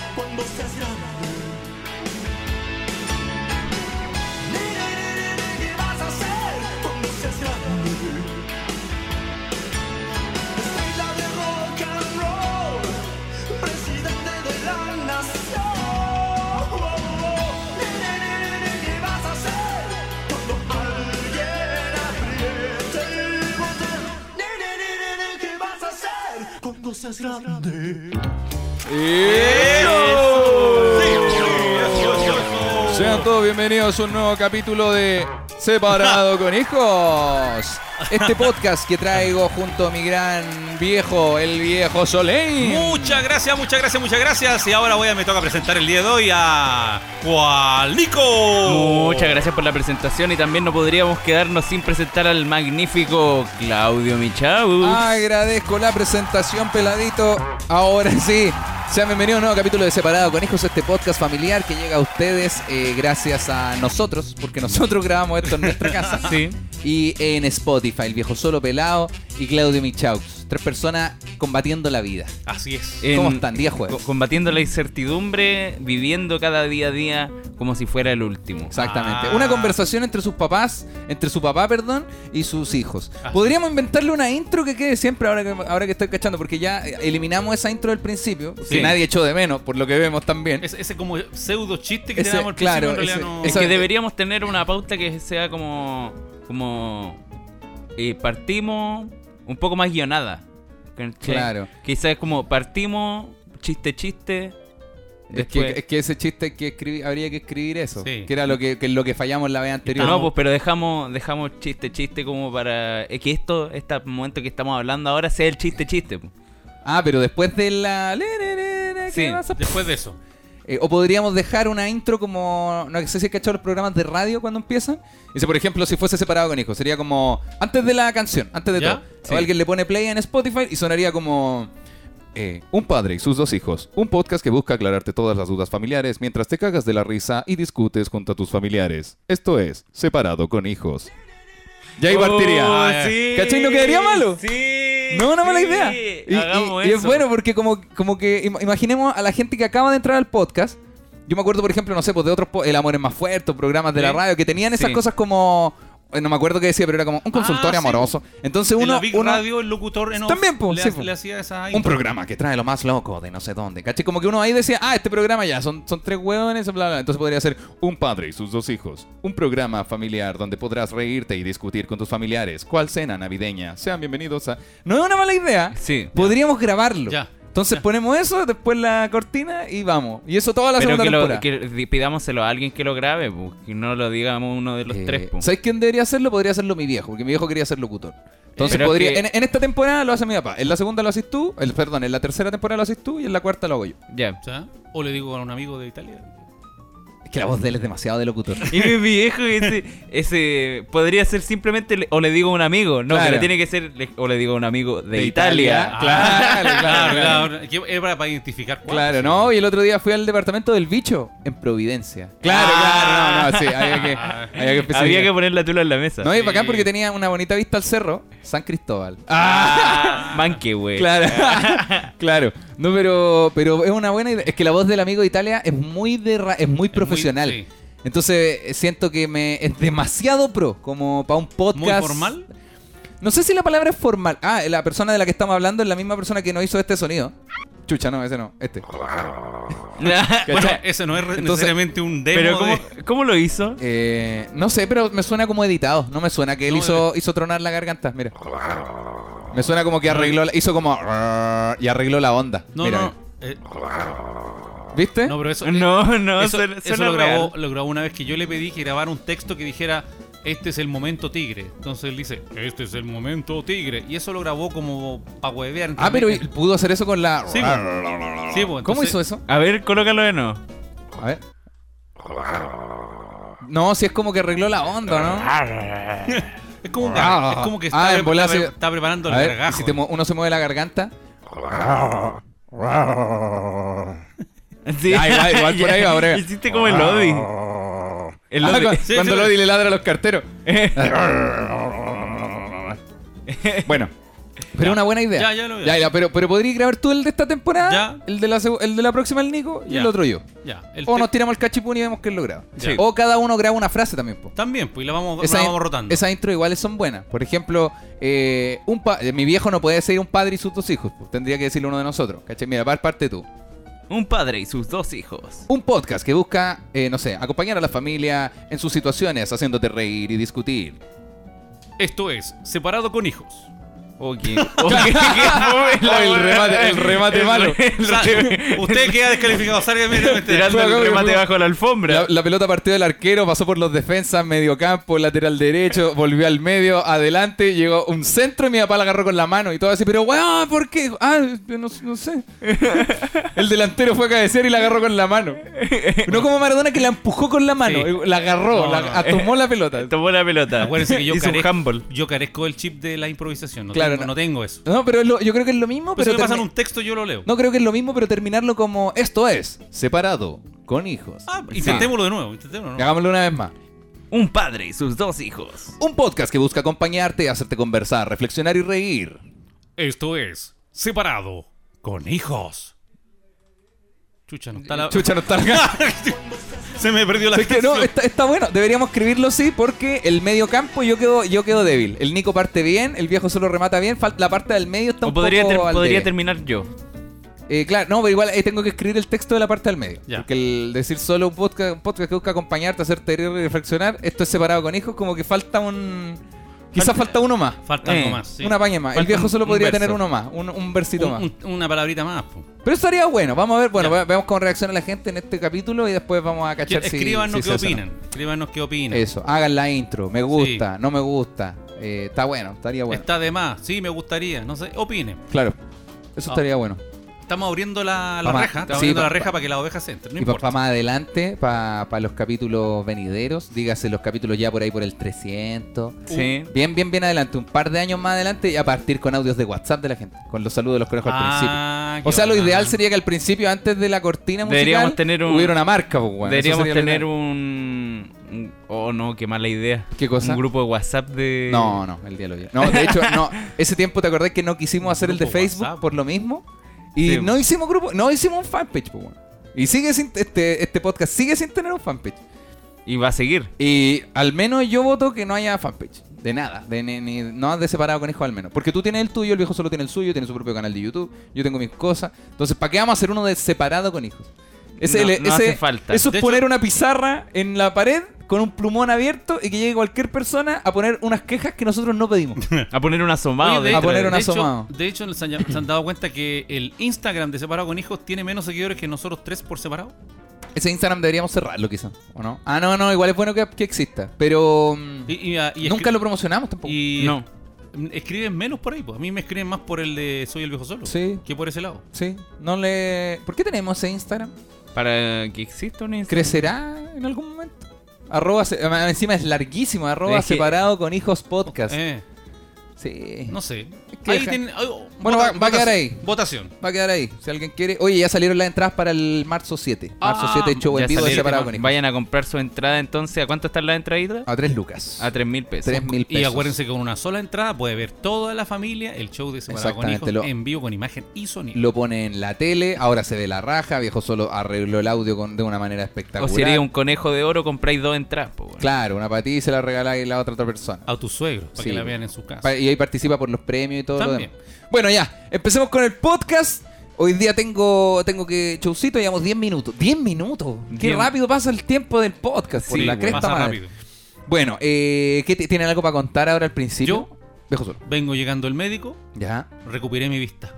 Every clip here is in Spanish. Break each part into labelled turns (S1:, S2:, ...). S1: seas grande. Ni, ni, ni, ni, ni, ¿Qué vas a hacer cuando seas grande? Estrella de rock and roll, presidente de la nación. Ni, ni, ni, ni, ni, ¿Qué vas a hacer cuando alguien apriete el botón? Ni, ni, ni, ni, ni, ¿Qué vas a hacer cuando seas grande?
S2: Sean todos bienvenidos a un nuevo capítulo de Separado con Hijos. Este podcast que traigo junto a mi gran viejo, el viejo Soleil.
S3: Muchas gracias, muchas gracias, muchas gracias. Y ahora voy a, me toca presentar el día de hoy a Juanico.
S4: Muchas gracias por la presentación y también no podríamos quedarnos sin presentar al magnífico Claudio Michau.
S2: Agradezco la presentación, peladito. Ahora sí, sean bienvenidos a un nuevo capítulo de Separado con Hijos, este podcast familiar que llega a ustedes eh, gracias a nosotros, porque nosotros grabamos esto en nuestra casa.
S4: Sí.
S2: Y en Spotify, el viejo solo pelado y Claudio Michaux. Tres personas combatiendo la vida.
S3: Así es.
S4: En-
S2: ¿Cómo están? Día jueves.
S4: co- Combatiendo la incertidumbre, viviendo cada día a día como si fuera el último.
S2: Exactamente.
S3: Ah.
S2: Una conversación entre sus papás, entre su papá, perdón, y sus hijos.
S4: Ah,
S2: Podríamos inventarle una intro que quede siempre ahora que, ahora que estoy cachando, porque ya eliminamos esa intro del principio,
S4: Sí.
S2: que nadie echó de menos, por lo que vemos también.
S3: Ese, ese como pseudo chiste que
S2: Ese,
S3: tenemos al
S2: claro,
S3: principio, en realidad
S2: ese-
S4: Es
S2: esa-
S4: que deberíamos tener una pauta que sea como. como. eh, partimos un poco más guionada. ¿cachai?
S2: Claro.
S4: Quizás como partimos, chiste, chiste.
S2: es,
S4: Después.
S2: que, es que ese chiste hay que escribir, habría que escribir eso,
S3: Sí.
S2: que era lo que, que lo que fallamos la vez anterior.
S4: No, pues, pero dejamos, dejamos chiste, chiste como para es que esto, este momento que estamos hablando ahora sea el chiste, chiste. pues. po.
S2: Ah, pero después de la... le, le, le, le, ¿qué
S4: Sí.
S2: vas a-
S3: Después de eso.
S2: Eh, o podríamos dejar una intro como. No sé si he cachado los programas de radio cuando empiezan. Dice, por ejemplo, si fuese separado con hijos, sería como. Antes de la canción, antes de
S3: ¿Ya?
S2: todo. O alguien le pone play en Spotify y sonaría como. eh, un padre y sus dos hijos. Un podcast que busca aclararte todas las dudas familiares mientras te cagas de la risa y discutes junto a tus familiares. Esto es Separado con Hijos. Y ahí partiría.
S4: Oh,
S3: Ah,
S4: sí,
S2: ¿Cachai? ¿No quedaría malo?
S4: Sí.
S2: No, una mala
S4: sí.
S2: idea. Y,
S4: Hagamos
S2: y- y es
S4: eso.
S2: bueno porque como, como que im- imaginemos a la gente que acaba de entrar al podcast. Yo me acuerdo, por ejemplo, no sé, pues de otros po- El Amor es más fuerte, o programas de la
S3: Sí.
S2: radio, que tenían esas
S4: Sí.
S2: cosas como. eh, No me acuerdo qué decía, pero era como un consultorio
S3: Ah, sí.
S2: amoroso. Entonces
S3: en la
S2: uno.
S3: Big
S2: uno-
S3: Radio, el locutor en off
S2: También, po,
S3: le,
S2: sí,
S3: ha-
S2: po.
S3: le hacía esa
S2: un
S3: intro.
S2: programa que trae lo más loco de no sé dónde. ¿Cachai? Como que uno ahí decía, ah, este programa ya, son, son tres huevones, bla, bla. Entonces podría ser Un padre y sus dos hijos. Un programa familiar donde podrás reírte y discutir con tus familiares. ¿Cuál cena navideña? Sean bienvenidos a. No es una mala idea.
S4: Sí.
S2: Podríamos grabarlo.
S3: Ya.
S2: Entonces ponemos eso, después la cortina y vamos. Y eso toda la
S4: Pero
S2: segunda
S4: que,
S2: temporada.
S4: lo, que di- pidámoselo a alguien que lo grabe, po, que no lo digamos uno de los
S2: Eh,
S4: tres. pues. po.
S2: ¿Sabes quién debería hacerlo? Podría hacerlo mi viejo, porque mi viejo quería ser locutor. Entonces
S4: Pero
S2: podría.
S4: que-
S2: En, en esta temporada lo hace mi papá. En la segunda lo haces tú. El, perdón, en la tercera temporada lo haces tú y en la cuarta lo hago yo.
S4: Ya.
S3: ¿Ya? O le digo a un amigo de Italia.
S2: Es que la voz de él es demasiado de locutor.
S4: Y mi viejo ese, ese podría ser simplemente le- o le digo a un amigo, no,
S2: Claro.
S4: pero tiene que ser le- o le digo a un amigo de,
S2: De
S4: Italia.
S2: Italia. Claro, claro, claro.
S3: Que Era para, para identificar cuál.
S2: Claro, no, y el otro día fui al departamento del bicho en Providencia. Claro,
S4: Ah.
S2: claro, no, no, sí, había que, había que especificar.
S4: Había que poner la tula en la mesa.
S2: No, y bacán
S3: Sí.
S2: porque tenía una bonita vista al cerro, San Cristóbal.
S4: Ah, manque, güey.
S2: Claro, claro. No, pero, pero es una buena idea. Es que la voz del amigo de Italia es muy de ra- es muy profesional.
S3: sí.
S2: Entonces eh, siento que me es demasiado pro como para un podcast.
S3: Muy formal.
S2: No sé si la palabra es formal. Ah, la persona de la que estamos hablando es la misma persona que no hizo este sonido. Chucha, no, ese no, este.
S3: Bueno,
S2: ¿Cachai?
S3: ese no es re-
S2: Entonces-
S3: necesariamente un demo.
S4: Pero ¿cómo,
S3: de-
S4: ¿cómo lo hizo?
S2: Eh, no sé, pero me suena como editado. No me suena que él
S3: No,
S2: hizo, hizo tronar la garganta. Mira. Me suena como que arregló, la- hizo como y arregló la onda.
S3: No,
S2: Mira,
S3: no. eh,
S2: mira. ¿Viste?
S3: no, pero eso.
S2: eh,
S4: No, no,
S3: eso,
S4: suena-
S3: eso
S4: suena
S3: lo, grabó,
S4: real.
S3: lo grabó una vez que yo le pedí que grabara un texto que dijera este es el momento tigre. Entonces él dice, este es el momento tigre. Y eso lo grabó como para huevear.
S2: ah, pero
S3: ¿entendés?
S2: pudo hacer eso con la.
S3: Sí, po. Sí, po,
S2: ¿Cómo
S3: entonces-
S2: hizo eso?
S4: A ver, colócalo de nuevo.
S2: A ver. No, si es como que arregló la onda, ¿no?
S3: Es como, que-
S2: Ah.
S3: es como que
S2: Ah,
S3: está,
S2: en bola
S3: está-
S2: se-
S3: está preparando
S2: A
S3: el
S2: ver, y
S3: gargajo.
S2: si te mu- uno se mueve la garganta.
S4: Sí.
S2: Ya, igual- igual por ahí va, breve.
S4: Hiciste como el Lodi. El
S2: Ah, cu-
S4: Lodi.
S3: sí,
S2: cuando
S3: sí.
S2: Lodi le ladra a los carteros. bueno, Pero
S3: Ya.
S2: una buena idea.
S3: Ya, ya lo veo.
S2: Ya, ya, pero, pero podrías grabar tú el de esta temporada,
S3: Ya.
S2: El, de la, segu- el de la próxima el Nico y
S3: Ya.
S2: el otro yo.
S3: Ya. el
S2: O
S3: te-
S2: nos tiramos el cachipún y vemos quién lo graba.
S3: Ya.
S2: O cada uno graba una frase también, po.
S3: También, pues y la vamos,
S2: Esa
S3: la
S2: in-
S3: vamos rotando.
S2: Esas intro iguales son buenas. Por ejemplo, eh, un pa- eh, mi viejo no puede decir un padre y sus dos hijos. pues, Tendría que decirle uno de nosotros. ¿Cachai? Mira, par- parte tú.
S4: Un padre y sus dos hijos.
S2: Un podcast que busca, eh, no sé, acompañar a la familia en sus situaciones, haciéndote reír y discutir.
S3: Esto es, separado con hijos.
S4: Oye,
S2: Oh, el remate, el remate malo.
S3: Sa- usted queda descalificado, salga inmediatamente.
S4: Tirando
S2: Fue acá
S4: el
S2: que
S4: remate
S2: fue-
S4: bajo la alfombra.
S2: La, la pelota partió del arquero, pasó por los defensas, mediocampo, lateral derecho, volvió al medio, adelante, llegó un centro y mi papá la agarró con la mano y todo así, pero weón, ¿por qué? Ah, yo no, no sé. El delantero fue a cabecear y la agarró con la mano. No como Maradona que la empujó con la mano,
S3: Sí.
S2: la agarró,
S3: No,
S2: la,
S3: no.
S2: a- tomó la pelota.
S4: Tomó la pelota.
S3: Acuérdense que yo
S4: Hizo un
S3: carezco,
S4: handball.
S3: yo carezco del chip de la improvisación. No,
S2: Claro,
S3: tengo,
S2: no.
S3: no tengo eso.
S2: No, pero es lo- yo creo que es lo mismo,
S3: Pero si
S2: pero
S3: me pasan
S2: termi-
S3: un texto, yo lo leo.
S2: no creo que es lo mismo, pero terminarlo como esto es, separado, con hijos.
S3: Ah, intentémoslo de nuevo, intentémoslo. de nuevo.
S2: Hagámoslo una vez más.
S4: Un padre y sus dos hijos.
S2: Un podcast que busca acompañarte, hacerte conversar, reflexionar y reír.
S3: Esto es, separado con hijos. Chucha, no está la...
S2: Chucha, no está la-
S3: Se me perdió la
S2: Es que no,
S3: canción.
S2: está, está bueno. Deberíamos escribirlo sí, porque el medio campo yo quedo, yo quedo débil. El Nico parte bien, el viejo solo remata bien, fal- la parte del medio está
S4: O
S2: un
S4: podría,
S2: poco
S4: ter-
S2: al
S4: podría
S2: debe.
S4: terminar yo.
S2: Eh, claro, no, pero igual eh, tengo que escribir el texto de la parte del medio.
S3: Ya.
S2: Porque el decir solo un podcast, un podcast que busca acompañarte, hacerte reír y reflexionar, esto es separado con hijos, como que falta un... Quizás falta, uno más.
S3: Falta
S4: Eh,
S3: algo más. sí.
S2: Una paña más. el
S4: Falta
S2: viejo
S4: un-
S2: solo
S4: un
S2: podría
S4: verso.
S2: tener uno más, un, un versito
S3: Un-
S2: más.
S3: un- una palabrita más. po.
S2: Pero estaría bueno. Vamos a ver, bueno,
S3: Ya.
S2: ve- veamos cómo reacciona la gente en este capítulo y después vamos a cachar si...
S3: Escríbanos
S2: si se
S3: qué
S2: hace o no.
S3: opinan. Escríbanos qué opinan.
S2: Eso, hagan la intro. Me gusta, no me gusta. Eh, está bueno, estaría bueno.
S3: Está de más. Sí, me gustaría. No sé, opinen.
S2: Claro, eso
S3: Ah.
S2: estaría bueno.
S3: Estamos abriendo la, la
S2: Pa' más.
S3: reja. Estamos
S2: Sí,
S3: abriendo
S2: pa-
S3: la reja
S2: pa-
S3: para que las ovejas entren. No
S2: y para
S3: importa.
S2: más adelante, para los capítulos venideros, dígase los capítulos ya por ahí por el 300.
S4: Sí.
S2: Bien, bien, bien adelante, un par de años más adelante y a partir con audios de WhatsApp de la gente, con los saludos de los conejos
S3: Ah,
S2: al principio. O
S3: qué
S2: sea, lo
S3: bacán.
S2: ideal sería que al principio, antes de la cortina musical,
S4: Deberíamos tener un-
S2: hubiera una marca. pues, weón. Eso
S4: Deberíamos
S2: sería lo
S4: tener
S2: ideal.
S4: un, un- Oh no, qué mala idea.
S2: ¿Qué cosa?
S4: Un grupo de WhatsApp de.
S2: No, no, Eh, el día lo No, de hecho, no. Ese tiempo, ¿te acordás que no quisimos hacer el de
S3: Grupo
S2: Facebook
S3: WhatsApp.
S2: por lo mismo? Y
S4: Sí.
S2: no hicimos grupo, no hicimos un fanpage, po, weón. Y sigue sin, este, este podcast sigue sin tener un fanpage.
S4: Y va a seguir.
S2: Y al menos yo voto que no haya fanpage. De nada. De, ni, ni- no de separado con hijos al menos. Porque tú tienes el tuyo, el viejo solo tiene el suyo, tiene su propio canal de YouTube, yo tengo mis cosas. Entonces, ¿para qué vamos a hacer uno de separado con hijos? Ese,
S4: No,
S2: el-
S4: no
S2: ese-
S4: hace falta.
S2: Eso es
S3: De hecho-
S2: poner una pizarra en la pared con un plumón abierto y que llegue cualquier persona a poner unas quejas que nosotros no pedimos.
S4: A poner un asomado.
S3: Oye,
S4: de-
S2: a poner un
S3: hecho-
S2: asomado.
S3: de hecho, se han, se han dado cuenta que el Instagram de Separado con Hijos tiene menos seguidores que nosotros tres por separado.
S2: Ese Instagram deberíamos cerrarlo, quizá, ¿o no? Ah, no, no, igual es bueno que, que exista. Pero mm,
S3: Y, y- y
S2: nunca
S3: escri-
S2: lo promocionamos tampoco.
S3: y-
S4: No.
S3: Escriben menos por ahí, pues. A mí me escriben más por el de Soy el Viejo Solo
S2: Sí.
S3: que por ese lado.
S2: Sí, no le. ¿Por qué tenemos ese Instagram?
S4: Para que exista un Instagram.
S2: ¿Crecerá en algún momento? Arroba, se- ah, encima es larguísimo, arroba
S4: Es que-
S2: separado con hijos podcast.
S3: Eh,
S2: sí.
S3: no sé.
S2: Es que
S3: Ahí
S2: deja-
S3: tienen- ay, oh,
S2: Bueno,
S3: vota-
S2: va- va a quedar
S3: votación-
S2: ahí.
S3: Votación.
S2: Va a quedar ahí, si alguien quiere. Oye, ya salieron las entradas para el marzo 7. Marzo
S3: Ah,
S2: 7 show en
S4: Ya
S2: vivo de
S4: salieron.
S2: separado con hijos.
S4: Vayan a comprar su entrada entonces. ¿A cuánto están las entraditas?
S2: A 3 lucas.
S4: A 3 mil pesos.
S2: 3 mil pesos.
S3: Y acuérdense que con una sola entrada puede ver toda la familia el show de Separado con
S2: Exactamente,
S3: Hijos
S2: lo-
S3: en vivo con imagen y sonido.
S2: Lo pone en la tele, ahora se ve la raja, viejo solo arregló el audio con- de una manera
S4: O
S2: espectacular.
S4: si eres un conejo de oro, compráis dos entradas. po,
S3: pues.
S4: weón.
S2: Claro, una para ti y se la regaláis a la otra a otra persona.
S3: A tus suegros, para
S2: Sí.
S3: que la vean en su casa.
S2: Pa- Y ahí participa por los premios y todo lo
S3: También.
S2: demás. Bueno, ya, empecemos con el podcast. Hoy día tengo tengo que showcito, llevamos 10 minutos. 10 minutos. Qué
S4: Diez.
S2: rápido pasa el tiempo del podcast.
S4: Sí,
S2: por la
S4: güey.
S2: cresta
S3: pues, Pasa
S2: madre.
S3: rápido.
S2: Bueno, eh, ¿qué t- tienen algo para contar ahora al principio?
S3: Yo.
S2: Dejo solo.
S3: Vengo llegando el médico,
S2: Ya.
S3: recuperé mi vista.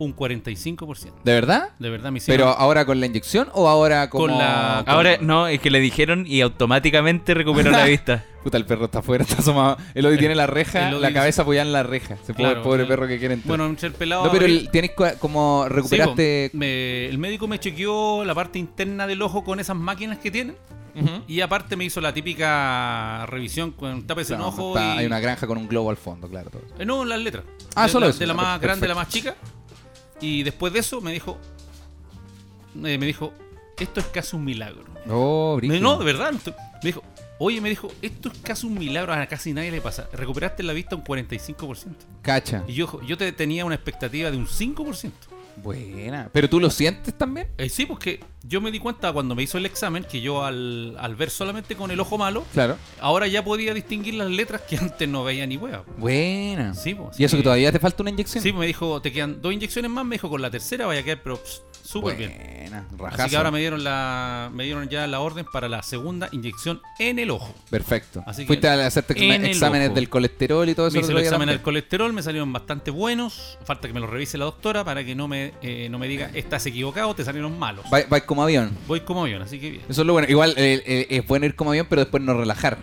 S3: Un 45%.
S2: ¿De verdad?
S3: De verdad, me hicieron.
S2: Pero ahora con la inyección o ahora como-
S3: Con la-
S4: Ahora, no, es que le dijeron y automáticamente recuperó la vista.
S2: Puta, el perro está afuera, está asomado. El Odi tiene la
S3: el
S2: reja,
S3: Odi
S2: la
S3: dice-
S2: cabeza apoyada en la reja. Se puede
S3: Claro,
S2: el pobre
S3: el-
S2: perro que quiere entrar.
S3: bueno, entre el pelado.
S2: no, pero
S3: abrí-
S2: el- tienes cua- como
S3: Sí, po,
S2: recuperaste.
S3: me- el médico me chequeó la parte interna del ojo con esas máquinas que tienen.
S2: Ujú.
S3: Y aparte me hizo la típica revisión con tapes en
S2: Claro,
S3: ojo.
S2: está-
S3: y-
S2: Hay una granja con un globo al fondo, claro. todo.
S3: Eh, no, las letras.
S2: Ah,
S3: De-
S2: solo
S3: la-
S2: eso,
S3: De la
S2: ya,
S3: más
S2: per-
S3: grande a la
S2: perfecto.
S3: más chica. Y después de eso me dijo. eh, me dijo, esto es casi un milagro.
S2: No, Oh,
S3: Me- no, de verdad. esto- Me dijo, Oye, me dijo, esto es casi un milagro, a casi nadie le pasa. Recuperaste la vista un 45%.
S2: Cacha.
S3: Y yo, yo te tenía una expectativa de un 5%.
S2: Buena. ¿Pero tú lo sientes también?
S3: Eh, sí, porque yo me di cuenta cuando me hizo el examen que yo al, al ver solamente con el ojo malo,
S2: Claro.
S3: ahora ya podía distinguir las letras que antes no veía ni hueá.
S2: Buena.
S3: Sí, po, así
S2: ¿Y eso que
S3: que-
S2: todavía te falta una inyección?
S3: Sí, me dijo, te quedan dos inyecciones más, me dijo, con la tercera vaya a quedar, pero pss, súper bien.
S2: Buena.
S3: Así que
S2: Rajazo.
S3: ahora me dieron la me dieron ya la orden para la segunda inyección en el ojo.
S2: Perfecto.
S3: Así que-
S2: Fuiste a hacerte exam-
S4: En el
S2: exámenes
S4: ojo.
S2: del colesterol y todo eso.
S3: Me
S2: el
S3: hice
S2: otro
S3: el
S2: día
S3: examen del
S2: también.
S3: colesterol, me salieron bastante buenos. Falta que me los revise la doctora para que no me, eh, no me diga, estás equivocado, te salieron malos.
S2: Vai- vai como avión.
S3: Voy como avión, así que bien.
S2: Eso es lo bueno. Igual eh, eh, es bueno ir como avión, pero después no relajar.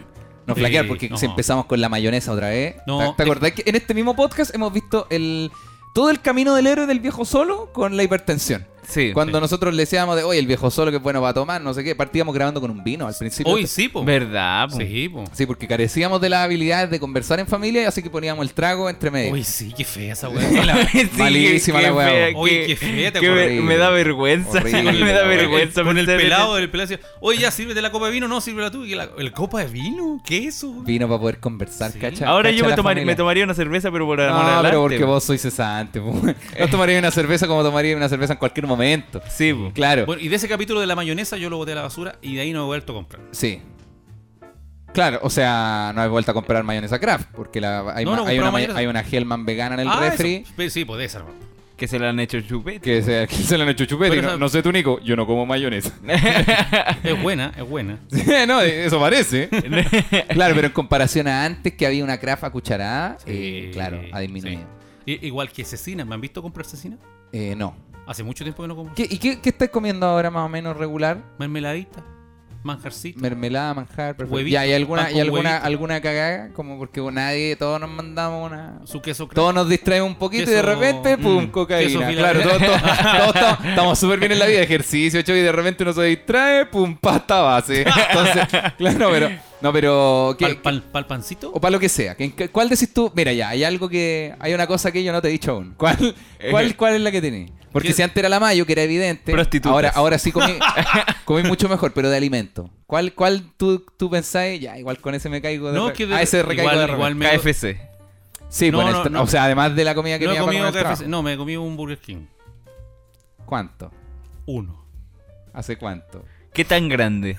S2: No
S3: Sí,
S2: flaquear, porque
S3: no.
S2: si empezamos con la mayonesa otra vez.
S3: No,
S2: ¿Te- ¿Te
S3: es-
S2: acordás que en este mismo podcast hemos visto el todo el camino del héroe del viejo solo con la hipertensión?
S4: Sí.
S2: Cuando nosotros le decíamos de, oye, el viejo solo que es bueno para tomar, no sé qué, partíamos grabando con un vino al principio.
S3: Hoy sí, po.
S4: ¿Verdad? po?
S3: Sí, po.
S2: Sí, porque carecíamos de las habilidades de conversar en familia, así que poníamos el trago entre medio.
S3: Uy, sí, qué fea esa weá.
S4: Sí,
S2: Malísima
S4: qué
S2: la weá,
S4: fea,
S2: po.
S3: Oye, qué fea, te
S4: que me,
S2: acordás.
S4: me da vergüenza.
S2: Horrible,
S4: me da
S2: la weá.
S4: vergüenza.
S3: Con el
S4: pensar en
S3: pelado, el pelado decía, oye, ya sírvete la copa de vino, no, sírvela tú. Y la- ¿El copa de vino? ¿Qué es eso?
S2: Vino para poder conversar,
S3: Sí.
S2: ¿cacha?
S4: Ahora yo
S2: ¿Cacha
S4: me,
S2: la
S4: tomar-
S2: familia?
S4: me tomaría una cerveza, pero por amor
S2: No,
S4: al
S2: pero
S4: arte,
S2: porque
S4: po.
S2: vos sois cesante. po. No tomaría una cerveza como tomaría una cerveza en cualquier momento.
S4: Sí, po.
S2: Claro.
S3: Bueno, y de ese capítulo de la mayonesa yo lo boté a la basura y de ahí no he vuelto a comprar.
S2: Sí. Claro, o sea, no he vuelto a comprar mayonesa Kraft, porque la, hay,
S3: No,
S2: ma-
S3: no
S2: hay, una, may-
S3: compramos mayonesa.
S2: hay una Hellman vegana en el
S3: Ah,
S2: refri
S3: eso. Pe- Sí, pues de esa, hermano.
S4: que se la han hecho chupete.
S2: que se, que se la han hecho chupete.
S3: Pero
S2: No,
S3: esa-
S2: no sé tú, Nico, yo no como mayonesa.
S3: Es buena, es buena.
S2: no, eso parece. claro, pero en comparación a antes que había una Kraft a cucharada, eh,
S3: Sí,
S2: claro, ha disminuido.
S3: sí. I- igual que cecina, ¿me han visto comprar cecina?
S2: Eh, no.
S3: Hace mucho tiempo que no compro.
S2: ¿Qué- ¿Y qué, qué estás comiendo ahora más o menos regular?
S3: Mermeladita, manjarcito.
S2: Mermelada, manjar, perfecto.
S3: Huevito,
S2: ya, ¿y alguna,
S3: pan
S2: y
S3: con
S2: alguna,
S3: huevito.
S2: alguna cagada? Como porque nadie, todos nos mandamos una...
S3: su queso crema.
S2: Todos nos distraemos un poquito y de
S3: Queso-
S2: repente, pum,
S3: mm,
S2: cocaína.
S3: queso
S2: Claro, todos,
S3: Filadelfia.
S2: todos- todos estamos- estamos súper bien en la vida, ejercicio, hecho, y de repente uno se distrae, pum, pasta base. Entonces, claro, no, pero, no, pero ¿qué-
S3: Pal, pal- pal pancito.
S2: o para lo que sea. ¿qué- qué- ¿Cuál decís tú? Mira, ya, hay algo que. Hay una cosa que yo no te he dicho aún. ¿Cuál, cuál, cuál es la que tenés? Porque
S3: Eh. ¿Qué?
S2: si antes era la mayo, que era evidente.
S4: Prostitutas.
S2: Ahora, ahora sí comí, comí mucho mejor, pero de alimento. ¿Cuál, cuál tú, tú pensáis? Ya, igual con ese me caigo de
S3: No,
S2: re-
S3: que de-
S2: A ese recaigo
S3: igual-
S2: de repente.
S3: igual me-
S4: KFC.
S2: Sí,
S3: No,
S2: bueno,
S3: no,
S2: esto-
S3: no.
S2: o sea, además de la comida que
S3: No he
S2: tenía para
S3: comido
S2: comer al
S3: KFC.
S2: trabajo.
S3: No, me he comido un Burger King.
S2: ¿Cuánto?
S3: Uno.
S2: ¿Hace cuánto?
S4: ¿Qué tan grande?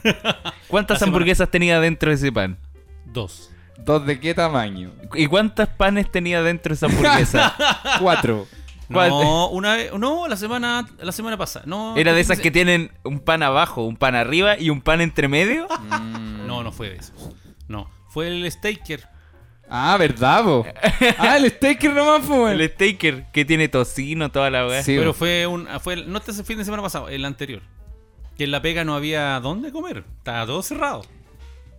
S4: ¿Cuántas
S3: Hace
S4: hamburguesas tenía dentro de ese pan?
S3: Dos.
S2: ¿Dos de qué tamaño?
S4: ¿Y cuántos panes tenía dentro de esa hamburguesa?
S2: Cuatro.
S4: ¿Cuál?
S3: No, una vez. No, la semana, la semana pasada. No,
S4: ¿Era de esas que tienen un pan abajo, un pan arriba y un pan entre medio?
S3: No, no fue de esos. No. Fue el Staker.
S2: Ah, ¿verdad, vos? Ah, el staker nomás fue.
S4: El staker que tiene tocino, toda la weá.
S2: Sí,
S3: Pero
S2: pero
S3: fue un. Fue el- no este fin de semana pasado, el anterior. Que en La Pega no había dónde comer. Estaba todo cerrado.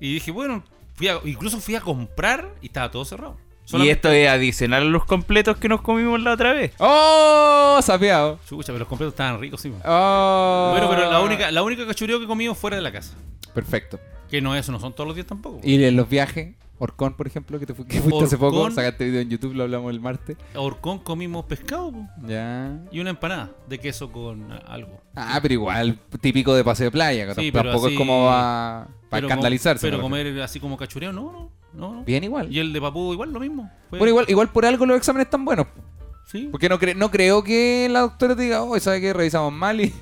S3: Y dije, bueno, fui a- incluso fui a comprar y estaba todo cerrado.
S4: Y
S3: Solamente-
S4: esto es adicional a los completos que nos comimos la otra vez.
S2: ¡Oh! Sapeado.
S3: Chucha, pero los completos estaban ricos, sí. man.
S2: ¡Oh!
S3: Bueno, pero la única, la única cachureo que he comido fuera de la casa.
S2: Perfecto.
S3: Que no eso, no son todos los días tampoco.
S2: Y en los viajes, Orcón, por ejemplo, que te fu- que fuiste hace poco,
S3: Orcón.
S2: sacaste video en YouTube, lo hablamos el martes.
S3: A Horcón comimos pescado po,
S2: Ya.
S3: y una empanada de queso con ah, algo.
S2: Ah, pero igual, típico de paseo de playa.
S3: Sí, pero
S2: tampoco es
S3: así-
S2: como va para
S3: Pero com-
S2: escandalizarse.
S3: Pero
S2: me refiero.
S3: comer así como cachureo, no, no. no, no.
S2: Bien igual.
S3: Y el de papú igual lo mismo. Fue-
S2: Bueno, igual, igual por algo los exámenes están buenos.
S3: Sí.
S2: Porque no, cre- no creo que la doctora te diga, oh, ¿sabe qué? Revisamos mal y,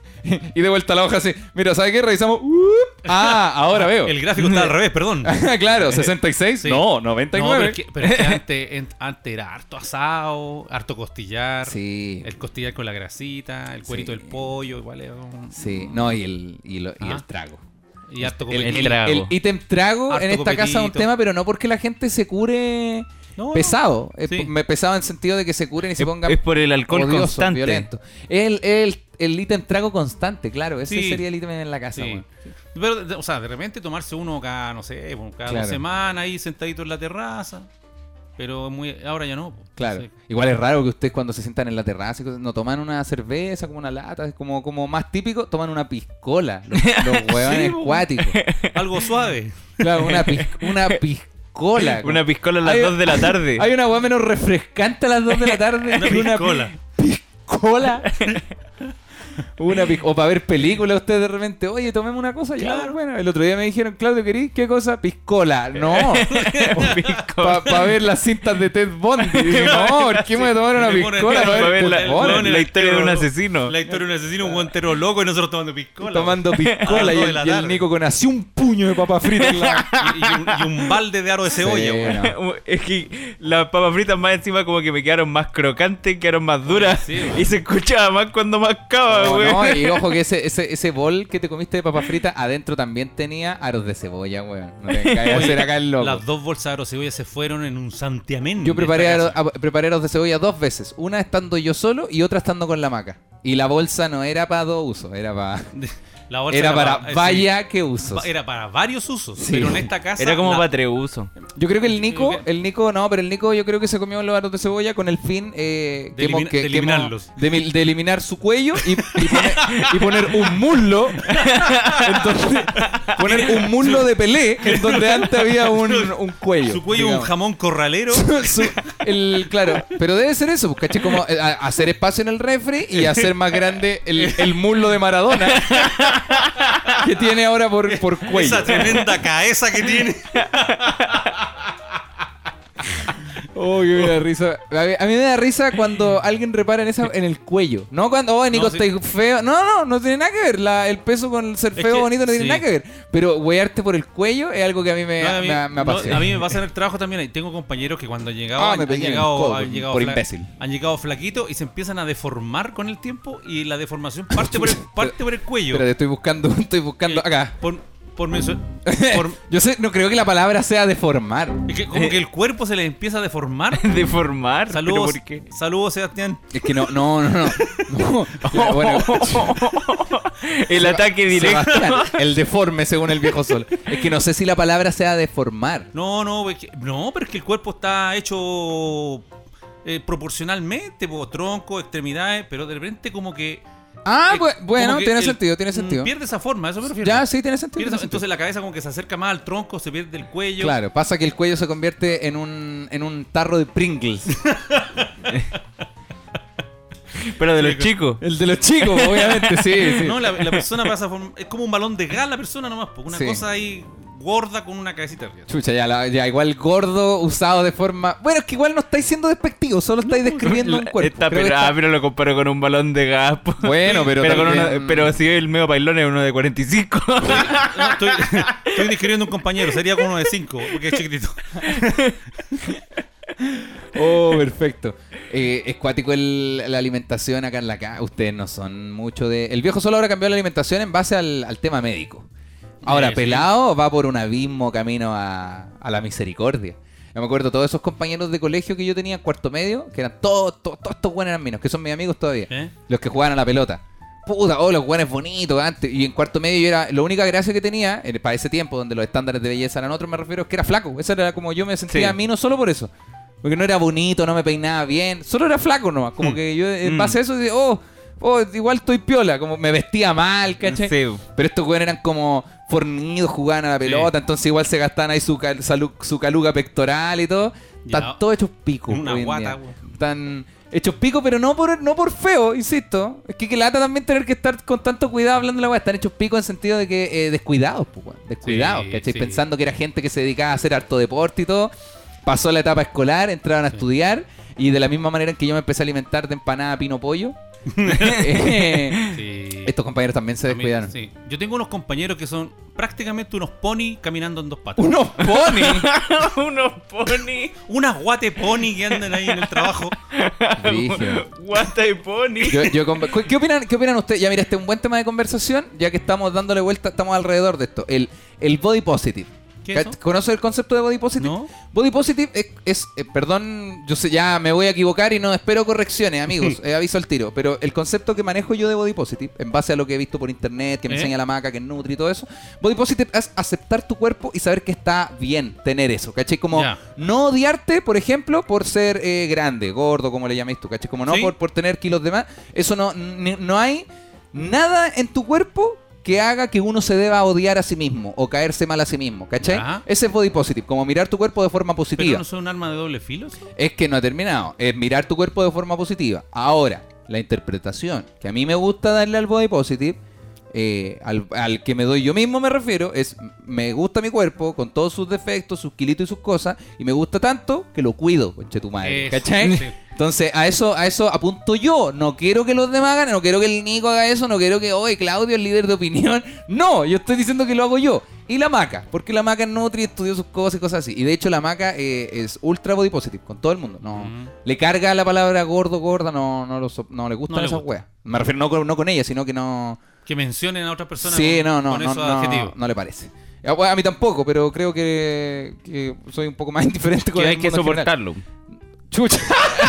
S2: y de vuelta a la hoja así. Mira, ¿sabe qué? Revisamos. ¡Uop! ah, ahora veo.
S3: El gráfico está al revés, perdón.
S2: claro, 66.
S3: Sí.
S2: No,
S3: No,
S2: 99.
S3: pero es que, pero es que antes, en- antes era harto asado, harto costillar.
S2: Sí.
S3: El costillar con la grasita, el cuerito
S2: Sí.
S3: del pollo, igual es un-
S2: Sí, no, y el, y lo- y
S3: Ah.
S2: el trago.
S3: Y harto
S4: El-
S3: copetito.
S2: el-
S4: trago.
S2: el ítem trago
S3: Harto
S2: en esta casa es un
S3: copetito.
S2: tema, pero no porque la gente se cure
S3: No, no.
S2: pesado. Es
S3: Sí.
S2: p- me pesado en el sentido de que se curen y se
S4: Es,
S2: pongan
S4: es por el alcohol
S2: odiosos,
S4: constante.
S2: violentos. El, el, el ítem trago constante, claro. Ese
S3: Sí.
S2: sería el ítem en la casa.
S3: Sí.
S2: weón.
S3: Pero, de- o sea, de repente tomarse uno cada, no sé, bueno, cada
S2: Claro.
S3: dos semanas ahí sentadito en la terraza. Pero muy, ahora ya no. po.
S2: Claro.
S3: Entonces,
S2: Igual es raro que ustedes cuando se sientan en la terraza y cosas, no toman una cerveza, como una lata, es como, como más típico, toman una piscola. Los, los huevones
S3: Sí, po.
S2: cuáticos.
S3: algo suave.
S2: Claro, una, pis- una piscola.
S4: Una
S2: como-
S4: piscola a las
S2: Hay-
S4: 2 de la tarde.
S2: Hay una hueá menos refrescante a las 2 de la tarde
S3: Una
S2: que una
S3: piscola.
S2: pi- piscola. Una pic- o para ver películas usted de repente, oye, tomemos una cosa, ya, bueno. El otro día me dijeron, Claudio, ¿querís qué cosa? Piscola. No. para ver las cintas de Ted Bundy. Dije, no, ¿por qué me voy a tomar una
S3: Me pone-
S2: piscola para
S3: me
S2: ver
S3: pone
S2: Ted
S3: el-
S2: Bundy?
S3: weón, el
S4: La historia de un
S3: arquero-
S4: asesino.
S3: La historia de un asesino, un guantero loco y nosotros tomando piscola.
S2: Tomando piscola y
S3: dos de
S2: el,
S3: la
S2: y el
S3: tarde.
S2: Nico con así un puño de papa frita en la...
S3: pues. Y, y un, y un balde de aro de cebolla,
S2: Sí,
S3: weón.
S2: no.
S4: Es que las papas fritas más encima como que me quedaron más crocantes, quedaron más duras.
S3: Sí, güey.
S4: y se escuchaba más cuando mascaba,
S2: No, no,
S4: güey.
S2: y ojo que ese, ese, ese bol que te comiste de papa frita adentro también tenía aros de cebolla, weón. No te vengas a
S3: Oye,
S2: hacer acá el loco.
S3: Las dos bolsas de aro de cebolla se fueron en un santiamén.
S2: pues. Yo
S3: de
S2: preparé,
S3: esta
S2: aro-
S3: casa.
S2: a- preparé aros de cebolla dos veces. Una estando yo solo y otra estando con la maca. Y la bolsa no era para dos usos, era para...
S3: La bolsa
S2: Era para
S3: eh, sí,
S2: vaya que usos.
S3: va- Era para varios usos.
S2: Sí.
S3: Pero en esta casa.
S4: Era como
S3: la-
S4: patreuso.
S2: Yo creo que el Nico,
S3: creo que-
S2: el Nico, no, pero el Nico yo creo que se comió los aros de cebolla con el fin eh,
S3: De elimina- de
S2: hemos-
S3: eliminarlos.
S2: de, mi- de eliminar su cuello y, y poner, y poner un muslo. Entonces, poner un muslo de pelé en donde antes había un, un cuello.
S3: Su cuello un
S2: digamos.
S3: jamón corralero.
S2: Su- el, claro, pero debe ser eso, ¿caché? Como eh, a- hacer espacio en el refri y hacer más grande el, el muslo de Maradona que tiene ahora por, por cuello.
S3: Esa tremenda cabeza que tiene.
S2: Oh, que me da risa. A mí, a mí me da risa cuando alguien repara en, esa, en el cuello. No cuando, oh, Nico,
S3: No, sí.
S2: estoy feo. No, no, no tiene nada que ver. La- el peso con el ser
S3: Es
S2: feo
S3: que-
S2: bonito no tiene
S3: sí.
S2: nada que ver. Pero wearte por el cuello es algo que a mí me,
S3: No, a, mí,
S2: me, me
S3: no,
S2: apasiona.
S3: a mí me pasa en el trabajo también. ahí Tengo compañeros que cuando han llegado,
S2: Ah,
S3: han,
S2: me
S3: han
S2: pegan el
S3: llegado,
S2: codo
S3: han llegado
S2: por
S3: fla-
S2: imbécil.
S3: Han llegado flaquitos y se empiezan a deformar con el tiempo y la deformación parte por el, parte por el cuello.
S2: Espérate, estoy buscando, estoy buscando
S3: Eh,
S2: acá.
S3: Por, por mensu- por-
S2: Yo sé, no creo que la palabra sea deformar.
S3: es que como que el cuerpo se les empieza a deformar.
S4: Deformar.
S3: Saludos,
S4: ¿Pero por qué?
S3: saludos Sebastián.
S2: Es que no, no, no, no. No.
S3: Oh,
S2: Ya, bueno,
S4: El ataque directo.
S2: Sebastián, el deforme según el viejo sol. Es que no sé si la palabra sea deformar.
S3: No, no, es que- no, pero es que el cuerpo está hecho eh, proporcionalmente, po, tronco, extremidades, pero de repente como que...
S2: Ah,
S3: eh,
S2: bu-
S3: como
S2: bueno,
S3: que
S2: tiene
S3: el-
S2: sentido, tiene
S3: mm,
S2: sentido.
S3: Pierde esa forma, eso me refiero.
S2: Ya, sí, tiene sentido.
S3: Pierde
S2: tiene
S3: esa-
S2: sentido.
S3: entonces la cabeza como que se acerca más al tronco, se pierde el cuello.
S2: Claro, pasa que el cuello se convierte en un, en un tarro de Pringles.
S4: Pero de los chicos.
S2: El de los chicos, obviamente, sí, sí.
S3: No, la, la persona pasa a form- Es como un balón de gas la persona nomás, po, una
S2: Sí.
S3: cosa ahí gorda con una cabecita arriba.
S2: Chucha, ya, la- ya, igual gordo, usado de forma... Bueno, es que igual no estáis siendo despectivos, solo estáis describiendo un
S4: La-
S2: cuerpo.
S4: Está
S2: Creo que
S4: pero,
S2: está-
S4: ah, pero lo comparo con un balón de gas. po.
S2: Bueno, pero
S4: Pero, con
S2: también-
S4: una- pero si el medio bailón es uno de 45.
S3: No, estoy, estoy describiendo un compañero, sería como uno de cinco, porque es chiquitito.
S2: Oh, perfecto. Eh, es cuático el- la alimentación acá en la casa. Ustedes no son mucho de... El viejo solo ahora cambió la alimentación en base al, al tema médico. Ahora,
S3: Eh, sí.
S2: pelado va por un abismo camino a, a la misericordia. Yo me acuerdo todos esos compañeros de colegio que yo tenía en cuarto medio, que eran todos, todos, todos estos buenos eran menos, que son mis amigos todavía.
S3: ¿Eh?
S2: Los que jugaban a la pelota. Puta, oh, los buenos bonitos antes. Y en cuarto medio yo era... La única gracia que tenía, eh, para ese tiempo, donde los estándares de belleza eran otros, me refiero, es que era flaco. Esa era como yo me sentía
S4: Sí.
S2: a mí no solo por eso. Porque no era bonito, no me peinaba bien. Solo era flaco nomás. Como que yo en base a eso decía, oh, oh, igual estoy piola. Como me vestía mal, ¿cachai?
S4: Sí.
S2: Pero estos güeyes eran como fornidos, jugaban a la pelota. Entonces igual se gastaban ahí su, cal- salu- su caluga pectoral y todo.
S3: Ya.
S2: Están todos hechos picos.
S3: Una
S2: hoy en
S3: guata,
S2: día.
S3: güey.
S2: Están hechos picos, pero no por, no por feo, insisto. Es que, que lata también tener que estar con tanto cuidado hablando de la weá. Están hechos picos en sentido de que eh, descuidados, pues, weón. Descuidados,
S3: Sí,
S2: ¿cachai?
S3: sí.
S2: Pensando que era gente que se dedicaba a hacer harto deporte y todo. Pasó la etapa escolar, entraron a estudiar. Y de la misma manera en que yo me empecé a alimentar de empanada pino pollo, eh,
S3: Sí.
S2: estos compañeros también se
S3: A mí,
S2: descuidaron.
S3: sí. Yo tengo unos compañeros que son prácticamente unos pony caminando en dos patas.
S2: Unos ponis.
S4: Unos pony.
S3: Unas guate pony que andan ahí en el trabajo.
S2: Brígido.
S4: Guata y pony.
S2: Yo- yo con- ¿Qué- ¿Qué opinan, ¿Qué opinan ustedes? Ya mira, este es un buen tema de conversación, ya que estamos dándole vuelta, estamos alrededor de esto. El, el body positive.
S3: ¿Qué es eso?
S2: ¿Ca- ¿Conoces el concepto de body positive?
S3: No.
S2: Body positive es, es- eh, perdón, yo sé, ya me voy a equivocar y no espero correcciones, amigos, eh, aviso al tiro, pero el concepto que manejo yo de body positive, en base a lo que he visto por internet, que me
S3: ¿Eh?
S2: enseña la maca, que es Nutri y todo eso, body positive es aceptar tu cuerpo y saber que está bien tener eso, ¿cachai? Como
S3: Ya.
S2: no odiarte, por ejemplo, por ser eh, grande, gordo, como le llaméis tú, ¿cachai? Como no
S3: Sí.
S2: por, por tener kilos de más, eso no, ni- no hay nada en tu cuerpo que haga que uno se deba odiar a sí mismo o caerse mal a sí mismo, ¿cachai?
S3: Ya.
S2: Ese es body positive, como mirar tu cuerpo de forma
S3: Pero
S2: positiva.
S3: no son un arma de doble filo. ¿sí?
S2: Es que no ha terminado. Es mirar tu cuerpo de forma positiva. Ahora, la interpretación. Que a mí me gusta darle al body positive. eh, al, al que me doy yo mismo me refiero. Es me gusta mi cuerpo con todos sus defectos, sus kilitos y sus cosas. Y me gusta tanto que lo cuido, conche tu madre.
S3: Eso,
S2: ¿Cachai?
S3: sí.
S2: Entonces, a eso, a eso apunto yo. No quiero que los demás hagan, no quiero que el Nico haga eso, no quiero que, oye, Claudio, el líder de opinión. No, yo estoy diciendo que lo hago yo. Y la maca, porque la maca es nutri, estudió sus cosas y cosas así. Y de hecho, la maca eh, es ultra body positive con todo el mundo. No,
S3: Mm.
S2: le carga la palabra gordo, gorda, no, no, lo so- no le gustan
S3: No le
S2: esas
S3: gusta.
S2: weas. Me refiero no con, no con ella, sino que no.
S3: Que mencionen a otras personas
S2: sí,
S3: con,
S2: no, no,
S3: con
S2: no,
S3: esos
S2: no,
S3: adjetivos.
S2: no le parece. A, a mí tampoco, pero creo que, que soy un poco más indiferente con
S4: Que
S2: el
S4: hay que
S2: mundo en general.
S4: soportarlo.
S2: Chucha.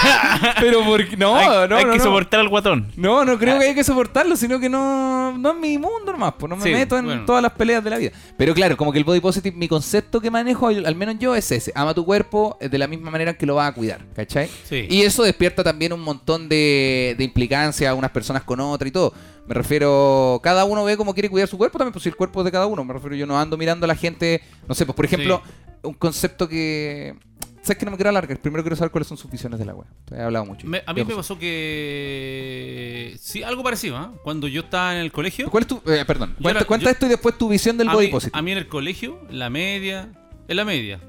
S2: Pero porque no,
S4: hay
S2: no,
S4: hay
S2: no,
S4: que
S2: no.
S4: soportar al guatón.
S2: No, no
S3: Ah.
S2: creo que haya que soportarlo, sino que no, no es mi mundo nomás, pues no me
S4: Sí,
S2: meto en
S3: bueno.
S2: todas las peleas de la vida. Pero claro, como que el body positive, mi concepto que manejo, al al menos yo, es ese. Ama tu cuerpo eh, de la misma manera que lo vas a cuidar, ¿cachai?
S3: Sí.
S2: Y eso despierta también un montón de, de implicancia, unas personas con otras y todo. Me refiero, cada uno ve cómo quiere cuidar su cuerpo también, pues si el cuerpo es de cada uno. Me refiero, yo no ando mirando a la gente, no sé, pues por ejemplo, un concepto que... ¿Sabes que no me quiero alargar? Primero quiero saber cuáles son sus visiones de la web. He hablado mucho.
S3: Me- a mí
S2: Yo,
S3: me
S2: José.
S3: pasó que. Sí, algo parecido, ¿ah? Cuando yo estaba en el colegio.
S2: ¿Cuál es tu.? eh, perdón.
S3: Yo
S2: Cuenta,
S3: era-
S2: cuenta
S3: yo-
S2: esto y después tu visión del
S3: a
S2: body
S3: mí,
S2: positive.
S3: a mí en el colegio, la media. En la media.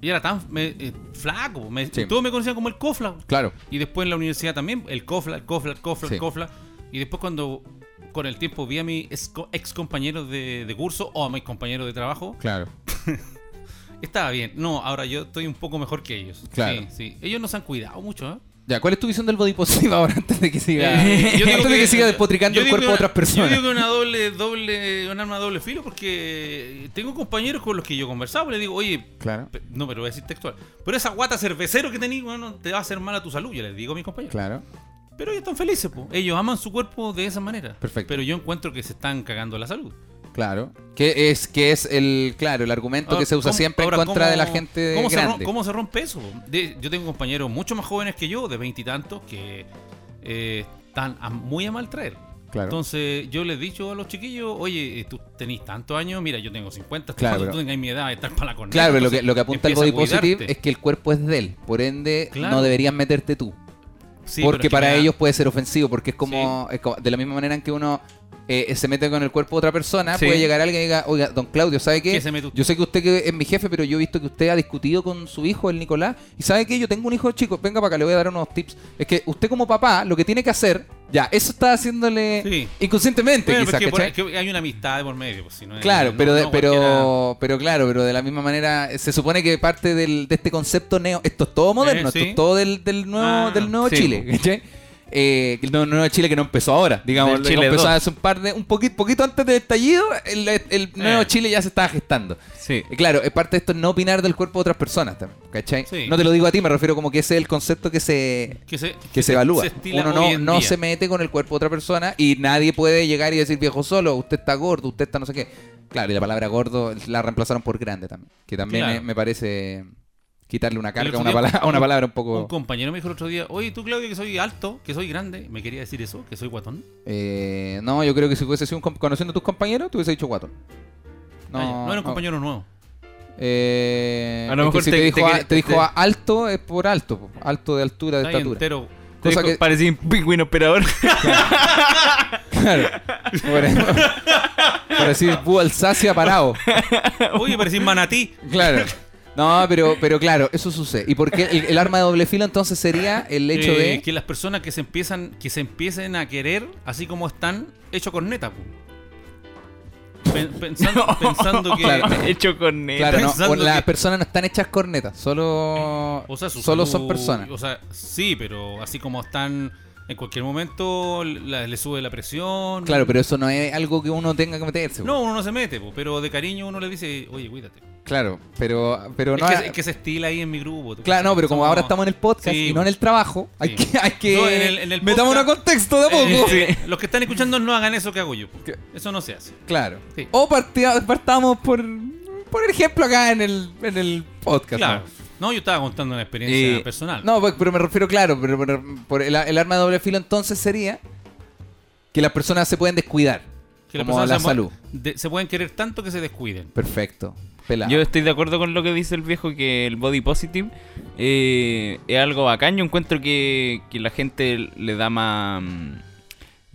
S3: Y era tan me- eh, flaco. me-
S2: Sí.
S3: Todos me conocían como el cofla.
S2: Claro.
S3: Y después en la universidad también, el cofla, el cofla, el cofla,
S2: Sí.
S3: el cofla. Y después cuando con el tiempo vi a mis exco- ex compañeros de, de curso o a mis compañeros de trabajo,
S2: Claro.
S3: estaba bien. No, ahora yo estoy un poco mejor que ellos.
S2: Claro.
S3: Sí, sí. Ellos no se han cuidado mucho, ¿eh?
S2: Ya, ¿cuál es tu visión del body positive ahora antes de que siga.
S3: Eh, yo digo
S2: antes de que siga despotricando
S3: yo
S2: el
S3: digo
S2: cuerpo
S3: que
S2: de
S3: una-
S2: otras personas.
S3: Yo digo que una doble, doble, un arma de doble filo porque tengo compañeros con los que yo conversaba y le digo, oye,
S2: Claro.
S3: pe- no, pero voy a decir textual. Pero esa guata cervecero que tenés, bueno, te va a hacer mal a tu salud, yo les digo a mis compañeros.
S2: Claro.
S3: Pero ellos están felices, po. ellos aman su cuerpo de esa manera.
S2: Perfecto.
S3: Pero yo encuentro que se están cagando la salud.
S2: Claro. Que es, que es el, claro, el argumento que
S3: Ahora,
S2: se usa
S3: Ah, ¿cómo-
S2: siempre en
S3: ahora,
S2: contra
S3: cómo-
S2: de la gente
S3: ¿cómo se,
S2: grande.
S3: rom- ¿Cómo se rompe eso? De- yo tengo compañeros mucho más jóvenes que yo, de veintitantos, que eh, están a- muy a mal traer.
S2: Claro.
S3: Entonces yo les he dicho a los chiquillos, oye, eh, tú tenés tantos años, mira, yo tengo 50, tú-
S2: Claro,
S3: tú,
S2: pero-
S3: tenés mi edad, estás para la corneta.
S2: Claro, pero lo que,
S3: entonces
S2: lo que apunta el
S3: empieza a
S2: body positive
S3: cuidarte.
S2: es que el cuerpo es de él. Por ende,
S3: Claro.
S2: no deberías meterte tú.
S3: Sí, pero
S2: porque
S3: es que me
S2: para
S3: da-
S2: ellos puede ser ofensivo, porque es como, es como- de la misma manera en que uno eh, se mete con el cuerpo de otra persona,
S4: Sí.
S2: puede llegar alguien y diga, oiga, don Claudio, ¿sabe qué?
S3: ¿Qué se mete usted?
S2: yo sé que usted que es mi jefe, pero yo he visto que usted ha discutido con su hijo, el Nicolás, y ¿sabe qué? Yo tengo un hijo chico, venga para acá, le voy a dar unos tips. Es que usted como papá, lo que tiene que hacer, ya, eso está haciéndole
S3: Sí.
S2: inconscientemente
S3: Bueno,
S2: quizás,
S3: porque por-
S2: ¿cachai?
S3: que hay una amistad de por medio. pues, si no es-
S2: Claro,
S3: no-
S2: pero, de-
S3: no
S2: pero,
S3: cualquiera-
S2: pero claro, pero de la misma manera, eh, se supone que parte del, de este concepto neo, esto es todo moderno,
S3: Eh, sí.
S2: esto es todo del, del nuevo,
S3: Ah,
S2: del nuevo
S4: sí,
S2: Chile, ¿cachai? Eh, el nuevo, nuevo Chile que no empezó ahora, digamos,
S4: Del
S2: que
S4: Chile
S2: empezó
S4: dos.
S2: hace un par de, un poquito, poquito antes del estallido, el, el nuevo
S3: Eh.
S2: Chile ya se estaba gestando.
S4: Sí.
S2: Eh, Claro, es parte de esto no opinar del cuerpo de otras personas también, ¿cachai?
S3: Sí.
S2: No te lo digo a ti, me refiero como que ese es el concepto que se
S3: que se,
S2: que se evalúa.
S3: estila
S2: Uno
S3: hoy
S2: no,
S3: en
S2: no
S3: día.
S2: se mete con el cuerpo de otra persona y nadie puede llegar y decir viejo solo, usted está gordo, usted está no sé qué. Claro, y la palabra gordo la reemplazaron por grande también. Que también
S3: Claro.
S2: eh, me parece quitarle una
S3: El
S2: carga a
S3: otro
S2: una,
S3: día,
S2: pala- a una
S3: un-
S2: palabra un
S3: Un
S2: poco.
S3: compañero me dijo el otro día, oye, tú Claudio, que soy alto, que soy grande, ¿me quería decir eso? ¿Que soy guatón?
S2: eh, no, yo creo que si fuese sido un com- conociendo a tus compañeros, te hubiese dicho guatón. No,
S3: Ah, ya. no era un compañero nuevo.
S2: Eh,
S4: A lo
S2: es que
S4: mejor
S2: si
S4: te-
S2: te,
S4: te
S2: dijo, a-
S4: quería-
S2: te dijo
S4: te-
S2: a alto, es por alto, po. alto de altura, de
S3: Está ahí
S2: estatura.
S3: entero.
S4: Te
S2: Cosa
S4: dijo,
S2: que-
S4: Parecía un pingüino operador.
S2: Claro. Por, por decir, "Bu, Alsacia parado.
S3: Oye, parecís manatí.
S2: Claro. No, pero, pero claro, eso sucede. ¿Y por qué el, el arma de doble filo entonces sería el hecho
S3: Eh,
S2: de...
S3: que las personas que se empiezan que se empiecen a querer así como están hecho corneta pu. Pen- pensando, pensando que
S2: Claro.
S4: Hecho con él.
S2: Claro, no,
S3: pensando
S2: o las
S3: que-
S2: personas no están hechas cornetas, solo,
S3: o sea, su
S2: solo
S3: salud-
S2: son personas.
S3: o sea sí pero así como están en cualquier momento la- le sube la presión
S2: Claro, pero eso no es algo que uno tenga que meterse. pues.
S3: no uno no se mete pu, pero de cariño uno le dice oye cuídate
S2: Claro, pero, pero
S3: es,
S2: no...
S3: que, se- es que se estila ahí en mi grupo tú
S2: Claro, no, pero como
S3: Somos-
S2: ahora estamos en el podcast
S3: Sí, pues.
S2: y no en el trabajo, hay
S3: Sí.
S2: que... Hay que
S3: No, en el- en el
S2: metámonos a
S3: podcast-
S2: contexto de a
S3: Eh,
S2: poco.
S3: sí. los que están escuchando no hagan eso que hago yo pu.
S2: ¿Qué?
S3: eso no se hace
S2: Claro.
S3: Sí.
S2: O partia- partamos por, por ejemplo acá en el, en el podcast.
S3: claro
S2: ¿no?
S3: no yo estaba contando una experiencia
S2: Eh,
S3: personal
S2: No, pues, pero me refiero, claro, pero, pero- por el, el arma de doble filo entonces sería que las personas se pueden descuidar.
S3: Que Que las
S2: Como
S3: personas
S2: la
S3: se mu-
S2: salud.
S3: de- se pueden querer tanto que se descuiden.
S2: Perfecto. Pelado.
S4: Yo estoy de acuerdo con lo que dice el viejo, que el body positive eh, es algo bacán. Yo encuentro que, que la gente le da más... mm,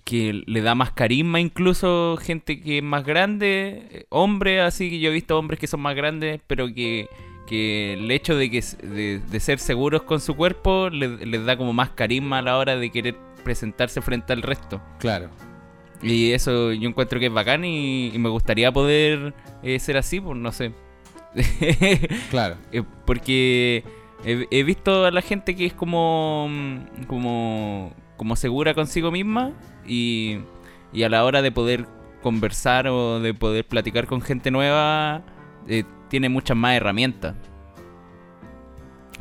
S4: Que le da más carisma incluso gente que es más grande, eh, hombres así, que yo he visto hombres que son más grandes, pero que, que el hecho de, que, s- de, de ser seguros con su cuerpo le- les da como más carisma a la hora de querer presentarse frente al resto.
S2: Claro.
S4: Y eso yo encuentro que es bacán y, y me gustaría poder eh, ser así, pues no sé.
S2: Claro.
S4: Eh, Porque he, he visto a la gente que es como, mm, como, como segura consigo misma y, y a la hora de poder conversar o de poder platicar con gente nueva, eh, tiene muchas más herramientas.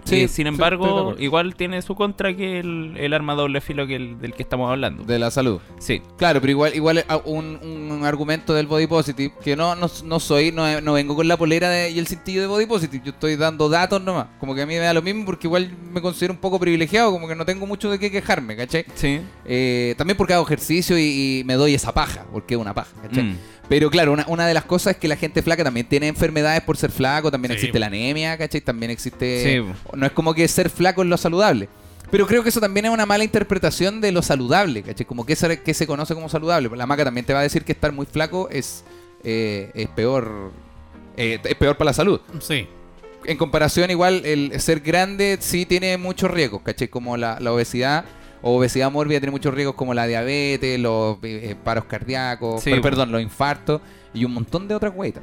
S2: Sí, sí,
S4: Sí, sin
S2: estoy de
S4: embargo,
S2: acuerdo.
S4: igual tiene su contra que el, el arma doble filo que el- del que estamos hablando.
S2: De la salud.
S4: Sí.
S2: Claro, pero igual, igual a- un, un argumento del body positive, que no, no, no soy, no, no vengo con la polera de- y el cintillo de body positive, yo estoy dando datos nomás, como que a mí me da lo mismo porque igual me considero un poco privilegiado, como que no tengo mucho de qué quejarme, ¿cachai?
S4: Sí.
S2: Eh, también porque hago ejercicio y, y me doy esa paja, porque es una paja, ¿cachai?
S4: Mm.
S2: Pero claro, una, una de las cosas es que la gente flaca también tiene enfermedades por ser flaco, también
S3: Sí.
S2: existe la anemia, ¿cachai? También existe...
S4: Sí.
S2: No es como que ser flaco es lo saludable. Pero creo que eso también es una mala interpretación de lo saludable, ¿cachai? Como que, ser- que se conoce como saludable. La maca también te va a decir que estar muy flaco es, eh, es peor... eh, es peor para la salud.
S3: Sí.
S2: En comparación, igual, el ser grande sí tiene muchos riesgos, ¿cachai? Como la, la obesidad... O obesidad mórbida tiene muchos riesgos como la diabetes, los eh, paros cardíacos,
S4: Sí,
S2: per-
S4: po.
S2: perdón, los infartos y un montón de otras hueitas.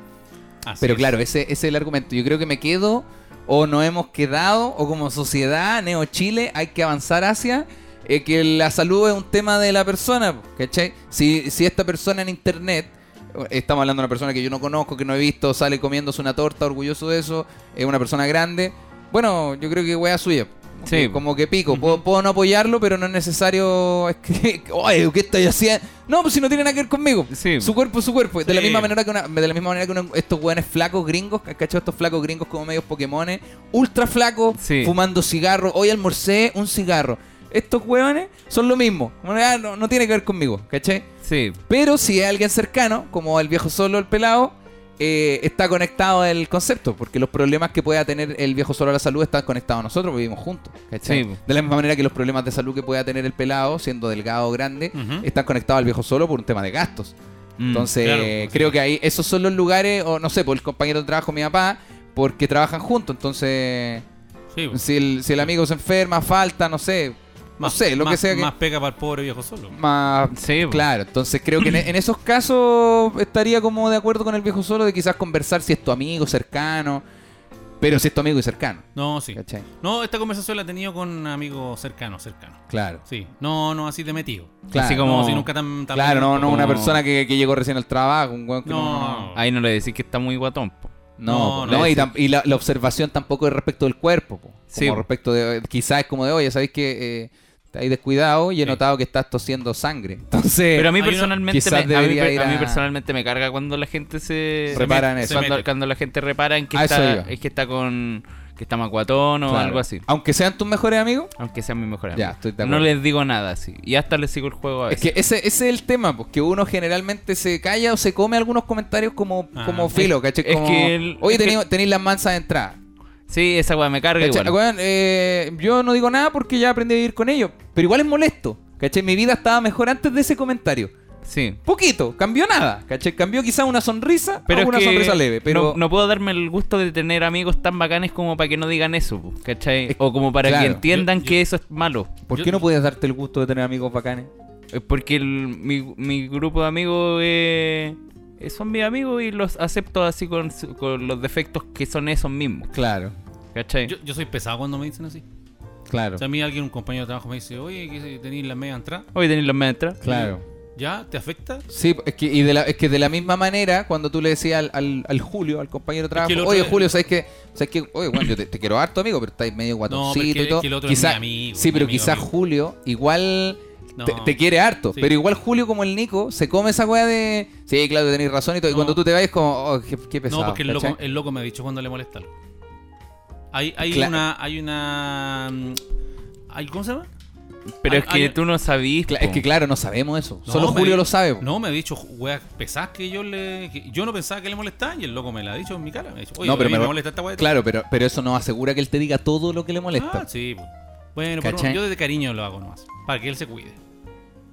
S3: Así
S2: Pero
S3: es.
S2: claro, ese, ese es el argumento. Yo creo que me quedo, o no hemos quedado, o como sociedad, Neo Chile, hay que avanzar hacia eh, que la salud es un tema de la persona, po, ¿cachai? Si, si esta persona en internet, estamos hablando de una persona que yo no conozco, que no he visto, sale comiéndose una torta, orgulloso de eso, es una persona grande, bueno, yo creo que wea suya. po.
S4: Sí,
S2: Que-
S4: po.
S2: Como que pico, puedo, puedo no apoyarlo, pero no es necesario. Es que, Oye, ¿qué estoy haciendo? No, pues si no tiene nada que ver conmigo.
S4: Sí,
S2: Su cuerpo es su cuerpo. De la
S3: Sí.
S2: misma manera que una- de la misma manera que una- estos hueones flacos gringos, ¿cachai? Estos flacos gringos como medios Pokémones, ultra flacos,
S4: Sí.
S2: fumando cigarro. Hoy almorcé un cigarro. Estos hueones son lo mismo. Bueno, ya no, no tiene que ver conmigo, ¿cachai?
S4: Sí.
S2: Pero si es alguien cercano, como el viejo solo, el pelado, eh, está conectado el concepto, porque los problemas que pueda tener el viejo solo a la salud están conectados a nosotros, porque vivimos juntos. ¿cachai?
S4: Sí.
S2: De la misma manera que los problemas de salud que pueda tener el pelado, siendo delgado o grande,
S3: Ujú.
S2: están conectados al viejo solo por un tema de gastos.
S4: Mm.
S2: Entonces, eh,
S3: claro,
S2: creo que ahí, esos son los lugares, o no sé, por el compañero de trabajo, mi papá, porque trabajan juntos, entonces,
S3: Sí, pues.
S2: si el, si el amigo se enferma, falta, no sé, no
S3: más,
S2: sé, lo
S3: más-
S2: que sea que...
S3: Más pega para el pobre viejo solo.
S2: más-
S4: Sí, po.
S2: claro, entonces creo que en, en esos casos estaría como de acuerdo con el viejo solo de quizás conversar si es tu amigo cercano, pero si es tu amigo y cercano,
S3: No, sí.
S2: ¿cachai?
S3: No, esta conversación la he tenido con amigos cercanos, cercanos.
S2: Claro,
S3: Sí. No, no así de metido.
S2: claro.
S4: Así como-
S3: No, si nunca tan... tan
S2: Claro, no, no
S4: como-
S2: una persona que, que llegó recién al trabajo, un weón que
S3: No.
S4: Ahí no le decís que está muy guatón. po.
S2: No,
S3: No,
S2: po,
S3: no,
S2: no, y,
S3: sí.
S2: tam- y la, la observación tampoco es respecto del cuerpo, po. como
S4: Sí.
S2: respecto de, quizás es como de, oye, sabéis que eh, estáis descuidado y he
S3: Sí.
S2: notado que estás tosiendo sangre. Entonces,
S4: Pero a mí
S3: hay una-
S4: personalmente me,
S2: Eh, Quizás
S4: a mí
S2: debería
S4: per-
S2: ir
S4: a mí
S2: a-
S4: personalmente me carga cuando la gente se
S2: Reparan
S4: se-
S2: eso.
S3: Se
S4: Cuando,
S3: mete.
S4: cuando la gente repara en que
S2: A eso
S4: está
S2: iba.
S4: es que está con que está macuatón o
S2: claro,
S4: algo así.
S2: Aunque sean tus mejores amigos,
S4: Aunque sea mi mejor amigo.
S2: Ya, estoy de
S4: no
S2: acuerdo.
S4: les digo nada así. Y hasta les sigo el juego a
S2: es
S4: veces.
S2: que ese, ese es el tema, pues, que uno generalmente se calla o se come algunos comentarios como,
S3: Ah.
S2: como filo, ¿cachai?
S4: es
S2: Como,
S4: que el-
S2: oye,
S4: es que-
S2: tenéis, tenéis las mansas de entrada.
S4: Sí, esa weá me carga
S2: ¿Cachai?
S4: igual.
S2: Weón, eh, yo no digo nada porque ya aprendí a vivir con ellos, pero igual es molesto, ¿cachai? Mi vida estaba mejor antes de ese comentario.
S4: Sí.
S2: poquito, cambió nada, ¿cachai? Cambió quizá una sonrisa,
S4: Pero
S2: pero
S4: es
S2: una
S4: que
S2: sonrisa leve, pero
S4: no, no puedo darme el gusto de tener amigos tan bacanes como para que no digan eso, po, ¿cachai?
S2: Es-
S4: O como para
S2: claro.
S4: que entiendan
S3: Yo- yo-
S4: que eso es malo.
S2: ¿por
S3: yo-
S2: qué no podías darte el gusto de tener amigos bacanes?
S4: Eh, Porque el- mi, mi grupo de amigos eh, eh, son mis amigos y los acepto así con, su- con los defectos que son esos mismos.
S2: Claro,
S4: ¿Cachai?
S3: Yo, yo soy pesado cuando me dicen así.
S2: claro,
S3: O sea, a mí alguien, un compañero de trabajo me dice, oye, que tenéis la media entrada.
S4: Hoy tenéis los maestras.
S3: ¿Ya? ¿Te afecta?
S2: Sí, es que, y de la, es que de la misma manera, cuando tú le decías al, al- al Julio, al compañero de trabajo,
S3: el otro
S2: oye
S3: es-
S2: Julio, ¿sabes qué? ¿Sabes qué? Oye, bueno, yo te, te quiero harto, amigo, pero estáis medio guatoncito
S3: pero es que-
S2: y todo.
S3: es que el otro es
S2: quizá,
S3: mi amigo,
S2: sí,
S3: mi
S2: pero
S3: amigo,
S2: quizás
S3: amigo.
S2: Julio igual
S3: No.
S2: te, te quiere harto,
S3: Sí.
S2: pero igual Julio como el Nico se come esa weá de... Sí, claro, tenéis razón y todo. Y
S3: No.
S2: cuando tú te vas es como, oh, qué, qué pesado.
S3: no, porque el
S2: ¿cachai?
S3: loco, el loco me ha dicho cuando le molesta algo. Hay, hay
S2: Claro.
S3: una... Hay una... mm, hay- ¿Cómo se llama?
S4: Pero
S3: Ay,
S4: es que
S3: ay,
S4: tú no sabís.
S2: Cla- es
S4: po.
S2: que claro, no sabemos eso.
S3: No,
S2: Solo
S3: me
S2: Julio
S3: di-
S2: lo sabe. po.
S3: No, me ha dicho weas pesadas que yo le. que yo no pensaba que le molestaba y el loco me la ha dicho en mi cara. Me ha dicho, oye,
S2: No, pero
S3: a mí me,
S2: me-
S3: molesta esta wea. de-
S2: Claro, pero, pero eso no asegura que él te diga todo lo que le molesta.
S3: Ah, sí, po. Bueno, pero
S2: ¿Cachai?
S3: yo desde cariño lo hago nomás. Para que él se cuide.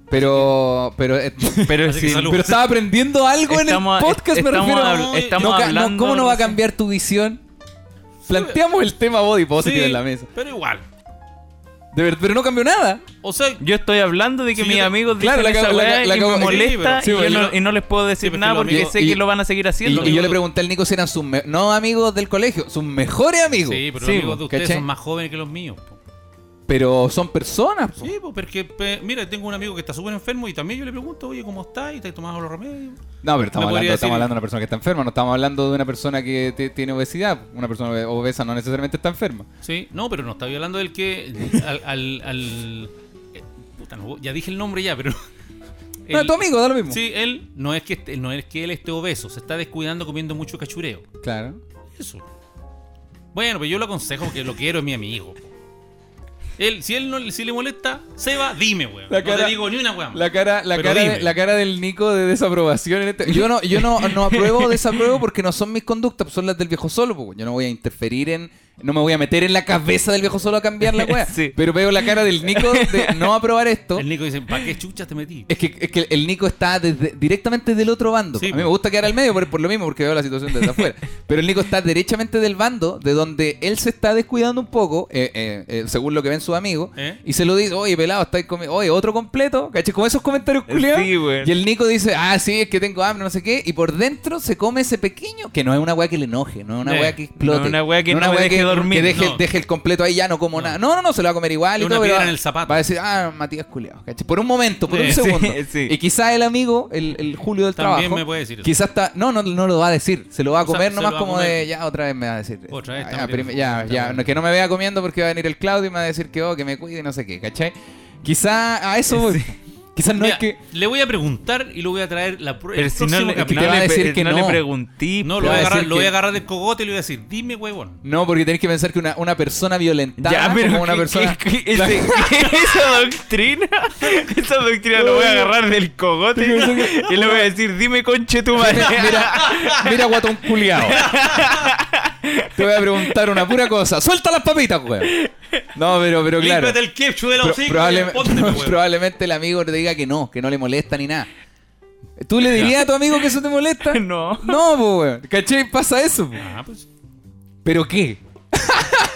S2: Pero, pero, eh,
S4: Pero
S3: Así que
S4: sí,
S3: salud.
S2: pero estaba aprendiendo algo
S4: Estamos-
S2: en el podcast, me
S4: estamos
S2: refiero.
S4: habl-
S2: No,
S4: estamos
S2: ca- no,
S4: hablando
S2: ¿Cómo no va a
S4: recién.
S2: cambiar tu visión? Planteamos el tema body positive
S3: Sí,
S2: en la mesa.
S3: Pero igual.
S2: De ver- pero no cambió nada.
S3: O sea,
S4: yo estoy hablando de que
S3: Sí,
S4: mis
S3: yo te-
S4: amigos
S2: Claro,
S4: dicen
S2: la
S4: esa
S2: acabo- la- la
S4: weá y
S2: acabo-
S4: me molesta
S3: Sí,
S4: y,
S3: pero-
S4: yo
S3: sí,
S4: no,
S3: pero-
S4: y no les puedo decir
S3: Sí, pero
S4: nada
S3: los
S4: porque
S3: amigos-
S4: sé
S2: y-
S4: que lo van a seguir
S2: Y,
S4: haciendo.
S2: y yo le
S3: amigos-
S2: pregunté al Nico si eran sus me- no amigos del colegio, sus mejores amigos.
S3: sí, pero
S4: sí,
S3: los amigos
S4: po,
S3: de ustedes
S2: ¿cachai?
S3: son más jóvenes que los míos. po.
S2: Pero son personas. po.
S3: Sí, pues porque, pe- mira, tengo un amigo que está súper enfermo y también yo le pregunto, oye, ¿cómo está? ¿Y te has tomado los remedios?
S2: No, pero estamos,
S3: No podría
S2: hablando,
S3: decir-
S2: estamos hablando de una persona que está enferma, no estamos hablando de una persona que te- tiene obesidad. Una persona obesa no necesariamente está enferma.
S3: Sí, no, pero no estaba hablando del que. Al. al, al- eh, puta, no, ya dije el nombre ya, pero.
S2: No,
S3: el-
S2: tu amigo, da lo mismo.
S3: Sí, él no es que esté- no es que él esté obeso, se está descuidando comiendo mucho cachureo.
S2: Claro.
S3: Eso. Bueno, pero yo lo aconsejo que lo quiero, es mi amigo. po. Él, si él no si le molesta, Seba, dime, weón.
S2: La
S3: no
S2: cara-
S3: te digo ni una weón.
S2: La cara, la
S3: Pero
S2: cara,
S3: dime.
S2: de- la cara del Nico de desaprobación en este- Yo no, yo no, no apruebo o desapruebo porque no son mis conductas, son las del viejo solo, po. Yo no voy a interferir en. No me voy a meter en la cabeza del viejo solo a cambiar la weá.
S4: Sí.
S2: Pero veo la cara del Nico de no aprobar esto.
S3: El Nico dice, ¿para qué chucha te metí?
S2: Es que, es que el Nico está desde- directamente del otro bando.
S3: Sí,
S2: a mí me
S3: po.
S2: gusta quedar al medio por, por lo mismo, porque veo la situación desde afuera. Pero el Nico está derechamente del bando de donde él se está descuidando un poco, eh, eh, eh, según lo que ven sus amigos,
S3: ¿Eh?
S2: y se lo dice, oye, pelado, estáis comiendo, oye, otro completo, ¿cachai? Como esos comentarios culiados.
S4: Sí, güey.
S2: y el Nico dice, ah, sí, es que tengo hambre, no sé qué, y por dentro se come ese pequeño, que no es una weá que le enoje, no es una
S3: Eh,
S2: weá que explote.
S4: no es una weá que no me
S2: weá
S4: deje dormir,
S2: Que deje,
S3: no.
S2: deje el completo ahí, ya no como nada. No, no, no, se lo va a comer igual y
S3: Es una
S2: todo,
S3: piedra
S2: pero
S3: en el zapato.
S2: va a decir, ah, Matías culiado, ¿cachai? Por un momento, por un
S3: Sí,
S2: segundo.
S4: sí.
S2: Y quizás el amigo, el, el Julio del
S3: También
S2: trabajo,
S3: me puede decir eso.
S2: quizás está, no, no, no lo va a decir, se lo va a
S3: O sea,
S2: comer
S3: se
S2: nomás
S3: lo va a
S2: como
S3: comer.
S2: de, ya otra vez me va a decir.
S3: Otra vez
S2: "Ah,
S3: está
S2: ya,
S3: metido.
S2: prim- ya,
S3: Está
S2: ya,
S3: bueno.
S2: no, que no me vea comiendo porque va a venir el Claudio y me va a decir que, oh, que me cuide y no sé qué, ¿cachai? Quizás a eso voy. Quizás no
S3: Mira,
S2: es que...
S3: Le voy a preguntar y lo voy a traer la prueba.
S4: Pero si no le,
S2: capítulo.
S4: no
S2: Te va a
S4: le-
S2: decir que
S4: no le
S2: no.
S4: preguntí.
S3: No,
S4: po.
S3: lo
S2: va
S3: voy, a
S2: a
S3: agarrar,
S2: decir
S3: lo voy
S2: que-
S3: a agarrar del cogote y le voy a decir, dime, huevón.
S2: No, porque tenés que pensar que una, una persona violentada
S4: Ya, pero
S2: como una
S4: ¿qué-
S2: persona...
S4: qué- qué- ese- esa doctrina, esa doctrina lo voy a agarrar del cogote y le voy a decir, dime conche tu madre.
S2: Mira, mira, mira, guatón culiao. Te voy a preguntar una pura cosa. Suelta las papitas, weón. No, pero, pero claro.
S3: Límpiate el ketchup de la
S2: Pro-
S3: hocico y
S2: probable-
S3: pónteme,
S2: pro-
S3: huevón.
S2: probablemente el amigo te diga que no, que no le molesta ni nada. ¿Tú le dirías a tu amigo que eso te molesta?
S4: No.
S2: No, po, weón. ¿Cachai? Pasa eso, po.
S3: Ah, pues.
S2: ¿Pero qué?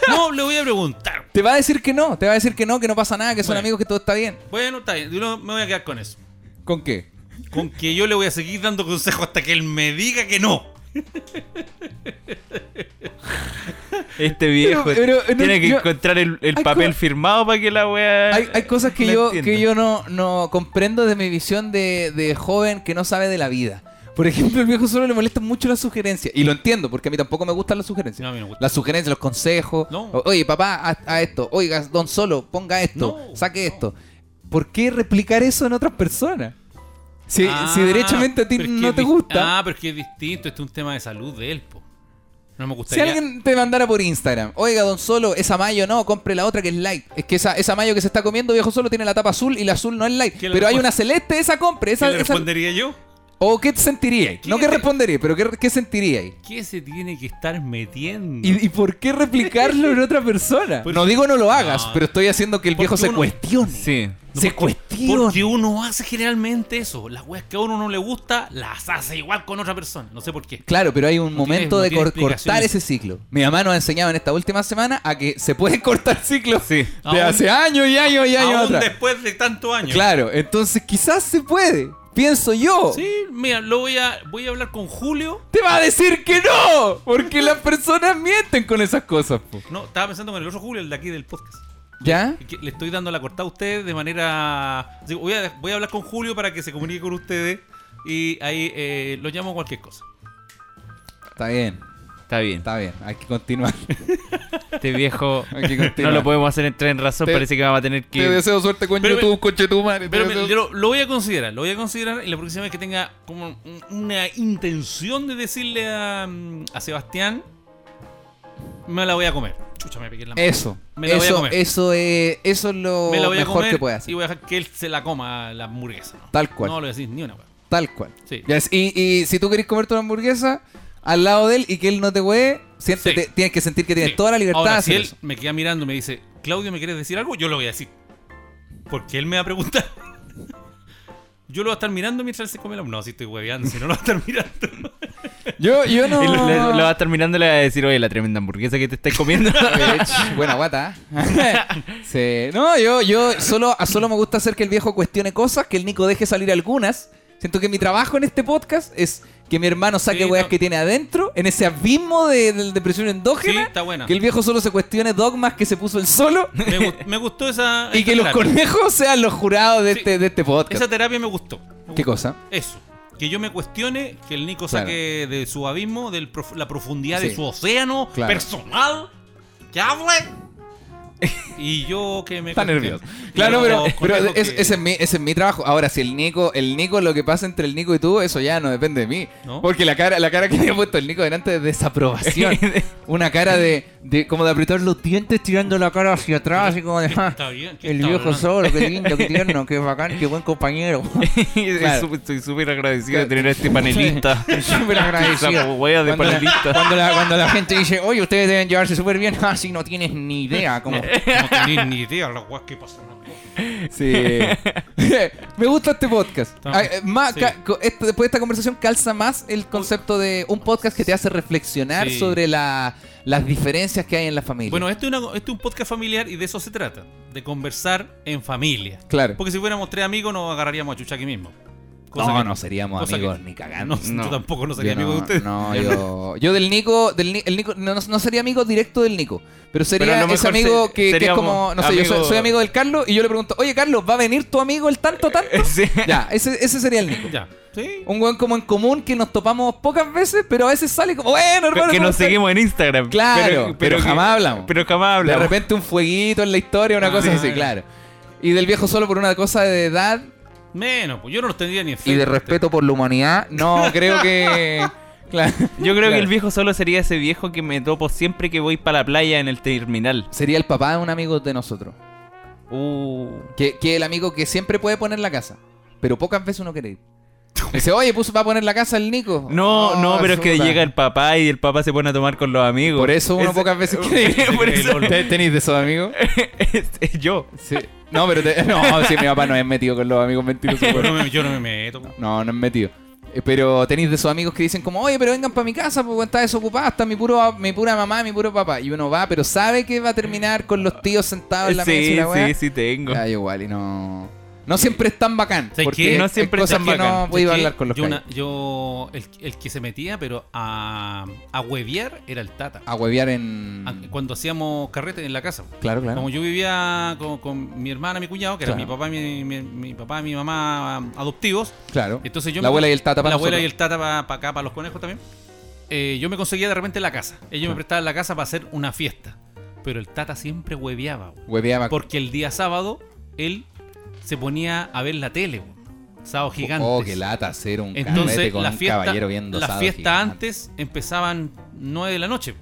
S3: No, le voy a preguntar.
S2: Te va a decir que no, te va a decir que no, que no pasa nada, que son
S3: Bueno.
S2: amigos, que todo está bien.
S3: Bueno, está bien. Yo no- me voy a quedar con eso.
S2: ¿Con qué?
S3: Con que yo le voy a seguir dando consejos hasta que él me diga que no.
S4: Este viejo
S2: Pero- pero no,
S4: tiene que
S2: yo-
S4: encontrar el, el
S2: hay
S4: papel
S2: co-
S4: firmado para que la wea.
S2: Hay, hay cosas que
S4: la
S2: yo,
S4: entienda.
S2: que yo no, no comprendo de mi visión de, de joven que no sabe de la vida. Por ejemplo, al viejo solo le molestan mucho las sugerencias. Y lo entiendo, porque a mí tampoco me gustan las sugerencias.
S3: No, a mí no me gusta.
S2: Las sugerencias, los consejos.
S3: No.
S2: O- Oye, papá, haz, haz esto. Oiga, don Solo, ponga esto.
S3: No,
S2: saque
S3: no.
S2: esto. ¿Por qué replicar eso en otras personas? Si,
S3: Ah,
S2: si derechamente a ti
S3: pero es que
S2: no
S3: es
S2: te
S3: dis-
S2: gusta.
S3: Ah, pero es que es distinto. Este es un tema de salud de él, po. No me
S2: Si
S3: gustaría.
S2: alguien te mandara por Instagram, oiga, don Solo, esa mayo no, compre la otra que es light. Es que esa, esa mayo que se está comiendo, viejo Solo, tiene la tapa azul y la azul no es light.
S3: ¿Qué le
S2: Pero hay
S3: responde?
S2: una celeste, esa compre.
S3: ¿Qué
S2: Esa,
S3: le
S2: esa-
S3: respondería yo?
S2: ¿O qué sentiría? No
S3: ¿Qué
S2: qué
S3: te-
S2: respondería, pero qué, qué sentiría.
S3: ¿Qué se tiene que estar metiendo?
S2: ¿Y, y por qué replicarlo en otra persona?
S3: Porque-
S2: No digo no lo hagas,
S3: No.
S2: pero estoy haciendo que el
S3: Porque
S2: viejo se
S3: uno-
S2: cuestione.
S4: Sí.
S3: No,
S2: se
S3: porque-
S2: cuestione.
S3: Porque uno hace generalmente eso. Las weas que a uno no le gusta, las hace igual con otra persona. No sé por qué.
S2: Claro, pero hay un
S3: tiene-
S2: momento
S3: no
S2: de
S3: tiene
S2: cor-
S3: explicación
S2: cortar
S3: eso.
S2: ese ciclo. Mi mamá nos ha enseñado en esta última semana a que se pueden cortar ciclos
S4: Sí.
S2: de
S3: Aún-
S2: hace años y años y años
S3: Aún
S2: atrás.
S3: después de tantos años.
S2: Claro, entonces quizás se puede. Pienso yo.
S3: Sí, mira, lo voy a, voy a hablar con Julio.
S2: Te va a decir que no, porque las personas mienten con esas cosas. po.
S3: No, estaba pensando con el otro Julio, el de aquí del podcast.
S2: ¿Ya?
S3: Que Le estoy dando la cortada a ustedes de manera. así, Voy a, voy a hablar con Julio para que se comunique con ustedes y ahí eh, lo llamo cualquier cosa.
S2: Está bien,
S4: Está bien.
S2: está bien. Hay que continuar.
S4: Este viejo
S2: Hay que
S4: no
S2: continuar.
S4: lo podemos hacer entrar en razón.
S2: Te-
S4: Parece que vamos a tener que.
S2: Te deseo suerte con
S3: Pero me-
S2: YouTube, coche tu madre. te
S3: Pero me-
S2: deseo-
S3: yo lo, lo voy a considerar, lo voy a considerar y la próxima vez que tenga como un- una intención de decirle a, mm, a Sebastián, me la voy a comer. Chucha, me pegué en la mano.
S2: Eso.
S3: Me la voy a
S2: eso,
S3: comer.
S2: eso, es, eso es lo
S3: me la voy a
S2: mejor
S3: comer
S2: que puede hacer.
S3: y voy a dejar que él se la coma la hamburguesa. ¿no?
S2: Tal cual.
S3: No le voy a decir ni una, weón.
S2: Tal cual.
S3: Sí.
S2: Yes, Y, y si tú querés comerte una hamburguesa al lado de él y que él no te huee, siéntete-
S3: Sí.
S2: tienes que sentir que tienes
S3: Sí.
S2: toda la libertad de
S3: Ahora, si
S2: hacer
S3: él
S2: eso.
S3: me queda mirando y me dice, Claudio, ¿me quieres decir algo? Yo lo voy a decir. Porque él me va a preguntar. Yo lo voy a estar mirando mientras él se come la... No, si estoy hueveando, si no lo voy a estar mirando.
S2: Yo, yo no.
S4: Y lo, le- lo vas a terminando y le vas a decir, oye, la tremenda hamburguesa que te estás comiendo.
S2: Bitch, Buena guata. ¿eh? sí. No, yo, yo solo, solo me gusta hacer que el viejo cuestione cosas, que el Nico deje salir algunas. Siento que mi trabajo en este podcast es que mi hermano saque
S3: Sí,
S2: weas
S3: no.
S2: que tiene adentro, en ese abismo de, de depresión endógena.
S3: Sí, está buena.
S2: Que el viejo solo se cuestione dogmas que se puso él solo.
S3: Me, gu- me gustó esa...
S2: Y
S3: esa
S2: que los
S3: terapia.
S2: conejos sean los jurados de,
S3: Sí.
S2: este, de este podcast.
S3: Esa terapia me gustó. Me
S2: ¿Qué
S3: gustó.
S2: cosa?
S3: Eso. Que yo me cuestione que el Nico
S2: Claro.
S3: saque de su abismo, de la profundidad
S2: Sí.
S3: de su océano
S2: Claro.
S3: personal, que hable. Y yo que me.
S2: Está
S3: cuestione.
S2: nervioso.
S3: Y
S2: Claro,
S3: yo
S2: pero,
S3: con
S2: pero
S3: eso
S2: es-
S3: que-
S2: ese, es mi, ese es mi trabajo. Ahora, si el Nico, el Nico, lo que pasa entre el Nico y tú, eso ya no depende de mí.
S3: ¿No?
S2: Porque la cara, la cara que había puesto el Nico delante es desaprobación. Una cara de, de como de apretar los dientes tirando la cara hacia atrás, así como de "Ah,
S3: Está bien, ¿qué
S2: el
S3: está
S2: viejo
S3: hablando?
S2: solo, qué lindo, qué tierno, qué bacán, qué buen compañero. Claro.
S4: Estoy su- Estoy súper agradecido de tener a este panelista.
S2: Súper
S4: Esa
S2: agradecido.
S4: wea de
S2: Cuando la,
S4: panelista.
S2: cuando la- cuando la gente dice, oye, ustedes deben llevarse súper bien, así no tienes ni idea cómo
S3: No tenés ni idea las guas que pasan.
S2: Sí. Me gusta este podcast.
S3: También.
S2: Ah, eh, más,
S3: Sí.
S2: ca- co- este- después de esta conversación calza más el concepto de un podcast que te hace reflexionar
S3: Sí.
S2: sobre la- las diferencias que hay en la familia.
S3: Bueno, este es, una- este es un podcast familiar y de eso se trata, de conversar en familia.
S2: claro.
S3: Porque si fuéramos tres amigos nos agarraríamos a chucha aquí mismo. Cosa
S2: No,
S3: que-
S2: no seríamos
S3: cosa
S2: amigos
S3: que-
S2: ni cagando.
S3: No, Yo tampoco no sería
S2: Yo
S3: amigo
S2: no-
S3: de ustedes.
S2: No, yo, yo del Nico, del Ni- el Nico no, no- no sería amigo directo del Nico, pero
S4: Pero a
S2: sería ese
S4: lo mejor
S2: amigo que,
S4: se-
S2: que es
S4: seríamos
S2: como, no sé, yo soy,
S4: amigos-
S2: soy amigo del Carlos y yo le pregunto, oye Carlos, ¿va a venir tu amigo el tanto tanto?
S4: Sí.
S2: Ya, ese, ese sería el Nico.
S3: Ya. Sí.
S2: Un weón como en común que nos topamos pocas veces, pero a veces sale como, bueno, hermano.
S4: que
S2: ¿cómo
S4: nos
S2: estás?".
S4: seguimos en Instagram.
S2: Claro, pero jamás hablamos.
S4: Pero jamás
S2: De
S4: hablamos.
S2: repente un fueguito en la historia, una
S3: Ah,
S2: cosa
S3: sí.
S2: así, claro. Y del viejo solo por una cosa de edad
S3: Menos, pues yo no los tendría ni en
S2: y de
S3: Facebook.
S2: respeto por la humanidad, no creo que. Claro.
S4: Yo creo
S2: Claro.
S4: que el viejo solo sería ese viejo que me topo siempre que voy para la playa en el terminal.
S2: Sería el papá de un amigo de nosotros.
S4: Uh.
S2: Que, que el amigo que siempre puede poner la casa, pero pocas veces uno quiere ir. Dice, oye, puso, va a poner la casa el Nico.
S4: No,
S2: Oh,
S4: no, pero es que
S2: puta.
S4: llega el papá y el papá se pone a tomar con los amigos.
S2: Por eso uno
S4: Es-
S2: pocas veces quiere ir.
S4: Por eso-
S2: ¿Te- ¿Tenéis de esos amigos?
S4: es- es yo.
S2: Sí. No, pero te- no, sí, mi papá no es metido con los amigos mentirosos.
S3: Yo
S2: weón.
S3: no me, yo no me meto. pues. po.
S2: No, no es metido. Eh, Pero tenéis de esos amigos que dicen como, oye, pero vengan para mi casa porque está desocupada, está mi puro mi pura mamá, mi puro papá. Y uno va, pero sabe que va a terminar con los tíos sentados en la mesa y
S4: sí,
S2: la weá.
S4: sí, sí, tengo.
S2: Ya, igual, y no. No siempre es tan bacán.
S3: ¿Sabes
S2: Porque
S3: qué?
S2: no
S4: No
S2: siempre
S4: siempre
S2: cosas
S4: es tan
S2: que
S4: bacán.
S2: no podía
S3: ¿Sabes qué?
S2: hablar con los
S3: yo, una-
S2: cabros.
S3: yo el, el que se metía, pero a, a hueviar era el Tata.
S2: A huevear en.
S3: A- Cuando hacíamos carrete en la casa.
S2: Mm. Claro, claro.
S3: Ah, Como yo vivía con, con mi hermana, mi cuñado, que
S2: Claro.
S3: era mi papá, y mi, mi, mi papá, y mi mamá am, adoptivos.
S2: Claro.
S3: Entonces yo
S2: la
S3: me-
S2: abuela y el tata para
S3: La abuela y
S2: nosotros.
S3: el tata para acá, para los conejos también. Eh, yo me conseguía de repente la casa. Ellos me prestaban la casa para hacer una fiesta. Pero el tata siempre hueveaba. güey.
S2: Hueveaba.
S3: Porque el día sábado él se ponía a ver la tele. güey. Sábado gigante.
S2: Oh, qué lata hacer un carrete
S3: Entonces,
S2: con
S3: la
S2: un
S3: fiesta,
S2: caballero viendo
S3: la
S2: Sado
S3: fiesta
S2: Gigante.
S3: antes empezaban 9 de la noche.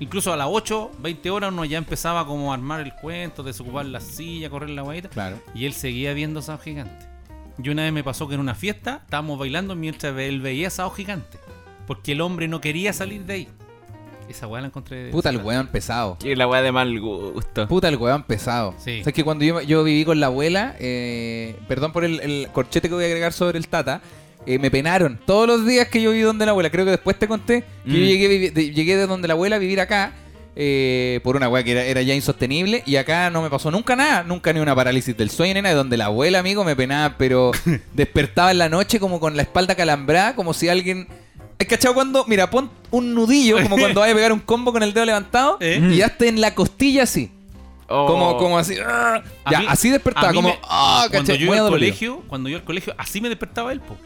S3: Incluso a las 8, 20 horas uno ya empezaba como a armar el cuento, desocupar la silla, correr la guayita.
S2: Claro.
S3: Y él seguía viendo Sao Gigante. Y una vez me pasó que en una fiesta estábamos bailando mientras él veía Sao Gigante. Porque el hombre no quería salir de ahí. Esa weá la encontré.
S2: Puta el weón pesado.
S4: Que la weá de mal gusto.
S2: Puta el weón pesado.
S3: Sí.
S2: O sea, es que cuando yo, yo viví con la abuela, eh, perdón por el, el corchete que voy a agregar sobre el tata, eh, me penaron todos los días que yo viví donde la abuela. Creo que después te conté que yo
S4: Mm.
S2: llegué, vivi- de, llegué de donde la abuela a vivir acá. eh, por una weá que era, era ya insostenible y acá no me pasó nunca nada, nunca ni una parálisis del sueño, nena, de donde la abuela, amigo, me penaba, pero despertaba en la noche como con la espalda calambrada, como si alguien... ¿Has cachado cuando? Mira, pon un nudillo, como cuando vaya a pegar un combo con el dedo levantado
S3: ¿Eh?
S2: y ya esté en la costilla así.
S4: Oh.
S2: Como, como así. "Arr".
S3: A
S2: Ya,
S3: mí-
S2: así
S3: a
S2: despertaba,
S3: mí
S2: como.
S3: me-
S2: "Ah",
S3: cuando
S2: ¿cachai?
S3: yo
S2: Muy
S3: iba al
S2: adolorido.
S3: colegio, cuando yo iba al colegio, así me despertaba él, po.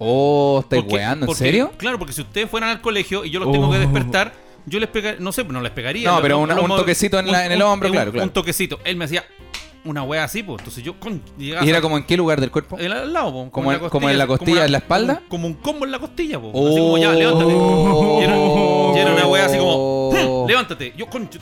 S2: Oh, estáis
S3: Porque-
S2: weando, ¿en
S3: porque-
S2: serio?
S3: Claro, porque si ustedes fueran al colegio y yo los tengo que
S4: Oh.
S3: despertar, yo les pegaría, no sé, no les pegaría.
S2: No,
S3: Los-
S2: pero
S3: los-
S2: una-
S3: los
S2: un
S3: mo-
S2: toquecito en la- en el hombro,
S3: un-
S2: claro, claro.
S3: Un toquecito. Él me hacía una wea así, pues. Entonces yo, con, llegaba
S2: ¿Y era como en qué lugar del cuerpo?
S3: el- al lado, po,
S2: como en- como en la
S3: como
S2: costilla, en la espalda?
S3: Como, un- como un combo en la costilla, po.
S2: Oh.
S3: Así como ya, levántate. Y era- y era, Era una wea así como, "Mm, levántate. Yo, concho.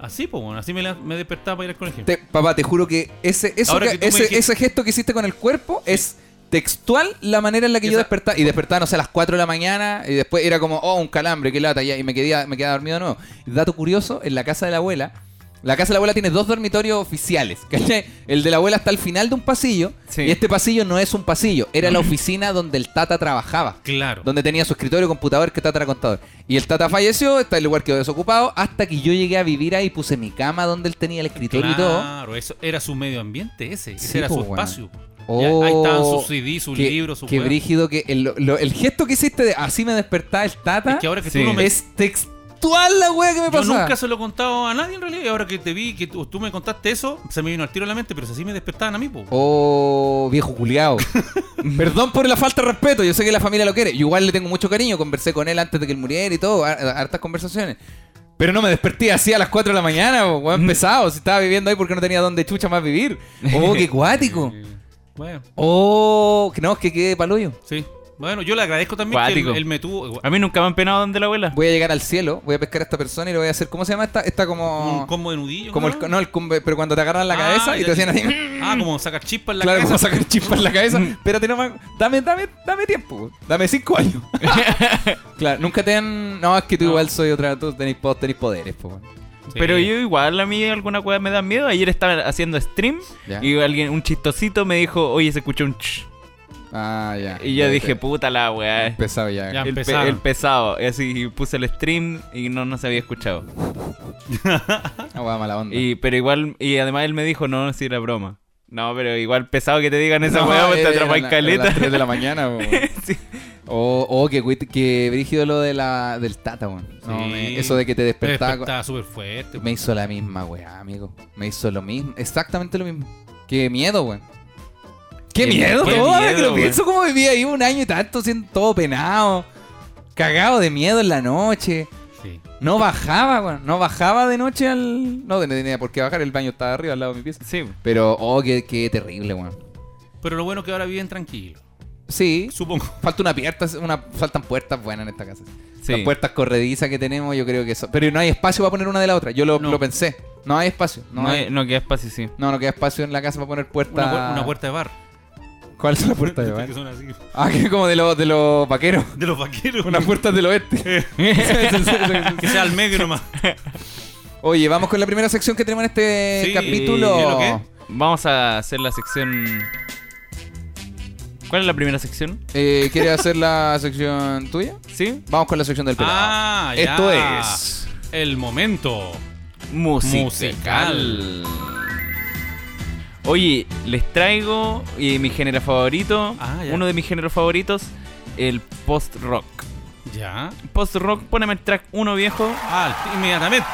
S3: Así, pues, bueno, así me, la- me despertaba para ir al colegio.
S2: Te- papá, te juro que ese, eso
S3: Ahora
S2: que-
S3: que tú me
S2: ese,
S3: dijiste-
S2: ese gesto que hiciste con el cuerpo es textual la manera en la que yo
S3: Esa-
S2: despertaba. Y despertaba, no sé, a las 4 de la mañana y después era como, oh, un calambre, qué lata, ya, y me quedaba, me quedaba dormido de nuevo. Dato curioso, en la casa de la abuela, la casa de la abuela tiene dos dormitorios oficiales, ¿cachai? El de la abuela está al final de un pasillo
S4: Sí.
S2: y este pasillo no es un pasillo, era
S3: Mm.
S2: la oficina donde el tata trabajaba.
S3: Claro.
S2: Donde tenía su escritorio, computador, que Tata era contador. Y el Tata falleció, está el lugar quedó desocupado, hasta que yo llegué a vivir ahí, puse mi cama donde él tenía el escritorio y todo.
S3: Claro, eso era su medio ambiente ese, ese
S2: Sí,
S3: era
S2: po,
S3: su
S2: weón.
S3: espacio.
S2: Oh,
S3: Ya, ahí estaban sus CD, sus
S2: qué-
S3: libros, sus
S2: Qué
S3: weas.
S2: brígido que el, lo- el gesto que hiciste de así me despertaba el tata
S3: Es que ahora que
S4: Sí.
S3: tú no me
S2: es textual la wea que me
S3: Yo
S2: pasaba.
S3: nunca se lo he contado a nadie en realidad. Y ahora que te vi, que tú, tú me contaste eso, se me vino al tiro a la mente, pero si así me despertaban a mí, po.
S2: Oh, viejo culiao. Perdón por la falta de respeto, yo sé que la familia lo quiere. Yo igual le tengo mucho cariño, conversé con él antes de que él muriera y todo, har- hartas conversaciones. Pero no me desperté así a las 4 de la mañana, po,
S3: Mm.
S2: weón, pesado. Si estaba viviendo ahí porque no tenía donde chucha más vivir. Oh, qué cuático.
S3: Bueno,
S2: Oh, que no, que quede paloyo.
S3: sí. Bueno, yo le agradezco también que
S4: Cuático.
S3: él, él me tuvo. eh,
S2: Ah.
S4: A mí nunca me han penado donde la abuela.
S2: Voy a llegar al cielo, voy a pescar a esta persona y le voy a hacer. ¿Cómo se llama esta? Esta como.
S3: Un combo de nudillo.
S2: como el, no, el cumbe- pero cuando te agarran la
S3: Ah,
S2: cabeza y
S3: ya,
S2: te hacían
S3: ya.
S2: así.
S3: Ah, como sacar chispas en la
S2: claro, como
S3: cabeza.
S2: sacar chispas en la cabeza. Espérate nomás. Dame, dame, dame tiempo. Dame cinco años. claro, nunca te han. No, es que tú
S3: No.
S2: igual soy otra. Tú tenés, po- tenés poderes, po.
S3: Sí.
S4: Pero yo igual a mí alguna weá me da miedo. Ayer estaba haciendo stream
S2: Ya.
S4: y alguien, un chistosito me dijo, oye, se escuchó un ch.
S2: Ah, ya.
S4: Y yo
S2: Ya,
S4: dije,
S2: te-
S4: puta la weá.
S2: Pesado ya.
S3: Ya.
S4: El, pe-
S3: Empezaron.
S4: el pesado. Y así puse el stream y no, no se había escuchado.
S2: Ah, weá, mala onda.
S4: Y, pero igual, y además él me dijo, no, si era broma. No, pero igual pesado que te digan esa
S2: No, eh,
S4: weá, pues te
S2: era-
S4: atrapas en
S2: era- era las
S4: caleta.
S2: 3 de la mañana, po.
S4: Sí.
S2: Oh, oh qué, cuit- qué brígido lo de la, del tata, weón. No,
S3: Sí.
S2: me- eso de que te
S3: Me
S2: despertaba. con-
S3: despertaba súper fuerte.
S2: Me hizo la misma, weá, amigo. Me hizo lo mismo. Exactamente lo mismo. Qué miedo, weón. Qué,
S4: Qué
S2: miedo,
S4: miedo,
S2: todo.
S4: qué
S2: ahora que
S4: miedo,
S2: lo
S4: weón.
S2: pienso como vivía ahí un año y tanto, siendo todo penado. Cagado de miedo en la noche.
S3: Sí.
S2: No bajaba, weón. No bajaba de noche al. No tenía por qué bajar, el baño estaba arriba al lado de mi pieza.
S4: Sí.
S2: Pero, oh, qué, qué terrible, weón.
S3: Pero lo bueno es que ahora viven tranquilos.
S2: Sí,
S3: Supongo.
S2: falta una puerta, una, faltan puertas buenas en esta casa.
S4: Sí.
S2: Las puertas corredizas que tenemos, yo creo que eso. Pero no hay espacio para poner una de la otra. Yo lo,
S3: No.
S2: lo pensé. No hay espacio. No,
S4: No,
S2: hay,
S4: hay- no queda espacio, sí.
S2: No, no queda espacio en la casa para poner puerta.
S3: Una, puer- una puerta de bar.
S2: ¿Cuál es la puerta de
S3: Que
S2: baño?
S3: son así,
S2: Ah, que es como de los de los vaqueros.
S3: De los vaqueros.
S2: Unas puertas del oeste.
S3: que sea al medio nomás.
S2: Oye, vamos con la primera sección que tenemos en este
S3: Sí, ¿y
S2: capítulo.
S3: lo qué?
S4: Vamos a hacer la sección. ¿Cuál es la primera sección?
S2: Eh, ¿Quieres hacer la sección tuya?
S4: ¿Sí?
S2: Vamos con la sección del pelado.
S3: Ah, ya.
S2: Esto es.
S3: El momento.
S4: Musical. Oye, les traigo eh, mi género favorito.
S3: Ah, ya.
S4: uno de mis géneros favoritos, el post-rock.
S3: Ya.
S4: Post-rock, poneme el track uno viejo.
S3: Ah, inmediatamente.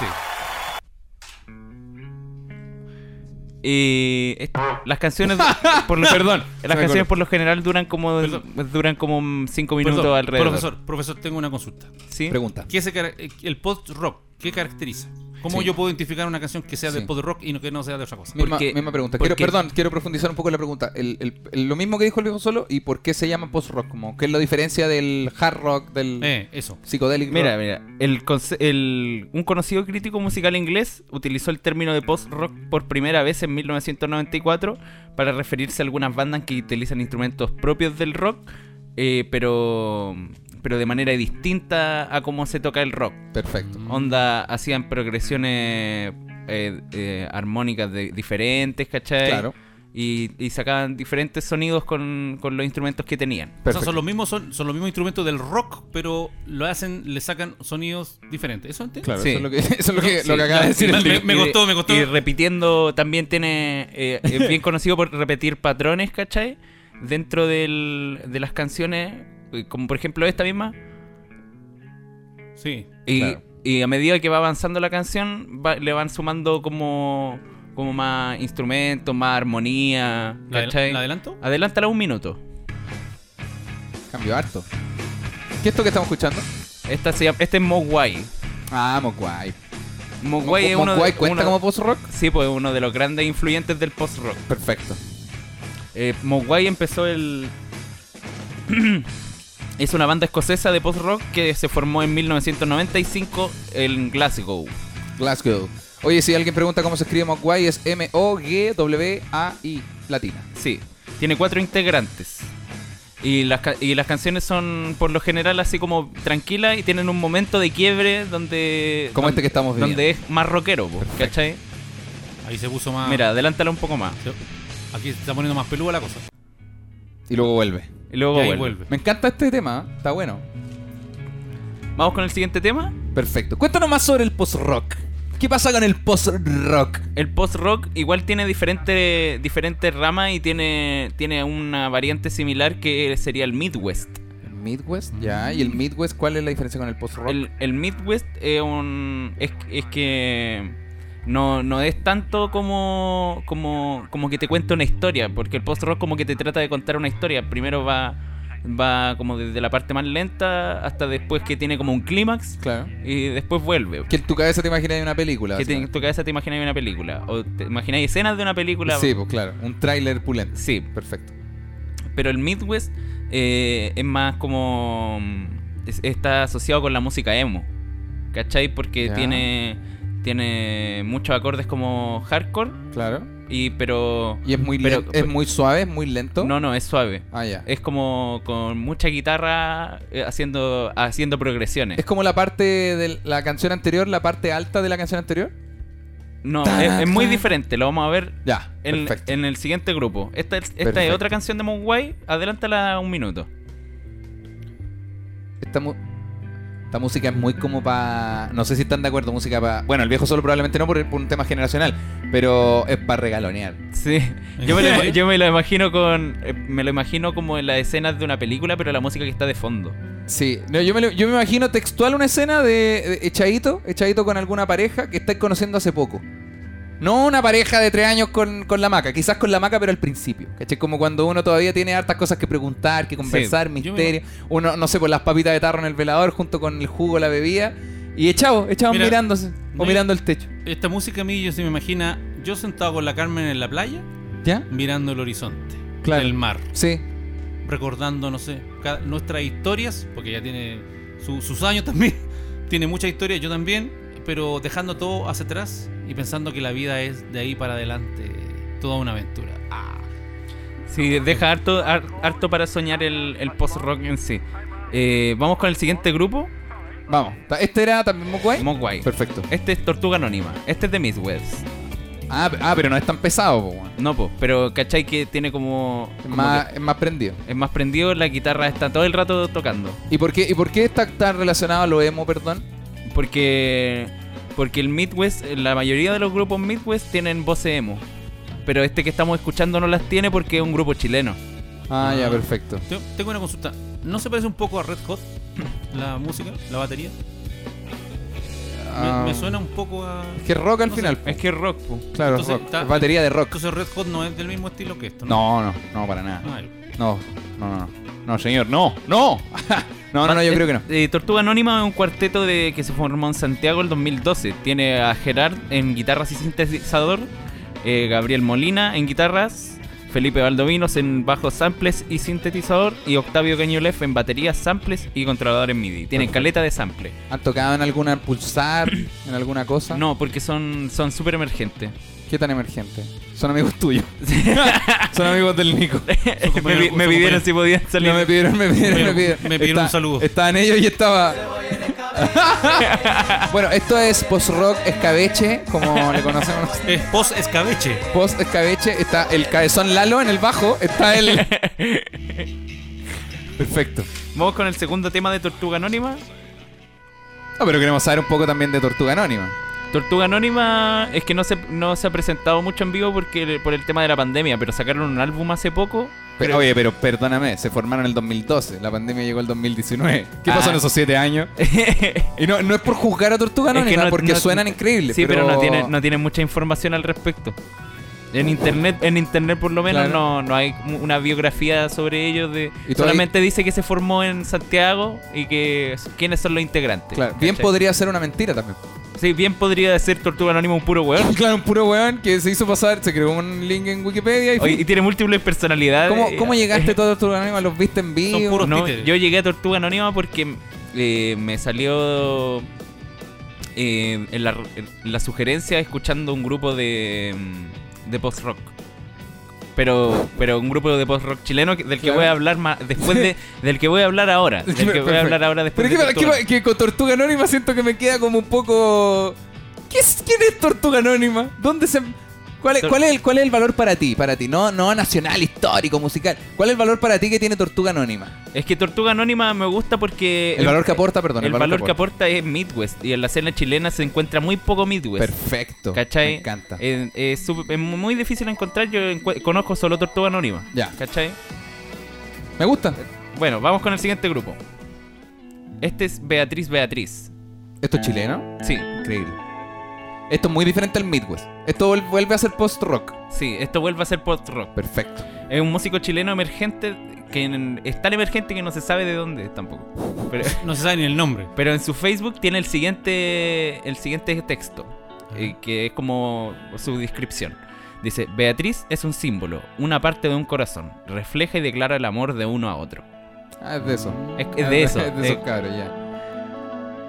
S4: Eh, est- las canciones, por lo, perdón, las canciones por lo general duran como duran como 5 minutos
S3: Perdón,
S4: alrededor.
S3: Profesor, profesor, tengo una consulta.
S4: ¿Sí?
S2: Pregunta.
S3: ¿Qué se cara- el post-rock, ¿qué caracteriza? ¿Cómo
S2: Sí.
S3: yo puedo identificar una canción que sea de
S2: Sí.
S3: post-rock y no que no sea de otra cosa?
S2: Misma,
S4: Porque-
S2: misma pregunta. Quiero,
S4: porque-
S2: perdón, quiero profundizar un poco en la pregunta. El- el- el- lo mismo que dijo el viejo solo y por qué se llama post-rock. Como, ¿Qué es la diferencia del hard rock, del
S3: Eh, eso.
S2: psicodélico?
S4: Mira, mira, el conce- el- un conocido crítico musical inglés utilizó el término de post-rock por primera vez en 1994 para referirse a algunas bandas que utilizan instrumentos propios del rock, eh, pero, pero de manera distinta a cómo se toca el rock.
S2: Perfecto.
S4: Onda, hacían progresiones eh, eh, armónicas de- diferentes,
S3: Eh,
S4: ¿cachai?
S2: Claro.
S4: Y, y sacaban diferentes sonidos con, con los instrumentos que tenían.
S3: O
S2: Perfecto.
S3: sea, son los mismos son, son los mismos instrumentos del rock, pero lo hacen, le sacan sonidos diferentes. ¿Eso entiendes?
S2: Claro,
S4: Sí.
S2: eso es lo que, eso es lo que,
S4: Sí,
S2: lo que acaba
S4: ya,
S2: de decir
S3: me-
S2: el
S3: me-
S2: libro.
S3: me
S4: Y-
S3: costó, me costó.
S4: Y repitiendo, también tiene. eh, es bien conocido por repetir patrones, ¿cachai? Dentro del- de las canciones, eh, como por ejemplo esta misma.
S3: Sí.
S4: Y,
S2: Claro.
S4: y a medida que va avanzando la canción, va- le van sumando como, como más instrumentos, más armonía,
S3: ¿La,
S4: ¿cachai?
S3: adel- la adelanto?
S4: Adelántala un minuto.
S2: Cambio harto. ¿Qué es esto que estamos escuchando?
S4: Esta se llama, este es Mogwai.
S2: Ah, Mogwai.
S4: Mogwai es uno,
S2: Mogwai
S4: de,
S2: cuenta
S4: uno-
S2: como post-rock.
S4: Sí, pues uno de los grandes influyentes del post-rock.
S2: Perfecto.
S4: Eh, Mogwai empezó el. Es una banda escocesa de post-rock que se formó en 1995 en Glasgow.
S2: Glasgow. Oye, si alguien pregunta cómo se escribe Mogwai, es M-O-G-W-A-I, latina.
S4: Sí, tiene cuatro integrantes. Y las, ca- y las canciones son por lo general así como tranquilas y tienen un momento de quiebre donde...
S2: Como
S4: donde-
S2: este que estamos viviendo.
S4: Donde es más rockero, po, ¿cachai?
S3: Ahí se puso más.
S2: Ah.
S4: Mira, adelántala un poco más.
S3: se- Aquí se está poniendo más peluda la cosa.
S2: Y luego vuelve.
S4: Y luego
S3: Y ahí
S4: vuelve.
S3: vuelve.
S2: Me encanta este tema, ¿eh? está bueno.
S4: Vamos con el siguiente tema.
S2: Perfecto. Cuéntanos más sobre el post-rock. ¿Qué pasa con el post-rock?
S4: El post-rock igual tiene diferentes diferentes ramas y tiene, tiene una variante similar que sería el Midwest.
S2: ¿El Midwest? Ya, ¿y el Midwest cuál es la diferencia con el post-rock?
S4: El, el Midwest es, un, es, es que no, no es tanto como, como, como que te cuenta una historia, porque el post-rock como que te trata de contar una historia. Primero va, va como desde la parte más lenta hasta después que tiene como un clímax
S2: Claro.
S4: y después vuelve.
S2: Que en tu cabeza te imaginas una película.
S4: Que te- en
S2: básicamente.
S4: tu cabeza te imagináis una película, o te imagináis escenas de una película.
S2: Sí, pues claro. Un tráiler pulento.
S4: sí
S2: Perfecto.
S4: pero el Midwest eh, es más como. mm, es- está asociado con la música emo. ¿Cachai? Porque
S2: Ya.
S4: tiene. Tiene muchos acordes como hardcore.
S2: Claro.
S4: Y pero.
S2: Y es muy
S4: Pero-
S2: lento. Es muy suave, es muy lento.
S4: No, no, es suave.
S2: Ah, ya.
S4: Es como con mucha guitarra eh, haciendo. haciendo progresiones.
S2: Es como la parte de la canción anterior, la parte alta de la canción anterior.
S4: No, es, es muy diferente. Lo vamos a ver
S2: Ya.
S4: en,
S2: perfecto.
S4: en el siguiente grupo. Esta, es- esta es
S2: Perfecto.
S4: otra canción de Mogwai. Adelántala un minuto.
S2: Esta, mu- esta música es muy como para. No sé si están de acuerdo. Música para. Bueno, el viejo solo probablemente no por, por un tema generacional. Pero es para regalonear.
S4: Sí,
S3: ¿En
S4: yo me, lo,
S3: serio?
S4: yo me lo imagino con. eh, Me lo imagino como en las escenas de una película, pero la música que está de fondo.
S2: Sí, no, yo, me, lo- yo me imagino textual una escena de, de Echadito, Echadito con alguna pareja que estáis conociendo hace poco. No una pareja de tres años con, con la maca, quizás con la maca, pero al principio. ¿Cachai? Como cuando uno todavía tiene hartas cosas que preguntar, que conversar,
S3: yo me
S2: misterio. Uno, no sé, por las papitas de tarro en el velador junto con el jugo, la bebida. Y echados, echados
S3: Mira,
S2: mirándose o
S3: no-
S2: mirando el techo.
S3: Esta música a mí yo se me imagina yo sentado con la Carmen en la playa
S2: ¿Ya?
S3: mirando el horizonte,
S2: Claro.
S3: el mar,
S2: Sí,
S3: recordando, no sé, ca- nuestras historias, porque ya tiene su- sus años también, tiene mucha historia, yo también, pero dejando todo hacia atrás y pensando que la vida es de ahí para adelante, toda una aventura. Ah,
S4: Sí, deja harto, har- harto para soñar el, el post-rock en sí. Eh, Vamos con el siguiente grupo:
S2: vamos. Ta- Este era también Mogwai.
S4: Mogwai.
S2: Perfecto.
S4: Este es Tortuga Anónima. Este es de Miss Webs.
S2: Ah, pe- ah, pero no es tan pesado, po, weón.
S4: No, po, pero ¿cachai que tiene como.
S2: es
S4: como
S2: más,
S4: que
S2: es más prendido.
S4: es más prendido, la guitarra está todo el rato tocando.
S2: ¿Y por qué, y por qué está tan relacionado a lo emo, perdón?
S4: Porque porque el Midwest, la mayoría de los grupos Midwest tienen voces emo. Pero este que estamos escuchando no las tiene porque es un grupo chileno.
S2: Ah, ya,
S3: Ah.
S2: perfecto.
S3: Te- Tengo una consulta, ¿no se parece un poco a Red Hot la música, la batería? Me,
S2: Ah,
S3: me suena un poco a...
S2: Es que rock al
S3: no sé.
S2: final.
S4: Es que es rock, po.
S2: Claro,
S3: Entonces,
S2: rock.
S3: está-
S2: Es batería de rock.
S3: Entonces Red Hot no es del mismo estilo que esto, ¿no?
S2: No, no, no, para nada.
S3: Ah,
S2: No, no, no, no. No, señor, no, no. no, no, no, yo creo que no.
S4: Eh, Tortuga Anónima es un cuarteto de, que se formó en Santiago el 2012. Tiene a Gerard en guitarras y sintetizador, eh, Gabriel Molina en guitarras, Felipe Valdovinos en bajos samples y sintetizador y Octavio Cañolef en baterías, samples y controlador en MIDI. Tienen caleta de sample.
S2: ¿Han tocado en alguna pulsar, en alguna cosa?
S4: No, porque son son súper emergentes.
S2: ¿Qué tan emergente? Son amigos tuyos. Son amigos del Nico.
S3: Son
S4: me,
S3: compañeros-
S4: vi- me
S3: son
S4: pidieron
S3: compañeros.
S4: si podían salir.
S2: No, me pidieron, me pidieron, me
S3: Me-
S2: pidieron.
S3: me pidieron un saludo.
S2: Estaban ellos y estaba. bueno, esto es post-rock escabeche, como le conocemos nosotros.
S3: Es post escabeche.
S2: post escabeche está el cabezón Lalo en el bajo, está el. Perfecto.
S4: Vamos con el segundo tema de Tortuga Anónima.
S2: No, pero queremos saber un poco también de Tortuga Anónima.
S4: Tortuga Anónima es que no se, no se ha presentado mucho en vivo porque por el tema de la pandemia, pero sacaron un álbum hace poco.
S2: Pero, oye, pero perdóname, se formaron en el 2012, la pandemia llegó el 2019. ¿Qué pasó
S4: Ah.
S2: en esos siete años? Y no, no es por juzgar a Tortuga
S4: Es que
S2: Anónima,
S4: no-
S2: porque
S4: no-
S2: suenan increíbles.
S4: sí, pero, no, tiene, no tiene mucha información al respecto. En internet, en internet por lo menos
S2: Claro.
S4: no, no hay mu- una biografía sobre ellos de
S2: Y todavía-
S4: solamente dice que se formó en Santiago y que s- quiénes son los integrantes.
S2: Claro, bien
S4: ¿cachai?
S2: podría ser una mentira también.
S4: Sí, bien podría ser Tortuga Anónima un puro weón.
S2: Claro, un puro weón que se hizo pasar, se creó un link en Wikipedia y...
S4: Oye, y tiene múltiples personalidades.
S2: ¿Cómo,
S4: Eh,
S2: cómo llegaste todos tus animales? ¿Los viste en vivo?
S3: Son puros
S4: No,
S3: títeres.
S4: yo llegué a Tortuga Anónima porque eh, me salió eh, en, la, en la sugerencia escuchando un grupo de, mm, de post rock. Pero, pero un grupo de post rock chileno que- del que
S2: Claro.
S4: voy a hablar más después de, del que voy a hablar ahora. Del que voy a hablar ahora después
S2: Pero que,
S4: de
S2: que-
S4: Tortuga.
S2: que con Tortuga Anónima siento que me queda como un poco... ¿Qué es- ¿Quién es Tortuga Anónima? ¿Dónde se...? ¿Cuál es,
S4: Tor-
S2: cuál, es el, ¿Cuál es el valor para ti? Para ti, no, no nacional, histórico, musical. ¿Cuál es el valor para ti que tiene Tortuga Anónima?
S4: Es que Tortuga Anónima me gusta porque.
S2: El valor que aporta, perdón.
S4: el valor que aporta es Midwest. Y en la escena chilena se encuentra muy poco Midwest.
S2: Perfecto.
S4: ¿Cachai?
S2: Me encanta.
S4: Eh, eh, sup- es muy difícil encontrar. Yo encue- conozco solo Tortuga Anónima.
S2: Ya.
S4: ¿Cachai?
S2: Me gusta.
S4: Bueno, vamos con el siguiente grupo. Este es Beatriz Beatriz.
S2: Esto es chileno.
S4: Sí,
S2: Increíble. Esto es muy diferente al Midwest. Esto vuel- vuelve a ser post-rock.
S4: sí, esto vuelve a ser post-rock.
S2: Perfecto.
S4: Es un músico chileno emergente que en- es tan emergente que no se sabe de dónde es tampoco. Pero,
S3: No se sabe ni el nombre.
S4: pero en su Facebook tiene el siguiente, el siguiente texto, eh, que es como su descripción. Dice, Beatriz es un símbolo, una parte de un corazón, refleja y declara el amor de uno a otro.
S2: Ah, es de eso. Ah,
S4: Es, es de eso.
S2: es de
S4: eh,
S2: esos cabros, ya.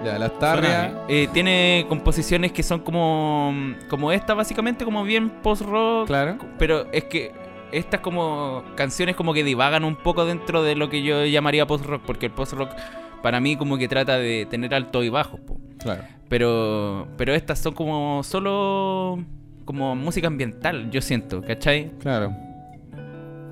S2: Ya, las
S3: bien.
S2: tarrias.
S4: eh, tiene composiciones que son como, como esta, básicamente, como bien post-rock,
S2: Claro.
S4: Pero es que estas como canciones como que divagan un poco dentro de lo que yo llamaría post-rock, porque el post-rock para mí como que trata de tener alto y bajo. po.
S2: Claro.
S4: Pero, pero estas son como solo como música ambiental, yo siento, ¿cachai?
S2: Claro.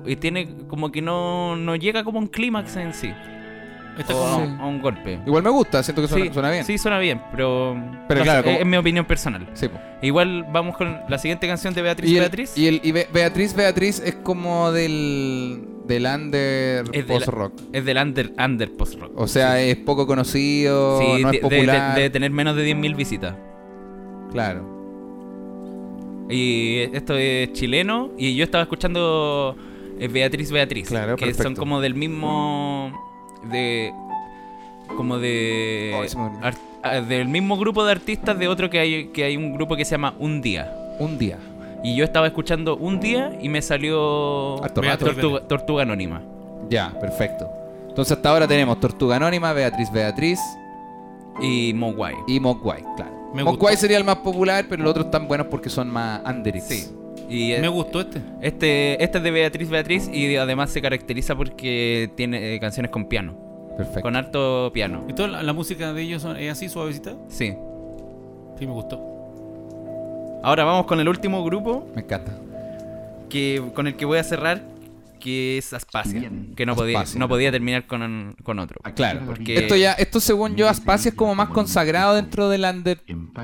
S4: Y tiene como que no, no llega como un clímax en sí,
S3: Esta
S4: o
S3: Este es
S4: a
S3: como-
S4: un- a un golpe.
S2: Igual me gusta, siento que suena,
S4: sí,
S2: Oh. suena bien.
S4: Sí, suena bien, pero,
S2: Pero
S4: no
S2: claro,
S4: sé,
S2: como-
S4: es mi opinión personal.
S2: Sí, po.
S4: Igual vamos con la siguiente canción de Beatriz
S2: y el-
S4: Beatriz.
S2: Y, el, y Be- Beatriz, Beatriz es como del. del under
S4: Es de la-
S2: post-rock.
S4: Es del under, under post-rock.
S2: O sea, es poco conocido,
S4: Sí,
S2: no
S4: de-
S2: es
S4: de- de-
S2: popular.
S4: debe tener menos de 10.000 visitas.
S2: Claro.
S4: Y esto es chileno. Y yo estaba escuchando eh, Beatriz Beatriz.
S2: Claro,
S4: que son
S2: perfecto.
S4: como del mismo. de. como de.
S2: Ay, se Oh, me olvidó.
S4: ar- ah, del mismo grupo de artistas de otro que hay, que hay un grupo que se llama Un Día.
S2: Un día.
S4: Y yo estaba escuchando Un Día y me salió.
S2: Harto
S4: Tortuga,
S2: rato.
S4: Tortuga- Tortuga Anónima.
S2: Ya, perfecto. Entonces hasta ahora tenemos Tortuga Anónima, Beatriz Beatriz
S4: Y Mogwai.
S2: y Mogwai, claro.
S3: Me
S2: Mogwai
S3: gustó.
S2: sería el más popular, pero los otros están buenos porque son más underix.
S4: Sí. Y eh,
S3: Me gustó este.
S4: este, este es de Beatriz Beatriz y además se caracteriza porque tiene eh, canciones con piano.
S2: Perfecto.
S4: Con harto piano.
S3: Y toda la, la música de ellos son- es así, suavecita.
S4: Sí.
S3: Sí, me gustó.
S4: Ahora vamos con el último grupo
S2: Me encanta.
S4: que, con el que voy a cerrar, que es Aspasia. Que no podía,
S2: Aspasia.
S4: no podía terminar con, con otro.
S2: Claro,
S4: porque-
S2: esto ya, esto según yo, Aspasia es como más consagrado dentro del under,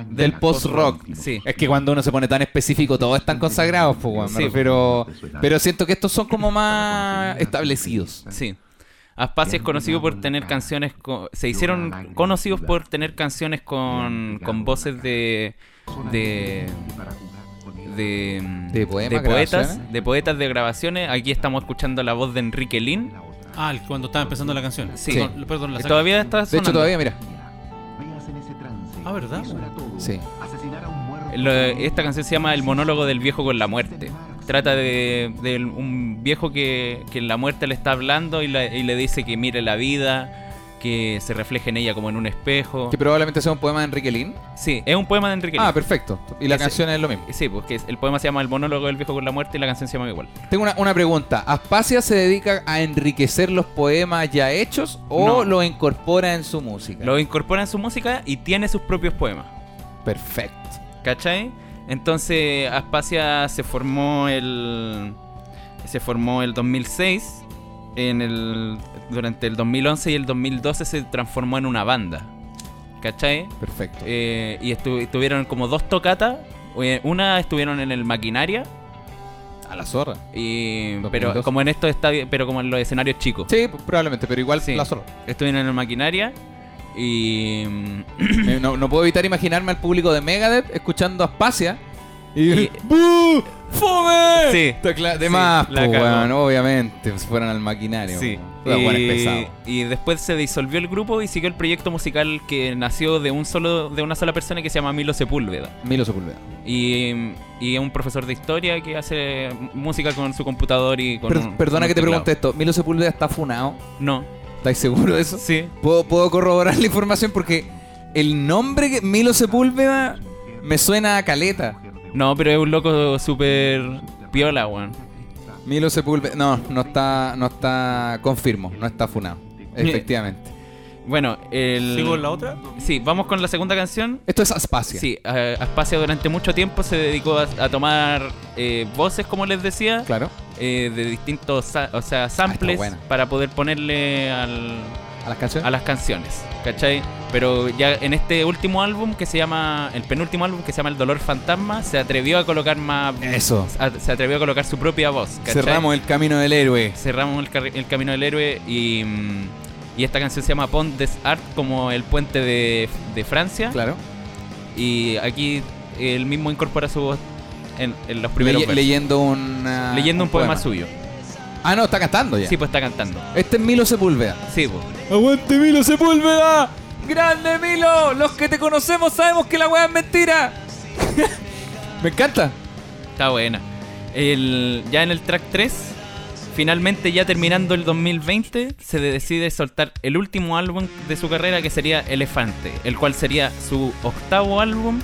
S2: del post rock.
S4: Sí.
S2: Es que cuando uno se pone tan específico, todos están consagrados, pues, weón, me
S4: Sí.
S2: refiero- pero siento que estos son como más establecidos.
S4: Sí. Aspasia es conocido por tener canciones. co- se hicieron conocidos por tener canciones con, con voces de. de. de.
S2: De poemas,
S4: poetas.
S2: grabaciones.
S4: De poetas de grabaciones. Aquí estamos escuchando la voz de Enrique Lin.
S3: Ah, el- cuando estaba empezando la canción.
S4: Sí.
S3: Perdón, perdón, la
S4: que
S3: saca.
S4: Todavía está
S2: De hecho,
S4: sonando.
S2: todavía, mira,
S3: Ah, ¿verdad?
S2: Sí.
S4: Lo- esta canción se llama El monólogo del viejo con la muerte. Trata de, de un viejo que, que en la muerte le está hablando y, la- y le dice que mire la vida, que se refleje en ella como en un espejo.
S2: que probablemente sea un poema de Enrique Lin.
S4: Sí, es un poema de Enrique.
S2: Ah,
S4: Lin.
S2: perfecto. Y la
S4: Ese-
S2: canción es lo mismo.
S4: Sí, porque el poema se llama El monólogo del viejo con la muerte y la canción se llama igual.
S2: Tengo una, una pregunta. ¿Aspasia se dedica a enriquecer los poemas ya hechos o
S4: No.
S2: lo incorpora en su música?
S4: Lo incorpora en su música y tiene sus propios poemas.
S2: Perfecto.
S4: ¿Cachai? Entonces Aspasia se formó el se formó el 2006 en el durante el 2011 y el 2012 se transformó en una banda. ¿Cachai?
S2: Perfecto.
S4: Eh, y estu- estuvieron como dos tocatas, eh, una estuvieron en el Maquinaria
S2: a la zorra.
S4: y pero
S2: 2012.
S4: como en estos estadios, pero como en los escenarios chicos.
S2: Sí, pues, probablemente, pero igual
S4: Sí.
S2: la zorra.
S4: Estuvieron en el Maquinaria y mm,
S2: Eh, no, no puedo evitar imaginarme al público de Megadeth escuchando Aspasia y...
S4: Y-
S2: ¡Bú! ¡Fome!
S4: Sí.
S2: Está cla- De
S4: Sí,
S2: más,
S4: la
S2: po,
S4: cagó.
S2: weón, obviamente. Si fueran al maquinario.
S4: Sí.
S2: weón. Los weones
S4: Eh,
S2: pesados.
S4: y después se disolvió el grupo y siguió el proyecto musical que nació de un solo de una sola persona que se llama Milo Sepúlveda.
S2: Milo Sepúlveda.
S4: Y, y es un profesor de historia que hace m- música con su computador y con
S2: Per-
S4: un-
S2: perdona
S4: un
S2: que te
S4: teclado.
S2: pregunte esto. ¿Milo Sepúlveda está funado?
S4: No.
S2: ¿Estáis seguro de eso?
S4: Sí.
S2: ¿Puedo, puedo corroborar la información porque el nombre que- Milo Sepúlveda me suena a caleta.
S4: No, pero es un loco súper piola, weón.
S2: Milo Sepúlveda. No, no está. No está. Confirmo, no está funado. Efectivamente.
S4: Bueno, el...
S3: ¿Sigo en la otra?
S4: Sí, vamos con la segunda canción.
S2: Esto es Aspasia.
S4: Sí, a- Aspasia durante mucho tiempo se dedicó a, a tomar eh, voces, como les decía,
S2: Claro.
S4: eh, de distintos sa- o sea, samples
S2: Ah, buena.
S4: para poder ponerle al-
S2: A las canciones.
S4: a las canciones, ¿cachai? Pero ya en este último álbum que se llama, el penúltimo álbum que se llama El Dolor Fantasma, se atrevió a colocar más...
S2: Eso.
S4: a- se atrevió a colocar su propia voz, ¿cachai?
S2: Cerramos el camino del héroe.
S4: cerramos el, carri- el camino del héroe y, mm, y esta canción se llama Pont des Arts como el puente de, de Francia
S2: Claro.
S4: y aquí él mismo incorpora su voz en, en los primeros
S2: Leye-
S4: versos.
S2: leyendo una-
S4: leyendo un poema, suyo.
S2: Ah, no, está cantando ya.
S4: Sí, pues está cantando.
S2: Este es Milo Sepúlveda.
S4: Sí, pues.
S2: ¡Aguante Milo Sepúlveda! ¡Grande Milo! Los que te conocemos sabemos que la weá es mentira. Me encanta.
S4: Está buena. El, ya en el track 3, finalmente ya terminando el 2020, se de- decide soltar el último álbum de su carrera que sería Elefante, el cual sería su octavo álbum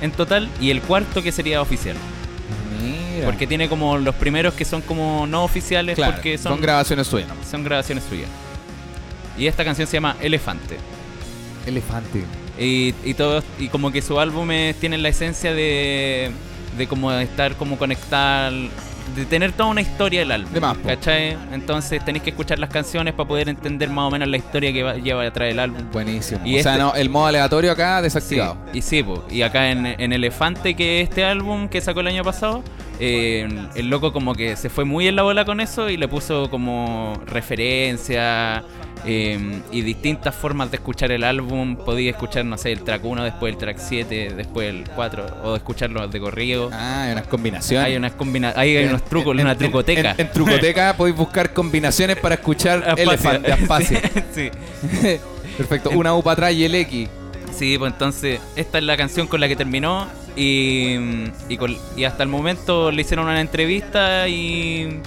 S4: en total y el cuarto que sería oficial.
S2: Mira.
S4: Porque tiene como los primeros que son como no oficiales
S2: Claro,
S4: porque son,
S2: son grabaciones suyas. ¿no?
S4: son grabaciones suyas. Y esta canción se llama Elefante.
S2: Elefante.
S4: Y, y todos, y como que sus álbumes tienen la esencia de, de como estar como conectar, de tener toda una historia del álbum.
S2: De más, po.
S4: ¿Cachai? Entonces tenéis que escuchar las canciones para poder entender más o menos la historia que va- lleva detrás del álbum.
S2: Buenísimo.
S4: Y
S2: o sea,
S4: este-
S2: no, el modo aleatorio acá
S4: Sí,
S2: desactivado.
S4: y sí, po. y acá en, en Elefante, que es este álbum que sacó el año pasado, eh, el loco como que se fue muy en la bola con eso y le puso como referencia eh, y distintas formas de escuchar el álbum. Podía escuchar, no sé, el track 1, después el track 7, después el 4, o escucharlo de corrido.
S2: Ah, hay unas combinaciones.
S4: Hay unas combina ahí hay
S2: En-
S4: unos trucos,
S2: en-
S4: una
S2: en-
S4: trucoteca.
S2: En, en trucoteca podéis buscar combinaciones para escuchar
S4: Aspasia.
S2: elefante. Aspasia.
S4: sí.
S2: Perfecto. Una U para atrás y el X.
S4: Sí, pues entonces esta es la canción con la que terminó y, y, con- y hasta el momento le hicieron una entrevista y,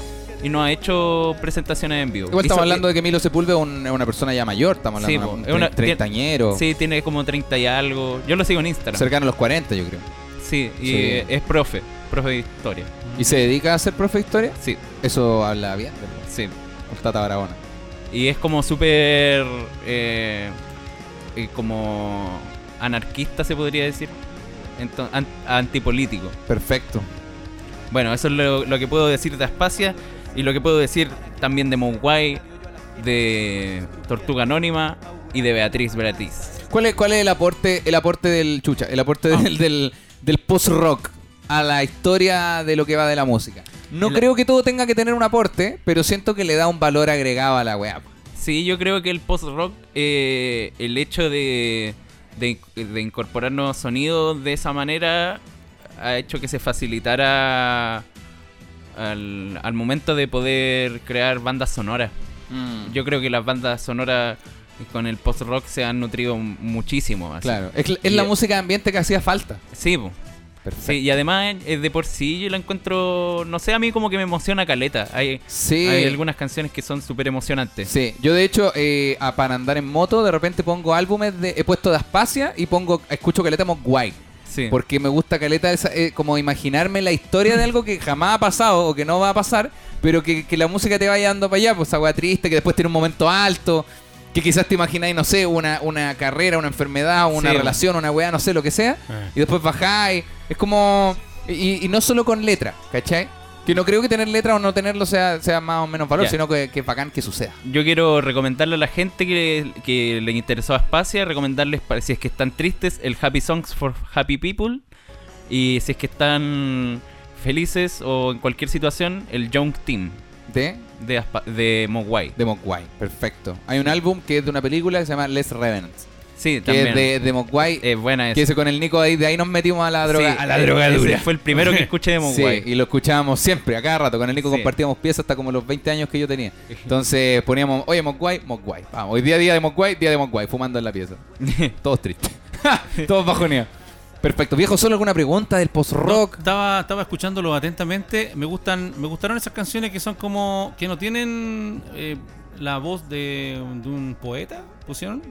S4: y no ha hecho presentaciones en vivo.
S2: Igual
S4: Y
S2: estamos
S4: so-
S2: hablando de que Milo Sepúlveda es un- es una persona ya mayor. Estamos
S4: Sí,
S2: hablando
S4: po.
S2: de
S4: Es
S2: un
S4: una-
S2: tre- treintañero.
S4: Sí, tiene como 30 y algo. Yo lo sigo en Instagram.
S2: Cercano a los 40, yo creo.
S4: sí, y
S2: Sí.
S4: eh, es profe, profe de historia.
S2: ¿Y se dedica a ser profe de historia?
S4: Sí,
S2: Eso habla bien del
S4: sí.
S2: del Tata Barahona.
S4: Y es como súper... eh, eh, como anarquista se podría decir. Ento- an- antipolítico.
S2: Perfecto.
S4: Bueno, eso es lo, lo que puedo decir de Aspasia y lo que puedo decir también de Mogwai, de Tortuga Anónima y de Beatriz Beatriz.
S2: ¿Cuál es, cuál es el aporte el aporte del chucha? El aporte
S4: Ah.
S2: del, del, del post-rock a la historia de lo que va de la música. No
S4: El-
S2: creo que todo tenga que tener un aporte, pero siento que le da un valor agregado a la weá.
S4: Sí, yo creo que el post-rock, eh, el hecho de, de, de incorporar nuevos sonidos de esa manera ha hecho que se facilitara al, al momento de poder crear bandas sonoras. Yo creo que las bandas sonoras con el post-rock se han nutrido muchísimo. así.
S2: Claro. Es, es la
S4: Y-
S2: música de ambiente que hacía falta.
S4: Sí, po.
S2: Perfecto.
S4: Sí, y además eh, de por sí yo la encuentro, no sé, a mí como que me emociona Caleta. Hay,
S2: Sí.
S4: hay algunas canciones que son súper emocionantes.
S2: Sí, yo de hecho, eh, a- para andar en moto, de repente pongo álbumes, de, he puesto de Aspasia y pongo, escucho Caleta Mogwai.
S4: Sí.
S2: Porque me gusta Caleta esa, eh, como imaginarme la historia de algo que jamás ha pasado o que no va a pasar, pero que, que la música te vaya dando para allá, pues agua triste, que después tiene un momento alto, que quizás te imagináis, no sé, una, una carrera, una enfermedad, una
S4: Sí. Ah.
S2: relación, una weá, no sé, lo que sea,
S3: Eh.
S2: y después bajáis. Es como... Y, y no solo con letra, ¿cachai? Que no creo que tener letra o no tenerlo sea, sea más o menos valor,
S4: Ya.
S2: sino que, que es bacán que suceda.
S4: Yo quiero recomendarle a la gente que, que le interesó a Aspasia, recomendarles, para, si es que están tristes, el Happy Songs for Happy People. Y si es que están felices o en cualquier situación, el Young Team
S2: De,
S4: de, Aspa- de Mogwai.
S2: de Mogwai, perfecto. Hay un álbum que es de una película que se llama Les Revenants.
S4: Sí,
S2: que
S4: también. Eh,
S2: es de, de Mogwai,
S4: Es buena
S2: que
S4: esa.
S2: ese con el Nico ahí, de ahí nos metimos a la droga,
S4: Sí,
S2: a la
S4: ese
S2: drogadura.
S4: Fue el primero que escuché de Mogwai.
S2: Sí, y lo escuchábamos siempre, a cada rato. Con el Nico
S4: Sí.
S2: compartíamos piezas hasta como los 20 años que yo tenía. Entonces poníamos, oye, Mogwai, Mogwai. Vamos, hoy día día de Mogwai, día de Mogwai, fumando en la pieza. Todos tristes. Todos bajoneados. Perfecto. Viejo, solo alguna pregunta del post-rock.
S3: No, estaba, estaba escuchándolo atentamente. Me gustan, me gustaron esas canciones que son como. que no tienen eh, la voz de, un- de un poeta, pusieron.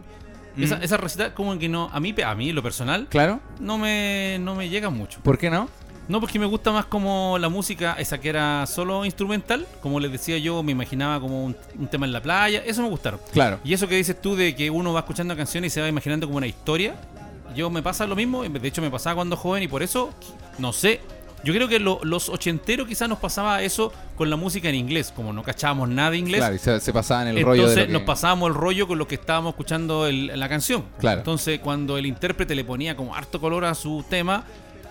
S4: Mm.
S3: Esa, esa receta como que no. A mí, a mí, en lo personal,
S2: Claro.
S3: no me, no me llega mucho.
S2: ¿Por qué no?
S3: No, porque me gusta más como la música, esa que era solo instrumental. Como les decía yo, me imaginaba como un, un tema en la playa. Eso me gustaron.
S2: Claro.
S3: Y eso que dices tú de que uno va escuchando canciones y se va imaginando como una historia, yo me pasa lo mismo, de hecho me pasaba cuando joven y por eso, no sé, yo creo que lo- los ochenteros quizás nos pasaba eso con la música en inglés, como no cachábamos nada de inglés,
S2: Claro, y se, se pasaba en el rollo
S3: entonces
S2: de. lo que-
S3: nos pasábamos el rollo con lo que estábamos escuchando el- la canción.
S2: Claro.
S3: Entonces cuando el intérprete le ponía como harto color a su tema,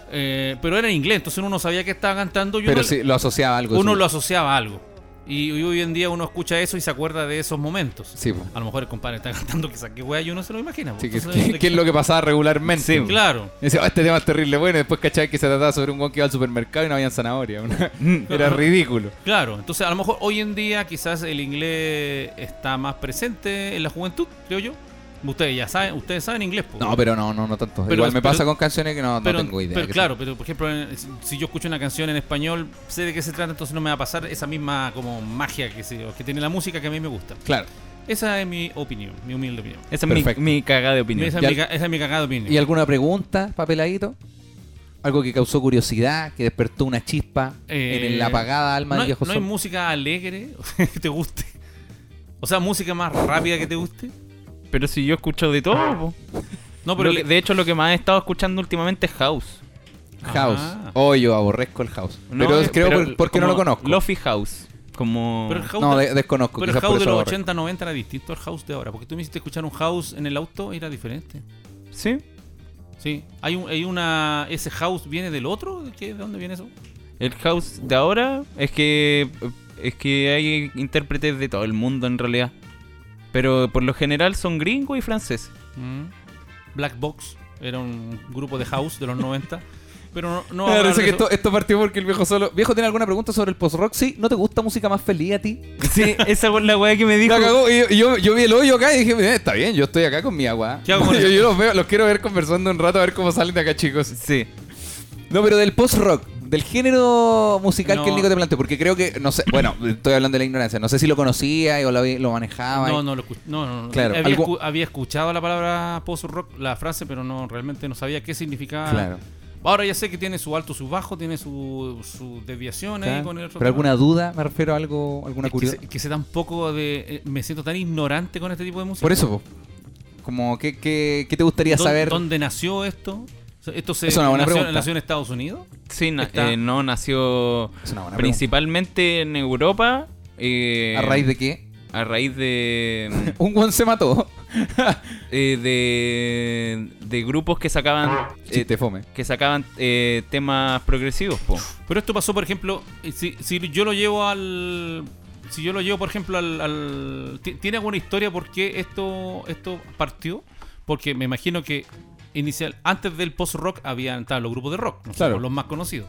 S3: eh, pero era en inglés, entonces uno no sabía qué estaba cantando. y
S2: Pero
S3: uno-
S2: sí, lo asociaba a algo.
S3: uno
S2: Pues sí.
S3: lo asociaba a algo. Y hoy- hoy en día uno escucha eso y se acuerda de esos momentos.
S2: Sí, po.
S3: A lo mejor el compadre está cantando quizás qué wea y uno se lo imagina. po.
S2: Sí, que,
S3: Entonces,
S2: que- que es lo que pasaba regularmente.
S4: Sí,
S3: Claro.
S2: Y Decía, "Oh, este tema es terrible. Bueno, y después cachaba que se trataba sobre un guan que iba al supermercado y no habían zanahoria. Una- Era ridículo.
S3: Claro, entonces a lo mejor hoy en día quizás el inglés está más presente en la juventud, creo yo. Ustedes ya saben, ustedes saben inglés, po.
S2: No, pero no, no, no tanto.
S3: Pero-
S2: Igual me
S3: pero-
S2: pasa con canciones que no, no
S3: Pero-
S2: tengo idea.
S3: pero
S2: que
S3: claro, pero por ejemplo, en- si yo escucho una canción en español, sé de qué se trata, entonces no me va a pasar esa misma como magia que, se- que tiene la música que a mí me gusta.
S2: son- Claro.
S3: Esa es mi opinión, mi humilde opinión.
S4: Esa es
S2: Perfecto.
S4: mi, mi cagada de opinión.
S3: Esa,
S2: Ya-
S3: es mi, ca- esa es mi cagada opinión.
S2: ¿Y alguna pregunta, papeladito? Algo que causó curiosidad, que despertó una chispa
S3: Eh,
S2: en la apagada alma del
S3: no hay-
S2: viejo
S3: ¿No hay
S2: sol.
S3: música alegre que te guste? O sea, música más rápida que te guste.
S4: Pero si yo escucho de todo, po.
S3: No, pero.
S4: Lo que-
S3: le-
S4: de hecho lo que más he estado escuchando últimamente es House.
S2: House.
S3: Ah.
S2: Oh, yo aborrezco el house.
S4: No,
S2: pero
S4: eh,
S2: creo
S4: pero
S2: por- porque no lo
S4: como
S2: conozco.
S4: Lofi House. Como...
S3: pero el house,
S2: No,
S3: de,
S2: de- desconozco.
S3: pero el
S2: quizás por
S3: house de
S2: eso
S3: los
S2: aborrezco.
S3: 80, 90 era distinto al house de ahora. Porque tú me hiciste escuchar un house en el auto y era diferente.
S4: Sí.
S3: Sí. Hay, un, hay una. ¿Ese house viene del otro? ¿De, qué? ¿De dónde viene eso?
S4: El House de ahora es que... Es que hay intérpretes de todo el mundo en realidad. Pero por lo general son gringos y franceses.
S3: Mm. Black Box era un grupo de house de los 90. Pero no. no
S2: Me
S3: vamos a hablar
S2: parece
S3: de
S2: que
S3: eso.
S2: esto, esto partió porque el viejo solo. Viejo, ¿tiene alguna pregunta sobre el post-rock? Sí, ¿no te gusta música más feliz a ti?
S4: Sí, esa es la weá que me dijo.
S2: La cagó. Y yo, y yo, yo vi el hoyo acá y dije, "Eh, está bien, yo estoy acá con mi agua.
S3: ¿Qué hago con
S2: yo
S3: esto?
S2: yo los, veo, los quiero ver conversando un rato a ver cómo salen de acá, chicos.
S4: Sí.
S2: No, pero del post-rock, del género musical que el
S3: No.
S2: Nico te planteó, porque creo que, no sé, bueno, estoy hablando de la ignorancia, no sé si lo conocía y o lo, había- lo manejaba.
S3: No,
S2: y-
S3: no, lo escu- no, no, no.
S2: Claro,
S3: había,
S2: algo-
S3: escu- había escuchado la palabra post-rock, la frase, pero no realmente no sabía qué significaba.
S2: Claro.
S3: Ahora ya sé que tiene su alto, su bajo, tiene su, su desviación ahí
S2: Claro.
S3: con el otro
S2: Pero
S3: tema.
S2: alguna duda, me refiero a algo, alguna
S3: Es que,
S2: curiosidad.
S3: se, que sé tan poco de... eh, me siento tan ignorante con este tipo de música.
S2: Por eso, po. como, ¿qué, qué, qué te gustaría
S3: ¿Dó-
S2: saber?
S3: ¿Dónde nació esto? O sea, ¿Esto se
S2: Es una buena
S3: nació,
S2: pregunta.
S3: nació en Estados Unidos?
S4: Sí, na-
S3: Está-
S4: eh, no, nació
S2: Es una buena
S4: principalmente en Europa. eh,
S2: ¿A raíz de qué?
S4: A raíz de...
S2: Un guan se mató.
S4: eh, de, de grupos que sacaban... eh,
S2: Ah, Chiste fome.
S4: que sacaban eh, temas progresivos, po.
S3: Pero esto pasó, por ejemplo, eh, si, si yo lo llevo al... Si yo lo llevo, por ejemplo, al... al- ti- ¿Tiene alguna historia por qué esto, esto partió? Porque me imagino que inicial, antes del post-rock habían estaban los grupos de rock, no sé,
S2: Claro.
S3: po, los más conocidos.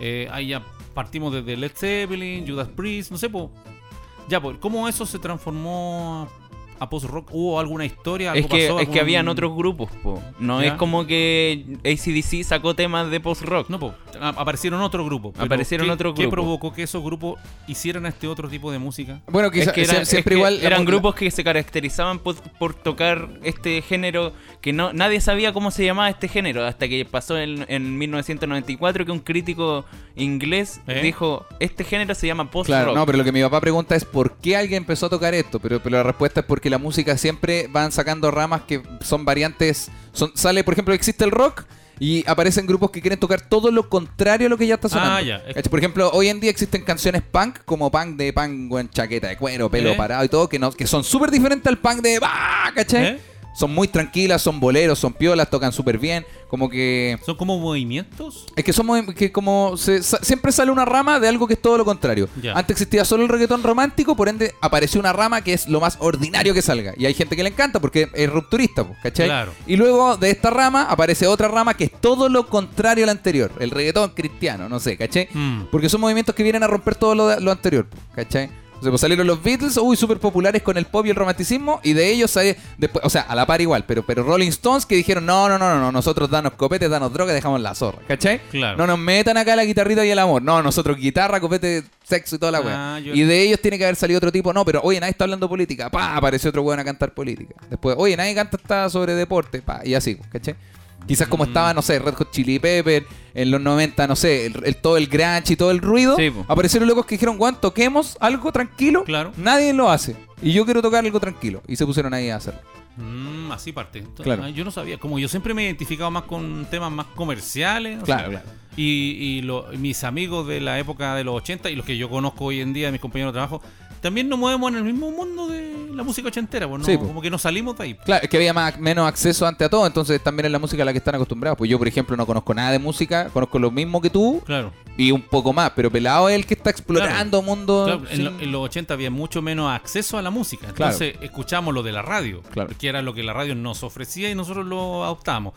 S3: Eh, ahí ya partimos desde Led Zeppelin, Judas Priest, no sé, pues... Ya, pues, ¿cómo eso se transformó a post-rock? ¿Hubo alguna historia? ¿Algo
S4: Es que,
S3: pasó,
S4: es que
S3: algún-
S4: habían otros grupos, po. No
S3: ¿Ya?
S4: es como que ACDC sacó temas de post-rock.
S3: No, po, a- aparecieron otros grupos. pero
S4: Aparecieron
S3: ¿qué-
S4: otros
S3: ¿Qué
S4: grupos.
S3: provocó que esos grupos hicieran este otro tipo de música?
S2: Bueno,
S4: Es
S2: quizás
S4: que eran,
S2: siempre
S4: es que
S2: igual. la
S4: eran
S2: mu-
S4: grupos que se caracterizaban por, por tocar este género que no nadie sabía cómo se llamaba este género hasta que pasó en, en 1994 que un crítico inglés
S3: ¿Eh?
S4: dijo este género se llama post-rock.
S2: Claro, no, pero lo que mi papá pregunta es por qué alguien empezó a tocar esto, pero, pero la respuesta es porque la música siempre van sacando ramas que son variantes, son, sale, por ejemplo, existe el rock y aparecen grupos que quieren tocar todo lo contrario a lo que ya está sonando.
S3: Ah, ya.
S2: ¿Cachai? Por ejemplo, hoy en día existen canciones punk, como punk de punk en chaqueta de cuero, pelo
S3: ¿Eh?
S2: parado y todo, que no, que son súper diferentes al punk de bah, ¿cachai?
S3: ¿Eh?
S2: son muy tranquilas, son boleros, son piolas, tocan súper bien. Como que.
S3: ¿Son como movimientos?
S2: Es que somos em, que como se- sa- siempre sale una rama de algo que es todo lo contrario.
S3: Ya.
S2: Antes existía solo el reggaetón romántico, por ende apareció una rama que es lo más ordinario que salga. Y hay gente que le encanta porque es rupturista, po, ¿cachai?
S3: Claro.
S2: Y luego de esta rama aparece otra rama que es todo lo contrario a la anterior. El reggaetón cristiano, no sé, ¿cachai?
S3: Mm.
S2: Porque son movimientos que vienen a romper todo lo, lo anterior, po, ¿cachai? O sea, pues salieron los Beatles, uy, súper populares con el pop y el romanticismo, y de ellos sale después, o sea, a la par igual, pero, pero Rolling Stones que dijeron, no, no, no, no, no, nosotros danos copete, danos droga, dejamos la zorra, ¿cachai?
S3: Claro.
S2: No nos metan acá la guitarrita y el amor, no, nosotros guitarra, copete, sexo y toda la
S3: Ah,
S2: weá.
S3: yo-
S2: Y de ellos tiene que haber salido otro tipo, no, pero oye, nadie está hablando política, pa, apareció otro weón a cantar política. Después, oye, nadie canta esta sobre deporte, pa, y así, pues, ¿cachai? Quizás
S3: Mm.
S2: como estaba, no sé, Red Hot Chili Pepper en los 90, no sé, el, el- todo el grunge y todo el ruido.
S4: Sí, po.
S2: aparecieron locos que dijeron, Juan, toquemos algo tranquilo.
S3: pues. Claro.
S2: Nadie lo hace. Y yo quiero tocar algo tranquilo. Y se pusieron ahí a hacerlo.
S3: Mm, así parte. Entonces,
S2: Claro.
S3: ah, Yo no sabía. Como yo siempre me he identificado más con temas más comerciales. o
S2: Claro,
S3: sea,
S2: claro.
S3: Y, y lo- y mis amigos de la época de los 80 y los que yo conozco hoy en día, mis compañeros de trabajo, también nos movemos en el mismo mundo de la música ochentera. Pues, no-
S2: Sí, pues.
S3: Como que no salimos de ahí.
S2: Claro, es que había más, menos acceso ante a todo, entonces también es la música a la que están acostumbrados. Pues yo, por ejemplo, no conozco nada de música, conozco lo mismo que tú
S3: Claro.
S2: y un poco más, pero Pelado es el que está explorando mundo.
S3: Claro, en,
S2: sin-
S3: lo- en los 80 había mucho menos acceso a la música.
S2: Claro.
S3: Entonces escuchamos lo de la radio,
S2: Claro.
S3: que era lo que la radio nos ofrecía y nosotros lo adoptamos.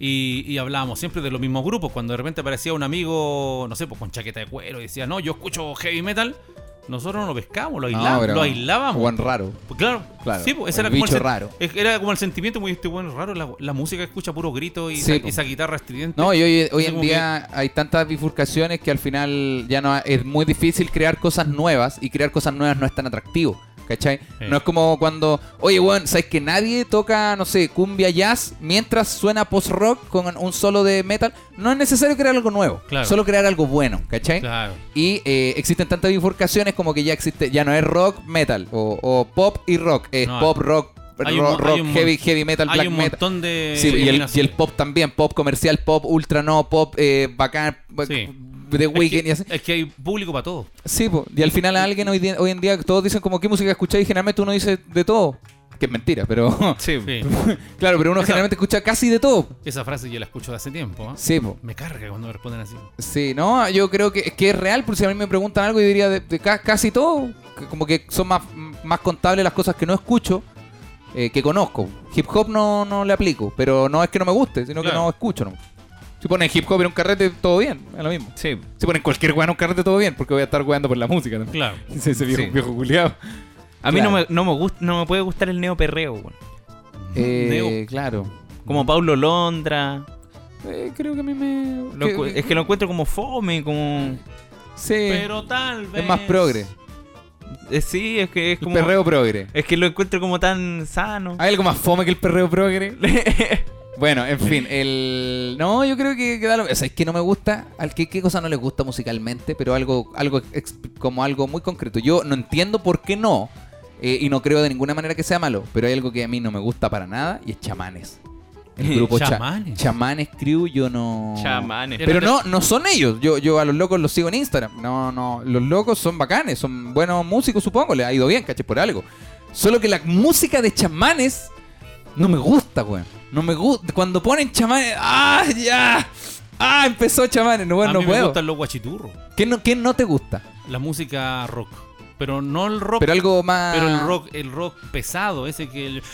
S3: Y, y hablábamos siempre de los mismos grupos. Cuando de repente aparecía un amigo, no sé, pues con chaqueta de cuero y decía, no, yo escucho heavy metal, nosotros no lo pescamos, lo,
S2: No,
S3: aisla-
S2: pero-
S3: lo aislábamos.
S2: Juan raro.
S3: Pues claro,
S2: Claro,
S3: sí, pues, ese
S2: el
S3: era como
S2: bicho
S3: el sen-
S2: raro.
S3: es- Era como el sentimiento muy este bueno, raro, la, la música que escucha puro grito y
S2: Sí,
S3: esa,
S2: pues.
S3: esa guitarra estridente.
S2: No, y hoy, hoy
S3: Entonces,
S2: en
S3: como
S2: día hay tantas bifurcaciones que al final ya no es muy difícil crear cosas nuevas y crear cosas nuevas no es tan atractivo. ¿Cachai?
S3: Sí.
S2: No es como cuando, oye, weón, ¿sabes que nadie toca, no sé, cumbia jazz mientras suena post-rock con un solo de metal? No es necesario crear algo nuevo,
S3: Claro.
S2: solo crear algo bueno, ¿cachai?
S3: Claro.
S2: Y eh, existen tantas bifurcaciones como que ya existe, ya no es rock, metal, o, o pop y rock, es
S3: No,
S2: pop, rock,
S3: hay
S2: ro-
S3: un mo- hay
S2: rock,
S3: un mon-
S2: heavy, heavy metal,
S3: Hay
S2: black
S3: un
S2: metal.
S3: montón de.
S2: Sí, y el, y el
S3: combinaciones.
S2: pop también, pop comercial, pop ultra no, pop eh, bacán,
S3: Sí.
S2: de
S3: Es
S2: weekend
S3: que,
S2: y así.
S3: es que hay público para todo.
S2: Sí, po. y al final a alguien hoy, día- hoy en día todos dicen como qué música escucháis y generalmente uno dice de todo. Que es mentira, pero...
S4: Sí.
S3: Sí.
S2: claro, pero uno
S3: Esa-
S2: generalmente escucha casi de todo.
S3: Esa frase yo la escucho de hace tiempo. ¿ah?
S2: Sí, po.
S3: Me carga cuando me responden así.
S2: sí, no, yo creo que, que es real, porque si a mí me preguntan algo yo diría de, de ca- casi todo. Que Como que son más, más contables las cosas que no escucho, eh, que conozco. Hip hop no, no le aplico, pero no es que no me guste, sino que
S3: Claro.
S2: no escucho. ¿no? Si ponen hip hop en un carrete, todo bien, es lo mismo.
S4: Sí.
S2: Si ponen cualquier weá en un carrete, todo bien, porque voy a estar weando por la música también.
S3: Claro.
S2: Ese, ese viejo,
S4: Sí.
S2: viejo culiado.
S4: A mí
S2: Claro.
S4: no, me, no, me gust- no me puede gustar el neoperreo, weón.
S2: Eh,
S3: Neo.
S2: claro.
S4: Como
S2: Mm.
S4: Paulo Londra.
S2: Eh, creo que a mí me.
S4: Lo
S2: que-
S4: encu- es que lo encuentro como fome, como...
S2: sí,
S3: Pero tal vez.
S2: es más progre.
S4: eh, sí, es que es
S2: El
S4: como...
S2: perreo progre.
S4: Es que lo encuentro como tan sano.
S2: ¿Hay algo más fome que el perreo progre? Ah. bueno, en fin, el. No, yo creo que, que da lo- o sea, es que no me gusta. Al que qué cosa no les gusta musicalmente, pero algo, algo ex- como algo muy concreto. Yo no entiendo por qué no. eh, y no creo de ninguna manera que sea malo. Pero hay algo que a mí no me gusta para nada y es chamanes. El grupo Cha-
S3: Chamanes.
S2: Chamanes Crew, yo no.
S4: Chamanes.
S2: Pero no, no son ellos. Yo, yo a los locos los sigo en Instagram. No, no. Los locos son bacanes, son buenos músicos, supongo. Les ha ido bien, caché, por algo. Solo que la música de chamanes no me gusta, weón. No me gusta. Cuando ponen chamanes. ¡Ah, ya! ¡Ah, empezó chamanes! No, weón,
S3: a
S2: Pues no
S3: mí me
S2: puedo.
S3: gustan los guachiturros.
S2: ¿Qué no, qué no te gusta?
S3: La música rock. Pero no el rock.
S2: Pero Ah. algo más.
S3: pero el rock, el rock pesado, ese que el. Esa,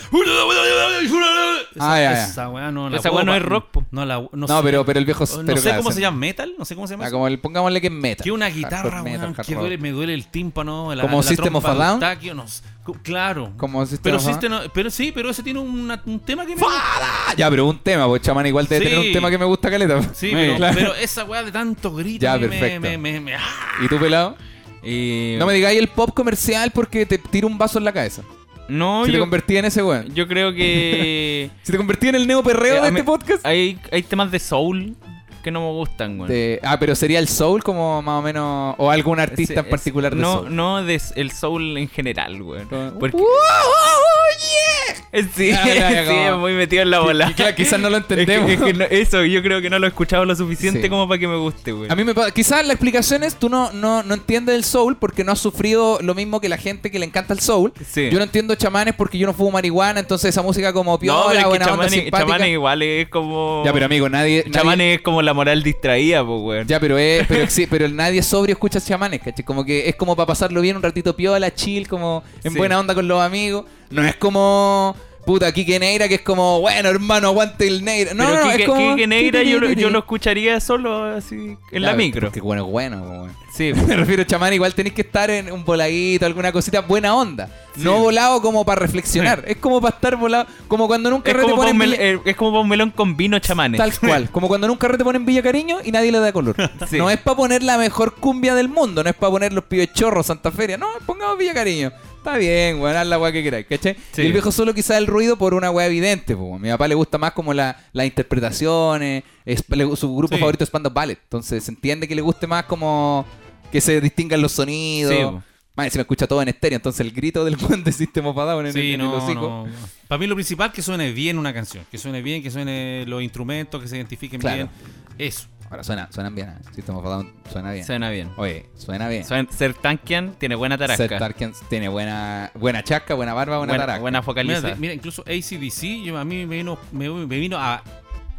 S2: Ah, ya, ya.
S3: esa weá no la
S4: Esa
S3: puedo
S4: weá no
S3: pa-
S4: es rock, po.
S3: No, la, no,
S2: No,
S3: sé.
S2: pero, pero el viejo.
S3: No
S2: pero
S3: sé
S2: claro,
S3: cómo se
S2: sí.
S3: llama metal, no sé cómo se llama.
S2: Ah,
S3: eso.
S2: como el- pongámosle que es metal.
S3: Que una
S2: Hardcore
S3: guitarra,
S2: metal,
S3: weón,
S2: hard
S3: que
S2: rock.
S3: duele, me duele el tímpano, la,
S2: Como
S3: la
S2: System
S3: trompa,
S2: of a
S3: el
S2: Down.
S3: taquio, no sé. Co- claro.
S2: Como System
S3: pero,
S2: of
S3: este
S2: a-
S3: System no- pero sí, pero ese tiene una- un tema que me
S2: Ah, ya, pero un tema, pues chamán igual debe
S3: Sí.
S2: tener un tema que me gusta caleta.
S3: Sí, pero,
S2: Claro.
S3: pero esa weá de tanto grito
S2: Ya,
S3: a mí me-
S2: perfecto.
S3: me, me- me- ¡ah!
S2: ¿Y tú pelado?
S4: Eh,
S2: No me digáis el pop comercial porque te tiro un vaso en la cabeza.
S4: no,
S2: si te
S4: yo,
S2: convertí en ese weón.
S4: yo creo que...
S2: Si te convertí en el neo perreo
S4: Eh, a
S2: de
S4: mí-
S2: este podcast.
S4: Hay, hay temas de soul que no me gustan, güey.
S2: De- ah, pero sería el soul como más o menos. O algún artista
S4: Ese-
S2: en particular
S4: ese-
S2: de
S4: no,
S2: soul.
S4: No, de s- el soul en general, güey. Porque
S2: ¡Wow! ¡Oh, yeah!
S4: Sí,
S2: Ah, mira, ya
S4: sí,
S2: como-
S4: muy metido en la bola.
S2: claro, quizás no lo entendemos.
S4: Es que- es que no- eso, yo creo que no lo he escuchado lo suficiente
S2: Sí.
S4: como para que me guste, güey.
S2: A mí me pasa, quizás la explicación es tú no, no, no entiendes el soul porque no has sufrido lo mismo que la gente que le encanta el soul.
S4: Sí.
S2: Yo no entiendo chamanes porque yo no fumo marihuana, entonces esa música como piola,
S4: no, pero es que
S2: buena onda,
S4: chamanes,
S2: simpática.
S4: chamanes igual es como...
S2: Ya, pero amigo, nadie... nadie-
S4: Chamanes es como la moral distraída, pues, güey.
S2: Ya, pero es, pero, sí, pero nadie sobrio escucha chamanes, ¿cachai? Como que es como para pasarlo bien un ratito piola, chill, como en
S4: Sí.
S2: buena onda con los amigos. No es como puta Quique Neira que es como, bueno, hermano, aguante el Neira. No,
S4: pero
S2: no,
S4: Quique-
S2: es como
S4: Quique Neira yo, lo- yo lo escucharía solo así en la micro.
S2: Que bueno, bueno, bueno.
S4: Sí,
S2: Me refiero, chamán, igual tenés que estar en un voladito, alguna cosita buena onda. No volado como para reflexionar. Es como para estar volado. Como cuando nunca
S4: es
S2: te
S4: como, pa'
S2: ponen
S4: un mel-
S2: Villa-
S4: eh, es como pa' un melón con vino chamanes.
S2: Tal cual, como cuando en un carrete ponen Villa Cariño y nadie le da color.
S4: Sí.
S2: No es para poner la mejor cumbia del mundo, no es para poner los pibes chorros, Santa Feria, no, pongamos Villa Cariño. Está bien, weón, haz la weá que queráis, ¿cachai?
S4: Sí.
S2: Y el viejo solo quizás el ruido por una weá evidente, po. A mi papá le gusta más como la- las interpretaciones, es- le- su grupo
S3: Sí.
S2: favorito es Panda Ballet, entonces se entiende que le guste más como que se distingan los sonidos.
S4: Sí, po.
S2: Más encima escucha todo en estéreo, entonces el grito del weón de System of a Down en, el-
S3: Sí,
S2: en el
S3: no,
S2: hocico.
S3: no. Para mí lo principal que suene bien una canción, que suene bien, que suene los instrumentos, que se identifiquen
S2: Claro.
S3: bien. Eso.
S2: Ahora suena, suena bien, ¿eh? System of a Down suena bien.
S4: Suena bien.
S2: Oye, suena bien.
S4: Suena- Ser Tankian tiene buena tarasca.
S2: Seth Tarkins tiene buena, buena chasca, buena barba, buena,
S4: buena,
S2: taraca.
S4: buena
S3: Mira,
S4: focaliza.
S3: de- mira, incluso ACDC yo- a mí me vino, me, me vino a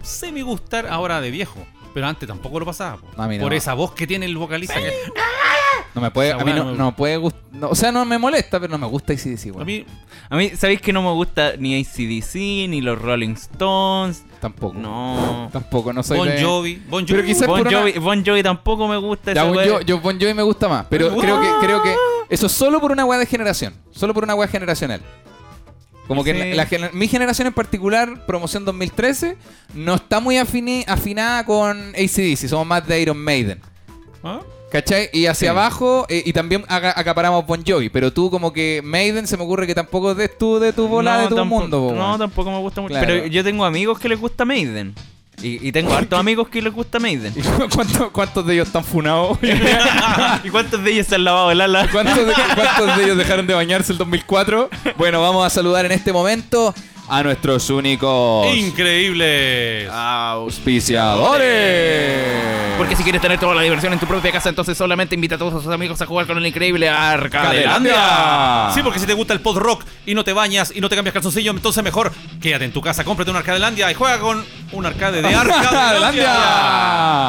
S3: semi gustar ahora de viejo. Pero antes tampoco lo pasaba. po.
S2: A mí no.
S3: Por esa voz que tiene el vocalista. que-
S2: No me puede,
S3: Esa
S2: a mí
S3: weá
S2: no,
S3: no me-
S2: no puede gust- no, o sea, no me molesta, pero no me gusta ACDC, weón.
S3: a mí
S4: A mí, ¿sabéis que no me gusta ni ACDC, ni los Rolling Stones?
S2: tampoco.
S4: No.
S2: Tampoco, no soy
S3: Bon
S2: de-
S3: Jovi, Bon Jovi.
S2: Pero quizás-
S4: Bon
S2: por una-
S4: Jovi, Bon Jovi tampoco me gusta.
S2: Ya,
S4: ese
S2: bon
S4: güey.
S2: Jovi- yo Bon Jovi me gusta más, pero
S3: What?
S2: creo que creo que eso es solo por una weá de generación, solo por una weá generacional. Como que
S4: Sí.
S2: la- la gener- mi generación en particular, promoción 2013, no está muy afini- afinada con ACDC, somos más de Iron Maiden.
S3: ¿Ah?
S2: ¿Cachai? Y hacia abajo, eh, y también aga- acaparamos Bon Jovi, pero tú como que Maiden se me ocurre que tampoco es de tu, de tu bola,
S4: No,
S2: de tu
S4: tampoco-
S2: mundo. po,
S4: No,
S2: weón.
S4: tampoco me gusta mucho.
S2: Claro.
S4: Pero yo tengo amigos que les gusta Maiden. Y, y tengo hartos amigos que les gusta Maiden.
S2: ¿Y cu- cuánto- ¿Cuántos de ellos están funados?
S4: ¿Y cuántos de ellos se han lavado el ala?
S2: ¿Cuántos de, cuántos de ellos dejaron de bañarse el 2004? Bueno, vamos a saludar en este momento a nuestros únicos
S3: Increíbles.
S2: auspiciadores.
S4: Porque si quieres tener toda la diversión en tu propia casa, entonces solamente invita a todos tus amigos a jugar con el increíble
S2: Cadelandia.
S4: Arcadelandia.
S3: Sí, porque si te gusta el pod rock y no te bañas y no te cambias calzoncillo, entonces mejor quédate en tu casa, cómprate un Arcadelandia y juega con un arcade de Arcadelandia.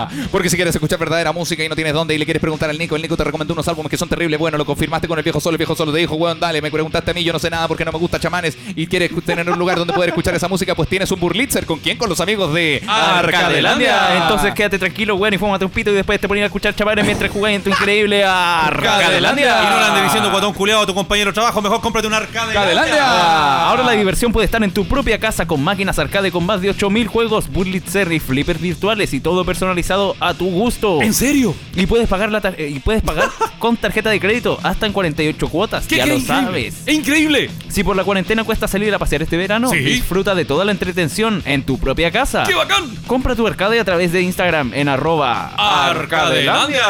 S2: ¡Alandia! Porque si quieres escuchar verdadera música y no tienes dónde y le quieres preguntar al Nico, el Nico te recomendó unos álbumes que son terribles. Bueno, lo confirmaste con el viejo solo, el viejo solo te dijo, weón, dale, me preguntaste a mí, yo no sé nada porque no me gusta chamanes y quieres tener un lugar donde poder escuchar esa música, pues tienes un burlitzer. ¿Con quién? Con los amigos de
S4: Arcadelandia. Entonces quédate tranquilo, weón, y fómate un pito y después te pones a escuchar chavales mientras jugás en tu increíble Arcadelandia.
S3: Y no le andes diciendo cuatón culeado a tu compañero de trabajo, mejor cómprate un Arcadelandia.
S2: Arcadelandia.
S4: Ahora la diversión puede estar en tu propia casa con máquinas arcade con más de 8000 juegos, Burlitzer y flippers virtuales y todo personalizado a tu gusto.
S3: ¿En serio?
S4: Y puedes pagar la tar- eh, y puedes pagar con tarjeta de crédito hasta en 48 cuotas, ya
S3: qué
S4: lo
S3: increíble?
S4: sabes.
S3: ¡Es increíble!
S4: Si por la cuarentena cuesta salir a pasear este verano,
S3: Sí.
S4: disfruta de toda la entretención en tu propia casa.
S3: ¡Qué bacán!
S4: Compra tu arcade a través de Instagram en arroba
S3: Arcadelandia.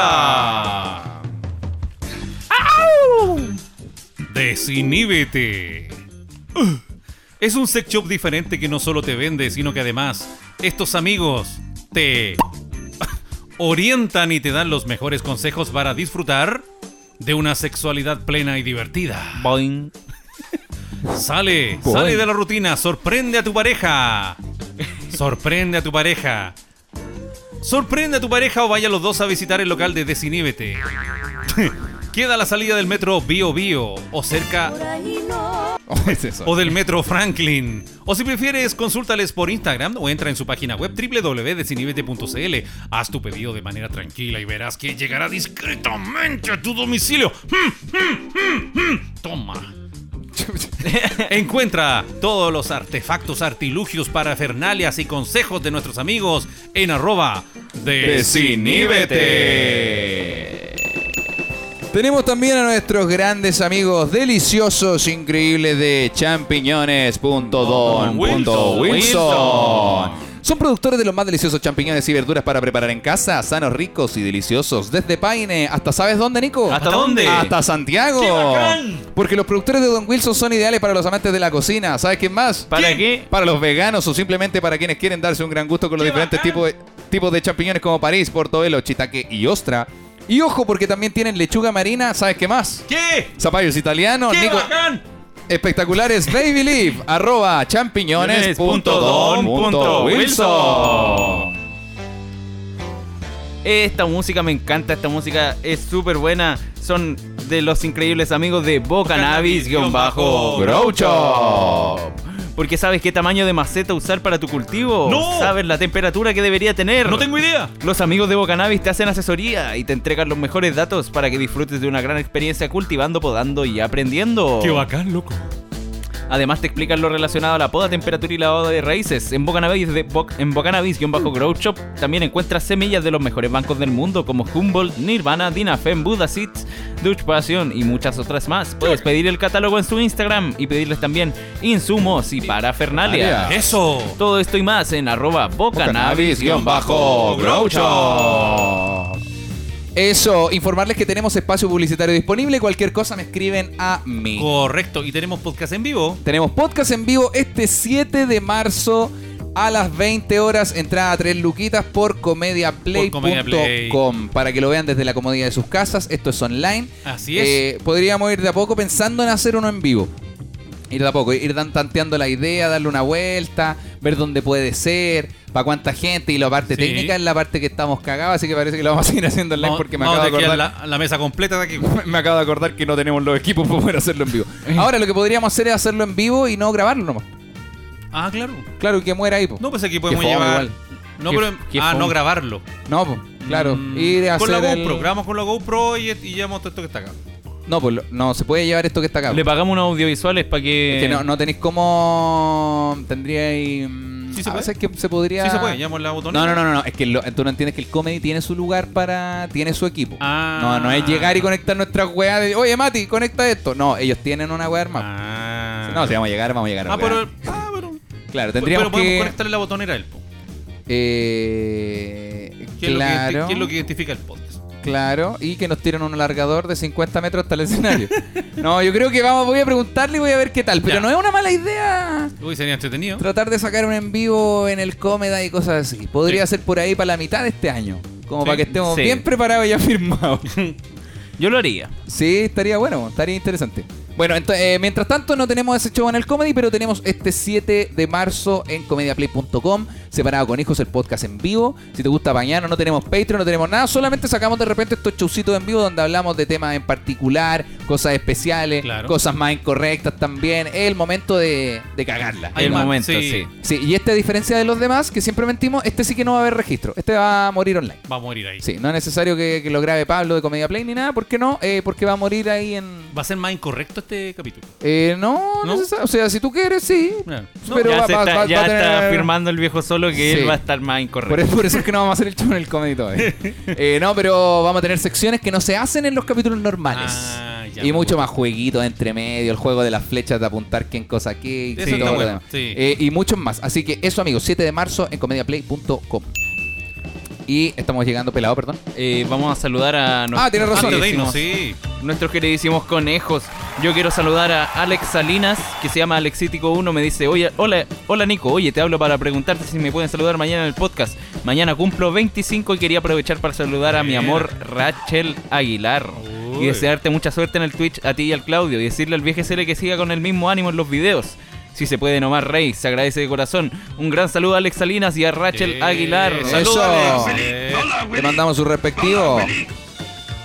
S3: Desiníbete. Uh, Es un sex shop diferente que no solo te vende, sino que además estos amigos te orientan y te dan los mejores consejos para disfrutar de una sexualidad plena y divertida.
S4: Boing.
S3: Sale,
S2: Boy.
S3: sale de la rutina, sorprende a tu pareja. Sorprende a tu pareja. Sorprende a tu pareja o vaya los dos a visitar el local de Desiníbete. Queda a la salida del metro Bio Bio o cerca
S2: es eso.
S3: o del metro Franklin. O si prefieres, consúltales por Instagram o entra en su página web www.desinibete.cl. Haz tu pedido de manera tranquila y verás que llegará discretamente a tu domicilio. Mm, mm, mm, mm. Toma. Encuentra todos los artefactos, artilugios, parafernalias y consejos de nuestros amigos en arroba
S2: Desiníbete. Tenemos también a nuestros grandes amigos deliciosos, increíbles de champiñones.don.wilson.
S3: Wilson.
S2: Son productores de los más deliciosos champiñones y verduras para preparar en casa, sanos, ricos y deliciosos. Desde Paine hasta, ¿sabes dónde, Nico?
S4: ¿Hasta dónde?
S2: Hasta Santiago.
S4: ¡Qué bacán!
S2: Porque los productores de Don Wilson son ideales para los amantes de la cocina. ¿Sabes quién más?
S4: ¿Para
S2: ¿Quién?
S4: qué?
S2: Para los veganos o simplemente para quienes quieren darse un gran gusto con los diferentes tipos de, tipos de champiñones como París, Portobelo, Chitaque y Ostra. Y ojo, porque también tienen lechuga marina. ¿Sabes qué más?
S3: ¿Qué?
S2: Zapallos italianos,
S3: ¡Qué
S2: Nico.
S3: bacán!
S2: Espectaculares Baby Leaf, arroba champiñones.don.wilson.
S4: Esta música me encanta, esta música es súper buena. Son de los increíbles amigos de Bocanabis-Grow Shop. Porque sabes qué tamaño de maceta usar para tu cultivo.
S3: ¡No!
S4: Sabes la temperatura que debería tener.
S3: No tengo idea.
S4: Los amigos de Bocanabis te hacen asesoría y te entregan los mejores datos para que disfrutes de una gran experiencia cultivando, podando y aprendiendo.
S3: bacán, loco.
S4: Además te explican lo relacionado a la poda, temperatura y lavado de raíces. En Bocanabis, de Boc- en Bocanabis-Grow Shop también encuentras semillas de los mejores bancos del mundo como Humboldt, Nirvana, Dinafen, Buddha Seeds, Dutch Passion y muchas otras más. Puedes pedir el catálogo en su Instagram y pedirles también insumos y parafernalia.
S3: Eso.
S4: Todo esto y más en arroba bocanabis-grow
S2: Cannabis-Groucho. Eso, informarles que tenemos espacio publicitario disponible. Cualquier cosa me escriben a mí.
S3: Correcto. Y tenemos podcast en vivo.
S2: Tenemos podcast en vivo este 7 de marzo a las 20 horas. Entrada a 3 luquitas por
S3: Por Comediaplay.
S2: comediaplay.com. Para que lo vean desde la comodidad de sus casas. Esto es online.
S3: Así es.
S2: Eh, podríamos ir de a poco pensando en hacer uno en vivo. Ir de a poco, ir dan- tanteando la idea, darle una vuelta, ver dónde puede ser, para cuánta gente y la parte
S3: Sí.
S2: técnica es la parte que estamos cagados, así que parece que lo vamos a seguir haciendo online
S3: Vamos-
S2: porque me
S3: vamos
S2: acabo de
S3: de
S2: acordar.
S3: quedar la, la mesa completa de aquí.
S2: Me acabo de acordar que no tenemos los equipos para poder hacerlo en vivo.
S3: Eh.
S2: Ahora lo que podríamos hacer es hacerlo en vivo y no grabarlo nomás.
S3: Ah, claro.
S2: Claro, y que muera ahí, po.
S3: No, pues aquí podemos
S2: fome
S3: llevar.
S2: igual.
S3: No,
S4: Qué-
S3: pero.
S4: qué
S3: ah, no
S4: fome.
S3: grabarlo.
S2: No, po, claro.
S3: Mm,
S2: ir a
S3: con la
S2: hacer el-
S3: GoPro. Grabamos con la GoPro y, y llevamos todo esto que está acá.
S2: No, pues lo- no, se puede llevar esto que está acá. po.
S4: Le pagamos unos audiovisuales para que...
S2: Es que no, no tenéis cómo. Tendríais. mm,
S3: Sí se
S2: a
S3: puede.
S2: veces que se podría.
S3: Sí se puede, llevamos la botonera.
S2: No, no, no, no, no, es que lo- tú no entiendes que el comedy tiene su lugar para. tiene su equipo.
S3: Ah.
S2: No, no es llegar y conectar nuestras weas de. Oye, Mati, conecta esto. No, ellos tienen una wea armada.
S3: Ah.
S2: No, si vamos a llegar, vamos a llegar. a
S3: Ah,
S2: una wea.
S3: pero. Ah, pero.
S2: claro,
S3: Pero
S2: tendríamos
S3: podemos
S2: que.
S3: conectarle la botonera al po.
S2: eh,
S3: ¿Qué, es lo que identi-
S2: claro,
S3: qué es lo que identifica el podcast?
S2: claro, y que nos tiren un alargador de 50 metros hasta el escenario. no, yo creo que vamos, voy a preguntarle y voy a ver qué tal. Pero
S3: Ya.
S2: no es una mala idea.
S3: Uy, sería entretenido.
S2: Tratar de sacar un en vivo en el Comeda y cosas así. Podría
S3: Sí.
S2: ser por ahí para la mitad de este año. Como
S3: Sí.
S2: para que estemos
S4: Sí.
S2: bien preparados y ya firmados.
S4: Yo lo haría.
S2: sí, estaría bueno, estaría interesante. Bueno, ento- eh, mientras tanto no tenemos ese show en el Comedy, pero tenemos este 7 de marzo en comediaplay.com, separado con hijos, el podcast en vivo. Si te gusta mañana, no tenemos Patreon, no tenemos nada, solamente sacamos de repente estos showcitos en vivo donde hablamos de temas en particular, cosas especiales,
S3: Claro.
S2: cosas más incorrectas también. Es el momento de, de cagarla.
S3: Hay
S4: el
S3: más,
S4: momento,
S3: sí.
S4: sí.
S2: Sí, y este a diferencia de los demás, que siempre mentimos, este sí que no va a haber registro. Este va a morir online.
S3: Va a morir ahí.
S2: Sí, no es necesario que, que lo grabe Pablo de Comedia Play ni nada. ¿Por qué no? Eh, porque va a morir ahí en...
S3: Va a ser más incorrecto este capítulo.
S2: Eh, no,
S3: ¿No?
S2: necesar- o sea, si tú quieres, sí.
S3: Mira.
S2: Pero
S4: ya
S2: va-
S4: se
S2: va-
S4: está,
S2: va-
S4: ya
S2: va a
S4: está
S2: tener-
S4: firmando el viejo solo que
S2: Sí.
S4: él va a estar más
S2: Por,
S4: incorrecto.
S2: eso- por eso es que no vamos a hacer el show en el Comedy todavía. Eh, no, pero vamos a tener secciones que no se hacen en los capítulos normales.
S3: Ah, ya
S2: y
S3: me
S2: mucho
S3: gusta.
S2: más jueguitos entre medio, el juego de las flechas de apuntar quién cosa qué. y
S3: Eso
S2: todo
S3: está
S2: lo
S3: bueno,
S2: demás.
S3: sí.
S2: Eh, y muchos más. Así que eso, amigos, 7 de marzo en comediaplay.com. Y estamos llegando pelado, perdón.
S4: Eh, vamos a saludar a nuestros,
S2: Ah, tienes razón.
S3: Antes de
S4: queridísimos,
S3: irnos, sí.
S4: nuestros queridísimos conejos. Yo quiero saludar a Alex Salinas, que se llama Alexítico1. Me dice: oye, Hola, hola Nico, oye, te hablo para preguntarte si me pueden saludar mañana en el podcast. Mañana cumplo 25 y quería aprovechar para saludar a mi
S3: Bien.
S4: amor Rachel Aguilar.
S3: Uy.
S4: Y desearte mucha suerte en el Twitch a ti y al Claudio. Y decirle al viejo CL que siga con el mismo ánimo en los videos. Si se puede nomás, Rey, se agradece de corazón. Un gran saludo a Alex Salinas y a Rachel
S3: Eh,
S4: Aguilar.
S3: saludos,
S2: Eso.
S3: Alex. Eh,
S2: Le mandamos su respectivo.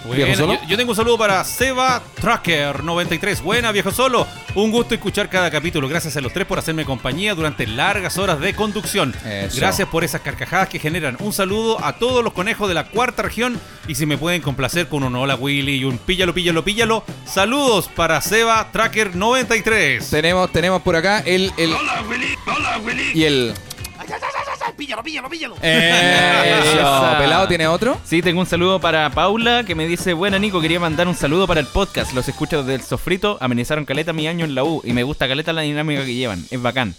S3: Buena,
S2: ¿Viejo solo?
S3: Yo, yo tengo un saludo para Seba Tracker 93. Buena, viejo solo. Un gusto escuchar cada capítulo. Gracias a los tres por hacerme compañía durante largas horas de conducción.
S2: Eso.
S3: Gracias por esas carcajadas que generan. Un saludo a todos los conejos de la cuarta región. Y si me pueden complacer con un hola Willy y un píllalo, píllalo, píllalo. Saludos para Seba Tracker 93.
S2: Tenemos, tenemos por acá el. el y el.
S1: Píllalo, píllalo, píllalo.
S2: Eh, Eso.
S4: Esa.
S2: ¿Pelado tiene otro?
S4: Sí, tengo un saludo para Paula que me dice, bueno Nico, quería mandar un saludo para el podcast. Los escucho desde el sofrito, amenizaron caleta mi año en la U y me gusta caleta la dinámica que llevan, es bacán.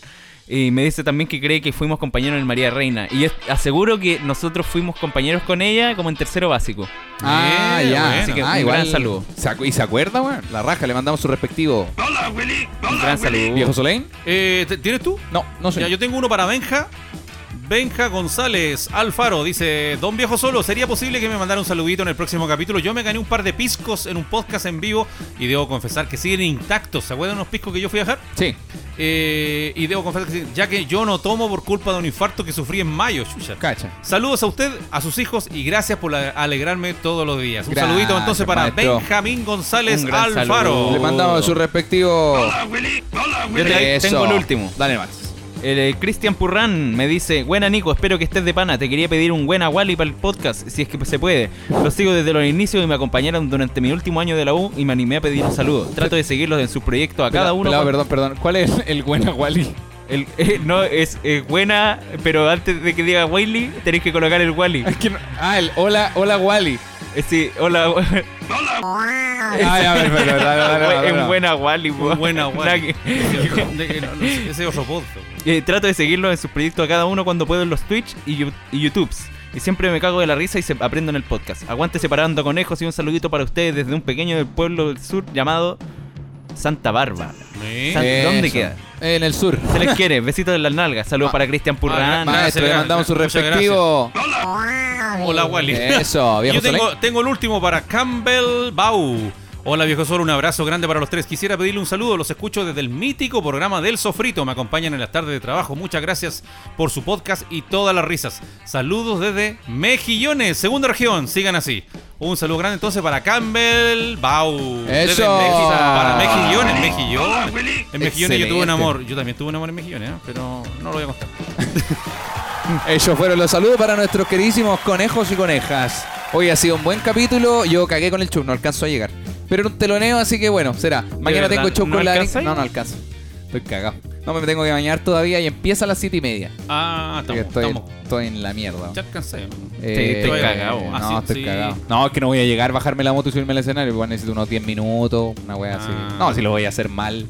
S4: Y me dice también que cree que fuimos compañeros en María Reina. Y yo aseguro que nosotros fuimos compañeros con ella como en tercero básico.
S2: Ah,
S3: Bien,
S2: ya.
S3: bueno.
S2: Así que
S4: Ah,
S2: un
S4: igual.
S2: gran saludo. ¿Se acu- ¿Y se acuerda, weón? La raja, le mandamos su respectivo.
S4: Un
S1: Ah,
S4: gran saludo.
S2: ¿Viejo Soleil?
S3: Eh, ¿te- ¿Tienes tú?
S2: No, no
S3: Uh. Ya,
S2: sé.
S3: yo tengo uno para Benja. Benja González Alfaro dice: Don Viejo Solo, ¿sería posible que me mandara un saludito en el próximo capítulo? Yo me gané un par de piscos en un podcast en vivo y debo confesar que siguen intactos. ¿Se acuerdan unos piscos que yo fui a dejar?
S2: Sí.
S3: Eh, y debo confesar que sí, ya que yo no tomo por culpa de un infarto que sufrí en mayo, chucha.
S2: Cacha.
S3: Saludos a usted, a sus hijos y gracias por la- alegrarme todos los días. Un
S2: Gracias,
S3: saludito entonces para
S2: maestro.
S3: Benjamín González
S4: Un gran
S3: Alfaro.
S4: saludo.
S2: Le mandamos su respectivo.
S4: Yo te-
S2: Eso.
S4: tengo el último.
S2: Dale, Max.
S4: El, eh, Cristian Purran me dice, buena Nico, espero que estés de pana, te quería pedir un buen Wally para el podcast, si es que se puede. Lo sigo desde los inicios y me acompañaron durante mi último año de la U y me animé a pedir un saludo. Trato de seguirlos en sus proyectos a cada
S2: Pelado,
S4: uno.
S2: pelado, perdón, perdón. ¿Cuál es el buen Wally?
S4: El- eh, no, es eh, buena, pero antes de que diga Wiley, tenéis que colocar el Wally.
S2: Es que no- Ah, el hola, hola Wally.
S4: Eh, sí, hola. bu-
S2: Ah, ya, perfecto. dale, dale, dale,
S4: en
S2: dale.
S4: buena Wally.
S3: Muy buena,
S4: Nada
S3: Wally.
S4: que-
S3: Ese ese- ese otro podcast.
S4: Eh, trato de seguirlos en sus proyectos a cada uno cuando puedo en los Twitch y, Yu- y YouTubes. Y siempre me cago de la risa y se aprendo en el podcast. Aguante separando conejos y un saludito para ustedes desde un pequeño del pueblo del sur llamado Santa Barba.
S3: Sí.
S4: San- ¿Dónde
S2: Eso.
S4: queda?
S2: En el sur.
S4: Se les quiere, besitos de las nalgas. Saludos
S2: Ma-
S4: para Cristian Purran.
S3: ma-
S2: Maestro, le
S3: gracias,
S2: mandamos su
S3: muchas
S2: respectivo.
S3: Hola, Wally.
S2: Eso, viejo
S3: Yo tengo,
S2: Soleil.
S3: tengo el último para Campbell Bau. Hola viejo Solo, un abrazo grande para los tres. Quisiera pedirle un saludo, los escucho desde el mítico programa del Sofrito. Me acompañan en las tardes de trabajo. Muchas gracias por su podcast y todas las risas. Saludos desde Mejillones, segunda región. Sigan así. Un saludo grande entonces para Campbell Bau. Desde
S2: Eso.
S3: Meji- para Mejillones, Mejillones. En Mejillones
S2: Excelente.
S3: yo tuve un amor. Yo también tuve un amor en Mejillones, ¿eh? pero no lo voy a contar.
S2: Ellos fueron los saludos para nuestros queridísimos conejos y conejas. Hoy ha sido un buen capítulo. Yo cagué con el show, no alcanzo a llegar. Pero era un teloneo, así que bueno, será. Mañana
S4: verdad?
S2: tengo show
S4: ¿No
S2: con la.
S4: alcanzáis?
S2: No, no alcanzo. Estoy cagado. No me tengo que bañar todavía y empieza a las 7 y media.
S3: Ah,
S2: Así que
S3: estamos.
S2: estoy,
S3: estamos.
S2: estoy en la mierda.
S3: Ya alcancé. ¿no?
S4: estoy cagado.
S2: Eh, No,
S3: Ah, sí,
S2: estoy
S3: sí.
S2: cagado. No, es que no voy a llegar, bajarme la moto y subirme al escenario. Igual necesito unos 10 minutos, una wea
S3: Ah.
S2: así. No, si lo voy a hacer mal.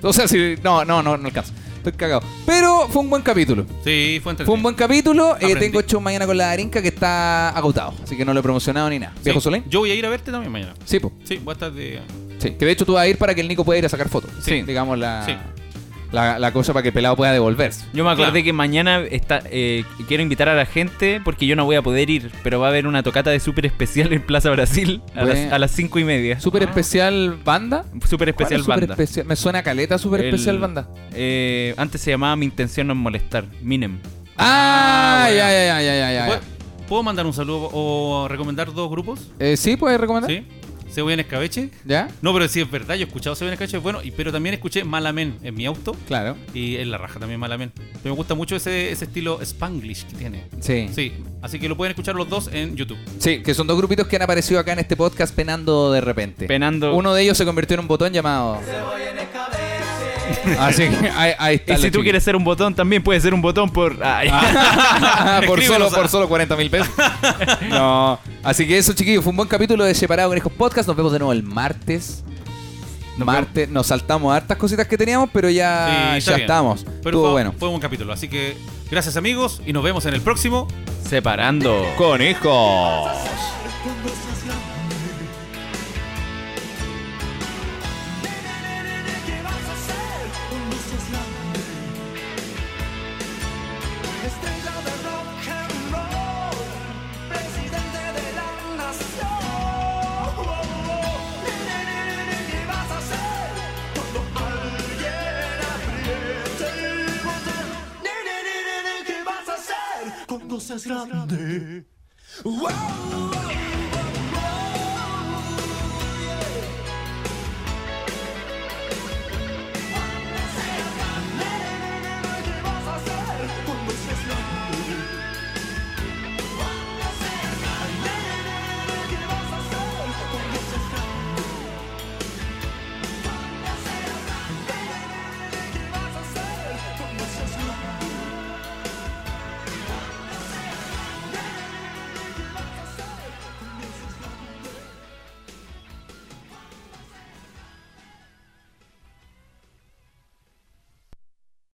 S2: O sea, si. No, no, no, no alcanzo. Estoy cagado. Pero fue un buen capítulo.
S3: Sí, fue entretenido.
S2: Fue un buen capítulo. Eh,
S3: Aprendí.
S2: tengo show mañana con la Arinca que está agotado. Así que no lo he promocionado ni nada.
S3: Sí.
S2: ¿Viejo Solén?
S3: Yo voy a ir a verte también mañana.
S2: Sí, po.
S3: Sí, voy a estar de.
S2: Sí. Que de hecho tú vas a ir para que el Nico pueda ir a sacar fotos.
S4: Sí.
S2: Digamos la,
S3: Sí.
S2: la, la cosa para que Pelado pueda devolverse.
S4: Yo me acordé
S3: Claro.
S4: que mañana está, eh, quiero invitar a la gente porque yo no voy a poder ir, pero va a haber una tocata de súper especial en Plaza Brasil a,
S2: Bueno.
S4: las, a las cinco y media.
S3: Ah.
S2: Super especial banda.
S4: Súper
S2: ¿Cuál
S4: especial
S2: es super
S4: banda.
S2: especial? Me suena a caleta super
S4: El-
S2: especial banda.
S4: eh, antes se llamaba Mi intención no es molestar, Minem.
S2: Ah,
S3: Ah, bueno.
S2: ya,
S3: Pues-
S2: ya, ya, ya, ya, ya.
S3: ¿Puedo- ¿Puedo mandar un saludo o recomendar dos grupos?
S2: Eh, sí, puedes recomendar.
S3: Sí. Se voy en escabeche.
S2: ¿Ya?
S3: No, pero sí es verdad, yo he escuchado Se voy en escabeche, es bueno, y, pero también escuché Malamen en mi auto
S2: Claro.
S3: y en la raja también Malamen. Pero me gusta mucho ese, ese estilo Spanglish que tiene.
S2: Sí. sí.
S3: Sí, así que lo pueden escuchar los dos en YouTube.
S2: que son dos grupitos que han aparecido acá en este podcast penando de repente.
S4: Penando.
S2: Uno de ellos se convirtió en un botón llamado. Así que ahí, ahí está.
S4: Y si
S2: la
S4: tú
S2: chica.
S4: quieres ser un botón, también puedes ser un botón por. Ay.
S2: por, solo,
S3: Escríbenos a-
S2: por solo 40 mil pesos. No. Así que eso, chiquillos, fue un buen capítulo de Separado Conejos Podcast. Nos vemos de nuevo el martes.
S4: Nos
S2: martes, nos saltamos hartas cositas que teníamos, pero ya,
S3: Sí, está
S2: Ah, ya
S3: bien.
S2: estamos.
S3: Pero
S2: Estuvo
S3: fue,
S2: bueno.
S3: fue un buen capítulo, así que gracias amigos y nos vemos en el próximo.
S4: Separando.
S2: Conejos.
S1: Cuando seas grande. Nene, ¿qué vas a hacer? Cuando seas grande. Estrella de rock and roll, presidente de la nación. Nene, ¿qué vas a hacer? Cuando alguien apriete el botón. Nene, ¿qué vas a hacer? Cuando seas grande. Wow.